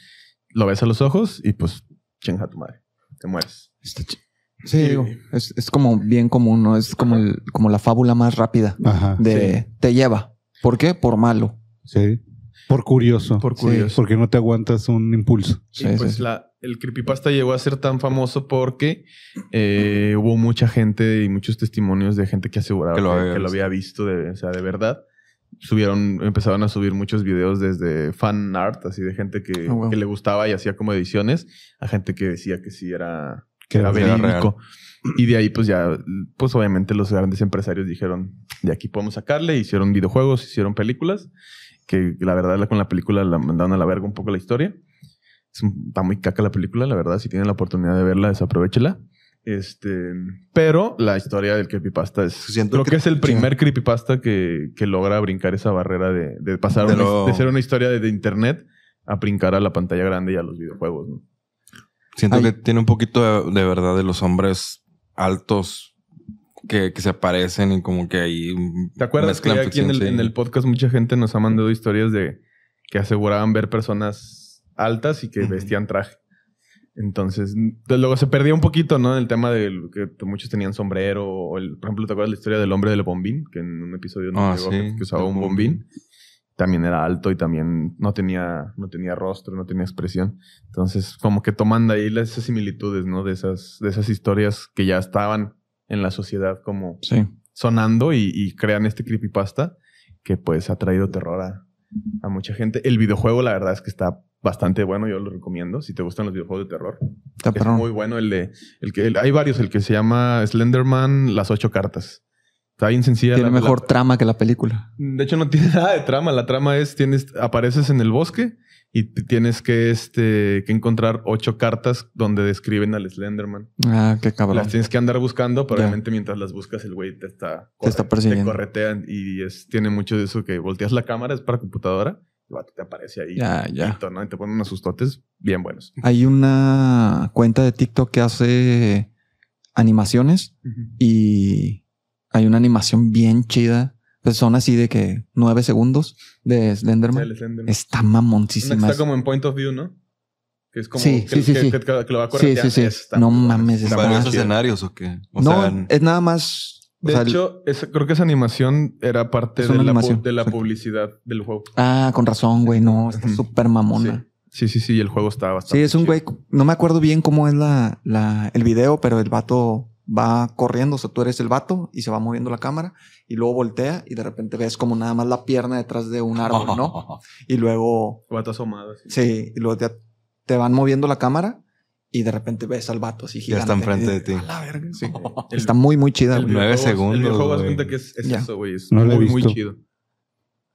S6: lo ves a los ojos y pues chinga tu madre, te mueres.
S3: Está ch- Sí, digo, es, es como bien común, ¿no? Es como, el- como la fábula más rápida
S1: Ah,
S5: Ajá.
S3: de te lleva. ¿Por qué? Por malo.
S5: Sí. Por curioso.
S6: Por
S5: Sí,
S6: curioso.
S5: porque no te aguantas un impulso.
S3: Sí,
S6: y
S3: sí,
S6: pues
S3: sí.
S6: La, el creepypasta llegó a ser tan famoso porque eh, hubo mucha gente y muchos testimonios de gente que aseguraba
S4: Que
S6: que
S4: lo
S6: que lo
S4: había
S6: había, visto, de, o sea, de verdad. Subieron, empezaron a subir muchos videos desde fan art, así de gente que,
S3: Ah, wow.
S6: que le gustaba y hacía como ediciones, a gente que decía que sí era,
S5: Que
S6: era
S5: era
S6: verídico. Y de ahí, pues ya, pues obviamente los grandes empresarios dijeron, de aquí podemos sacarle, hicieron videojuegos, hicieron películas, que la verdad la- con la película la mandaron a la verga un poco la historia. Es un- está muy caca la película, la verdad, si tienen la oportunidad de verla, desaprovechela. Este, pero la historia del creepypasta es,
S4: Siento
S6: creo que,
S4: que-
S6: es el
S4: sí.
S6: primer creepypasta que, que logra brincar esa barrera de, de pasar
S4: De
S6: una-
S4: lo-
S6: de ser una historia de, de internet a brincar a la pantalla grande y a los videojuegos. ¿no?
S4: Siento
S3: Ay.
S4: que tiene un poquito de, de verdad de los hombres altos que, que se aparecen y como que ahí mm,
S6: ¿Te acuerdas que
S4: mezclan
S6: aquí en el,
S4: ficción, sí.
S6: en el podcast mucha gente nos ha mandado historias de que aseguraban ver personas altas y que
S4: Ujú.
S6: vestían traje? Entonces, de- luego se perdía un poquito, ¿no? El tema de lo que t- muchos tenían sombrero. O el, por ejemplo, ¿te acuerdas la historia del hombre del bombín? Que en un episodio nos
S4: Ah,
S6: llegó
S4: sí,
S6: que, que usaba
S4: el
S6: un
S4: bombín.
S6: bombín. También era alto y también no tenía, no tenía rostro, no tenía expresión. Entonces, como que toman de ahí las- esas similitudes, ¿no? De esas, de esas historias que ya estaban en la sociedad como
S3: Sí.
S6: sonando y, y crean este creepypasta que pues ha traído terror a, a mucha gente. El videojuego la verdad es que está bastante bueno, yo lo recomiendo si te gustan los videojuegos de terror.
S3: Está
S6: Es
S3: perrón.
S6: muy bueno el de... El que, el- hay varios, el que se llama Slenderman, las ocho cartas. Está bien sencilla.
S3: Tiene
S6: la-
S3: mejor
S6: la-
S3: trama que la película.
S6: de hecho, no tiene nada de trama. La trama es, tienes, apareces en el bosque y t- tienes que, este, que encontrar ocho cartas donde describen al Slenderman.
S3: Ah, qué cabrón.
S6: Las tienes que andar buscando, pero
S3: Ya.
S6: obviamente mientras las buscas el güey te está,
S3: Te está persiguiendo.
S6: Te corretean y es, tiene mucho de eso que volteas la cámara, es para computadora, y vato te aparece ahí.
S3: Ya, ya.
S6: pito, ¿no? Y te ponen unos sustotes bien buenos.
S3: Hay una cuenta de TikTok que hace animaciones y hay una animación bien chida. Pues son así de que nueve segundos de Slenderman.
S6: El Slenderman.
S3: Está
S6: Una que
S3: mamoncísima.
S6: está como en point of view, ¿no? Que es como
S3: Sí,
S6: que,
S3: sí, sí,
S6: que-
S3: sí.
S6: que- que lo va
S3: Sí, sí,
S6: correteando.
S3: sí.
S6: Esa está
S3: No
S6: muy buena.
S3: mames, está
S4: ¿Varios
S3: chida.
S4: escenarios o qué? O
S3: no,
S4: sea, en-
S3: es nada más. o
S6: De
S3: sea,
S6: hecho, esa- creo que esa animación era parte
S3: Es
S6: de,
S3: una
S6: la, pu-
S3: animación,
S6: de la
S3: exacto.
S6: publicidad del juego.
S3: ah, con razón, güey. No, está
S6: Ujú.
S3: súper mamona.
S6: Sí, sí, sí, sí, el juego está
S3: Sí,
S6: bastante.
S3: es un
S6: chido.
S3: güey. No me acuerdo bien cómo es la, la- el video, pero el vato va corriendo. O sea, tú eres el vato y se va moviendo la cámara y luego voltea y de repente ves como nada más la pierna detrás de un árbol, ¿no? Y luego,
S6: Vato asomado. así.
S3: sí, y luego te, te van moviendo la cámara y de repente ves al vato así
S4: Ya
S3: gigante.
S4: está enfrente de ti.
S3: A la verga, sí.
S6: El-
S3: Está muy, muy chida.
S6: El
S3: güey.
S4: Nueve
S6: videojuego es-
S4: segundos,
S6: El videojuego haz
S4: güey.
S6: cuenta que es, es
S3: Ya.
S6: eso, güey. Es
S5: No lo he
S6: muy, muy
S5: visto.
S6: chido.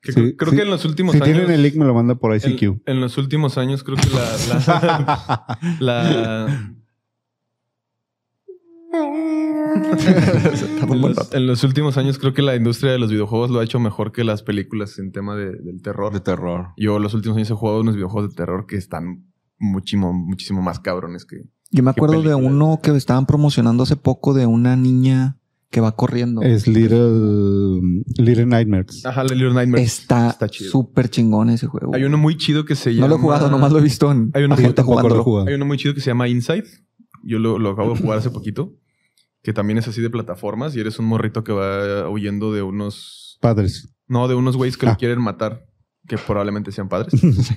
S6: Que
S5: Sí,
S6: creo- creo
S5: sí.
S6: que en los últimos
S5: Si
S6: años.
S5: tienen el link, me lo manda por ICQ.
S6: en, en los últimos años, creo que la. la, la-
S3: Tarda un
S6: en,
S3: buen
S6: los,
S3: rato.
S6: en los últimos años, creo que la industria de los videojuegos lo ha hecho mejor que las películas en tema de- del terror.
S4: de terror.
S6: Yo los últimos años he jugado unos videojuegos de terror que están muchísimo, muchísimo más cabrones que.
S3: Yo
S6: ¿Qué
S3: me acuerdo de
S6: película?
S3: uno que estaban promocionando hace poco de una niña que va corriendo.
S5: Es Little, Little Nightmares.
S6: Ajá, Little Nightmares.
S3: está
S6: está chido.
S3: súper chingón ese juego.
S6: Hay uno muy chido que se llama.
S3: No lo he jugado, nomás lo he visto en
S6: Hay uno
S3: a
S6: que-
S3: gente
S5: Tampoco lo he
S3: jugándolo.
S5: jugado.
S6: Hay uno muy chido que se llama Inside. Yo lo, lo acabo de jugar hace poquito. Que también es así de plataformas. Y eres un morrito que va huyendo de unos.
S5: Padres,
S6: No, de unos güeyes que
S5: Ah.
S6: lo quieren matar. Que probablemente sean padres.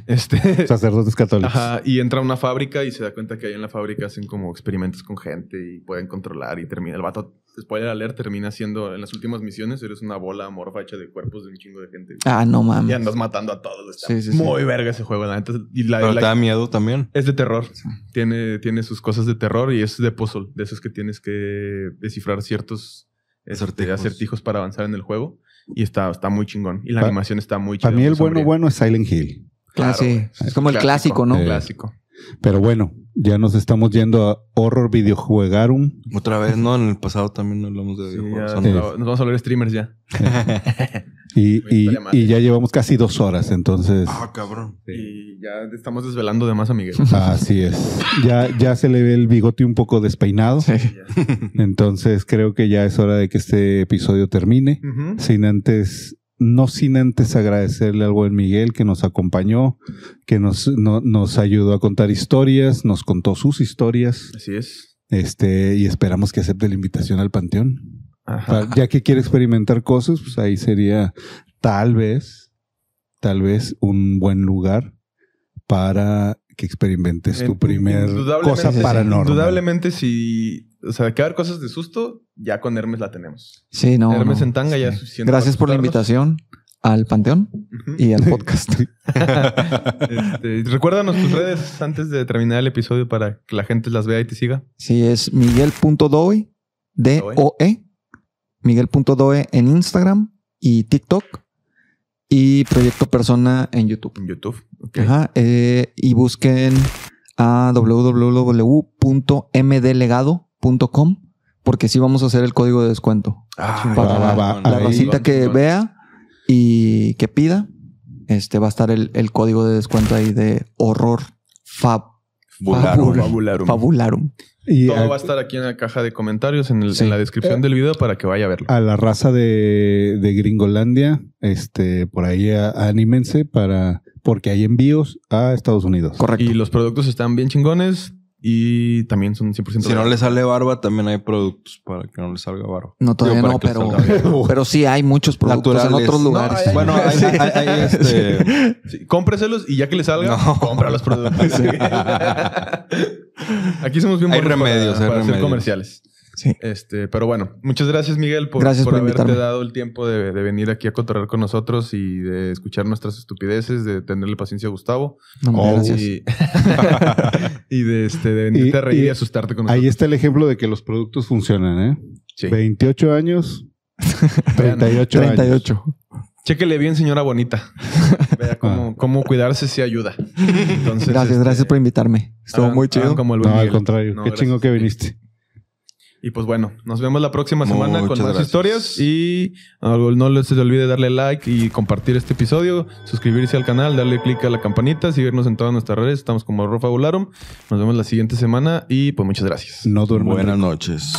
S6: este.
S5: sacerdotes católicos.
S6: Ajá, y entra a una fábrica y se da cuenta que ahí en la fábrica hacen como experimentos con gente y pueden controlar y termina. El vato, spoiler alert, termina siendo en las últimas misiones, eres una bola amorfa hecha de cuerpos de un chingo de gente.
S3: Ah, no
S6: y
S3: mames.
S6: andas matando a todos. Está
S3: Sí, sí, sí.
S6: muy verga ese juego, la neta. Y la,
S4: Pero
S6: la-
S4: te da miedo también.
S6: es de terror. Tiene, tiene sus cosas de terror y es de puzzle. De esos que tienes que descifrar ciertos este,
S4: Acertijos.
S6: acertijos, para avanzar en el juego. Y está, está muy chingón. Y la
S5: Pa-
S6: animación está muy chida.
S5: Para mí el
S6: muy
S5: bueno
S6: sombría.
S5: bueno es Silent Hill.
S3: Ah, sí.
S6: güey.
S3: Es como el clásico, ¿no?
S6: Clásico.
S1: Pero bueno, ya nos estamos yendo a Horror Videojuegarum.
S4: Otra vez, ¿no? En el pasado también hablamos de
S6: Sí,
S4: videojuegos.
S6: ya,
S4: Son-
S6: nos nos vamos a hablar de streamers ya.
S1: Y, y-
S6: Estaría mal.
S1: y ya llevamos casi dos horas, entonces.
S4: Ah, cabrón.
S6: Y ya te estamos desvelando de más a Miguel.
S1: Así es. Ya, ya se le ve el bigote un poco despeinado. Entonces creo que ya es hora de que este episodio termine.
S6: Ujú.
S1: Sin antes, no sin antes agradecerle al buen Miguel que nos acompañó, que nos, no- nos ayudó a contar historias, nos contó sus historias.
S6: Así es.
S1: Este, y esperamos que acepte la invitación al panteón. O
S6: Ajá.
S1: sea, ya que quiere experimentar cosas, pues ahí sería tal vez, tal vez un buen lugar para que experimentes tu
S6: Eh,
S1: primer
S6: indudablemente-
S1: cosa
S6: sí, sí.
S1: paranormal.
S6: Indudablemente, si. O sea, de que haber cosas de susto, ya con Hermes la tenemos.
S3: Sí, no.
S6: Hermes
S3: no.
S6: en tanga ya es
S3: Sí.
S6: suficiente.
S3: Gracias
S6: para
S3: por la
S6: asustarnos.
S3: invitación al Panteón
S6: Ujú.
S3: y al podcast.
S6: Este, recuérdanos tus redes antes de terminar el episodio para que la gente las vea y te siga.
S3: Sí, es miguel.doe, D-O-E, miguel.doe en Instagram y TikTok y Proyecto Persona en YouTube.
S6: En YouTube. Ok.
S3: Ajá, eh, y busquen a www.mdlegado.com porque sí vamos a hacer el código de descuento.
S4: Ah,
S3: Para
S1: va,
S3: la,
S1: va,
S3: la
S1: ahí.
S3: racita que
S6: Chingón.
S3: vea y que pida, este va a estar el, el código de descuento ahí de horror fab,
S4: Vulgarum.
S6: Fabularum.
S3: fabularum.
S1: Y
S6: Todo va a
S1: a,
S6: estar aquí en la caja de comentarios, en, el-
S3: Sí. Ah,
S6: en la descripción del video para que vaya a verlo.
S1: a la raza de, de Gringolandia, este, por ahí a- anímense para, porque hay envíos a Estados Unidos.
S3: Correcto.
S6: Y los productos están bien chingones y también son 100%
S4: Si no
S6: reales.
S4: le sale barba, también hay productos para que no le salga barba.
S3: No, todavía
S4: Digo,
S3: no,
S4: para que
S3: pero,
S4: salga bien.
S3: pero sí hay muchos productos
S4: Naturales.
S3: en otros
S4: No,
S3: lugares.
S6: hay-
S4: Bueno, hay, hay- hay- hay, este...
S6: Sí, cómpreselos y ya que le salga,
S4: No.
S6: compra los productos. Aquí somos bien
S4: Hay
S6: buenos para-
S4: remedios, hay
S6: para, hacer
S4: remedios.
S6: comerciales.
S3: Sí.
S6: Este, pero bueno, muchas gracias, Miguel, por,
S3: Gracias por
S6: haberte
S3: invitarme.
S6: dado el tiempo de, de venir aquí a cotorrear con nosotros y de escuchar nuestras estupideces, de tenerle paciencia a Gustavo.
S3: No, hombre,
S1: Oh,
S3: gracias.
S6: Y, y de este, de venirte
S1: Y-
S6: a reír y,
S1: y-
S6: asustarte con nosotros.
S1: Ahí está el ejemplo de que los productos funcionan, ¿eh?
S6: Sí.
S1: 28 años, 38 años.
S3: 38.
S6: Chéquele bien, señora bonita. Vea cómo,
S1: Ah.
S6: cómo cuidarse si ayuda. Entonces,
S3: Gracias,
S6: este,
S3: gracias por invitarme. Estuvo
S4: Ah,
S6: hagan-
S3: muy
S6: hagan
S3: chido.
S6: como el buen
S1: No, al
S6: Miguel.
S1: contrario.
S6: No,
S1: Qué
S6: gracias.
S1: chingo que viniste.
S6: Y pues bueno, nos vemos la próxima semana
S4: Muchas
S6: con más
S4: gracias.
S6: historias. Y algo- no les- se les olvide darle like y compartir este episodio, suscribirse al canal, darle click a la campanita, seguirnos en todas nuestras redes. Estamos como Rofa Bularum. Nos vemos la siguiente semana y pues muchas gracias.
S1: No duerman.
S4: Buenas noches.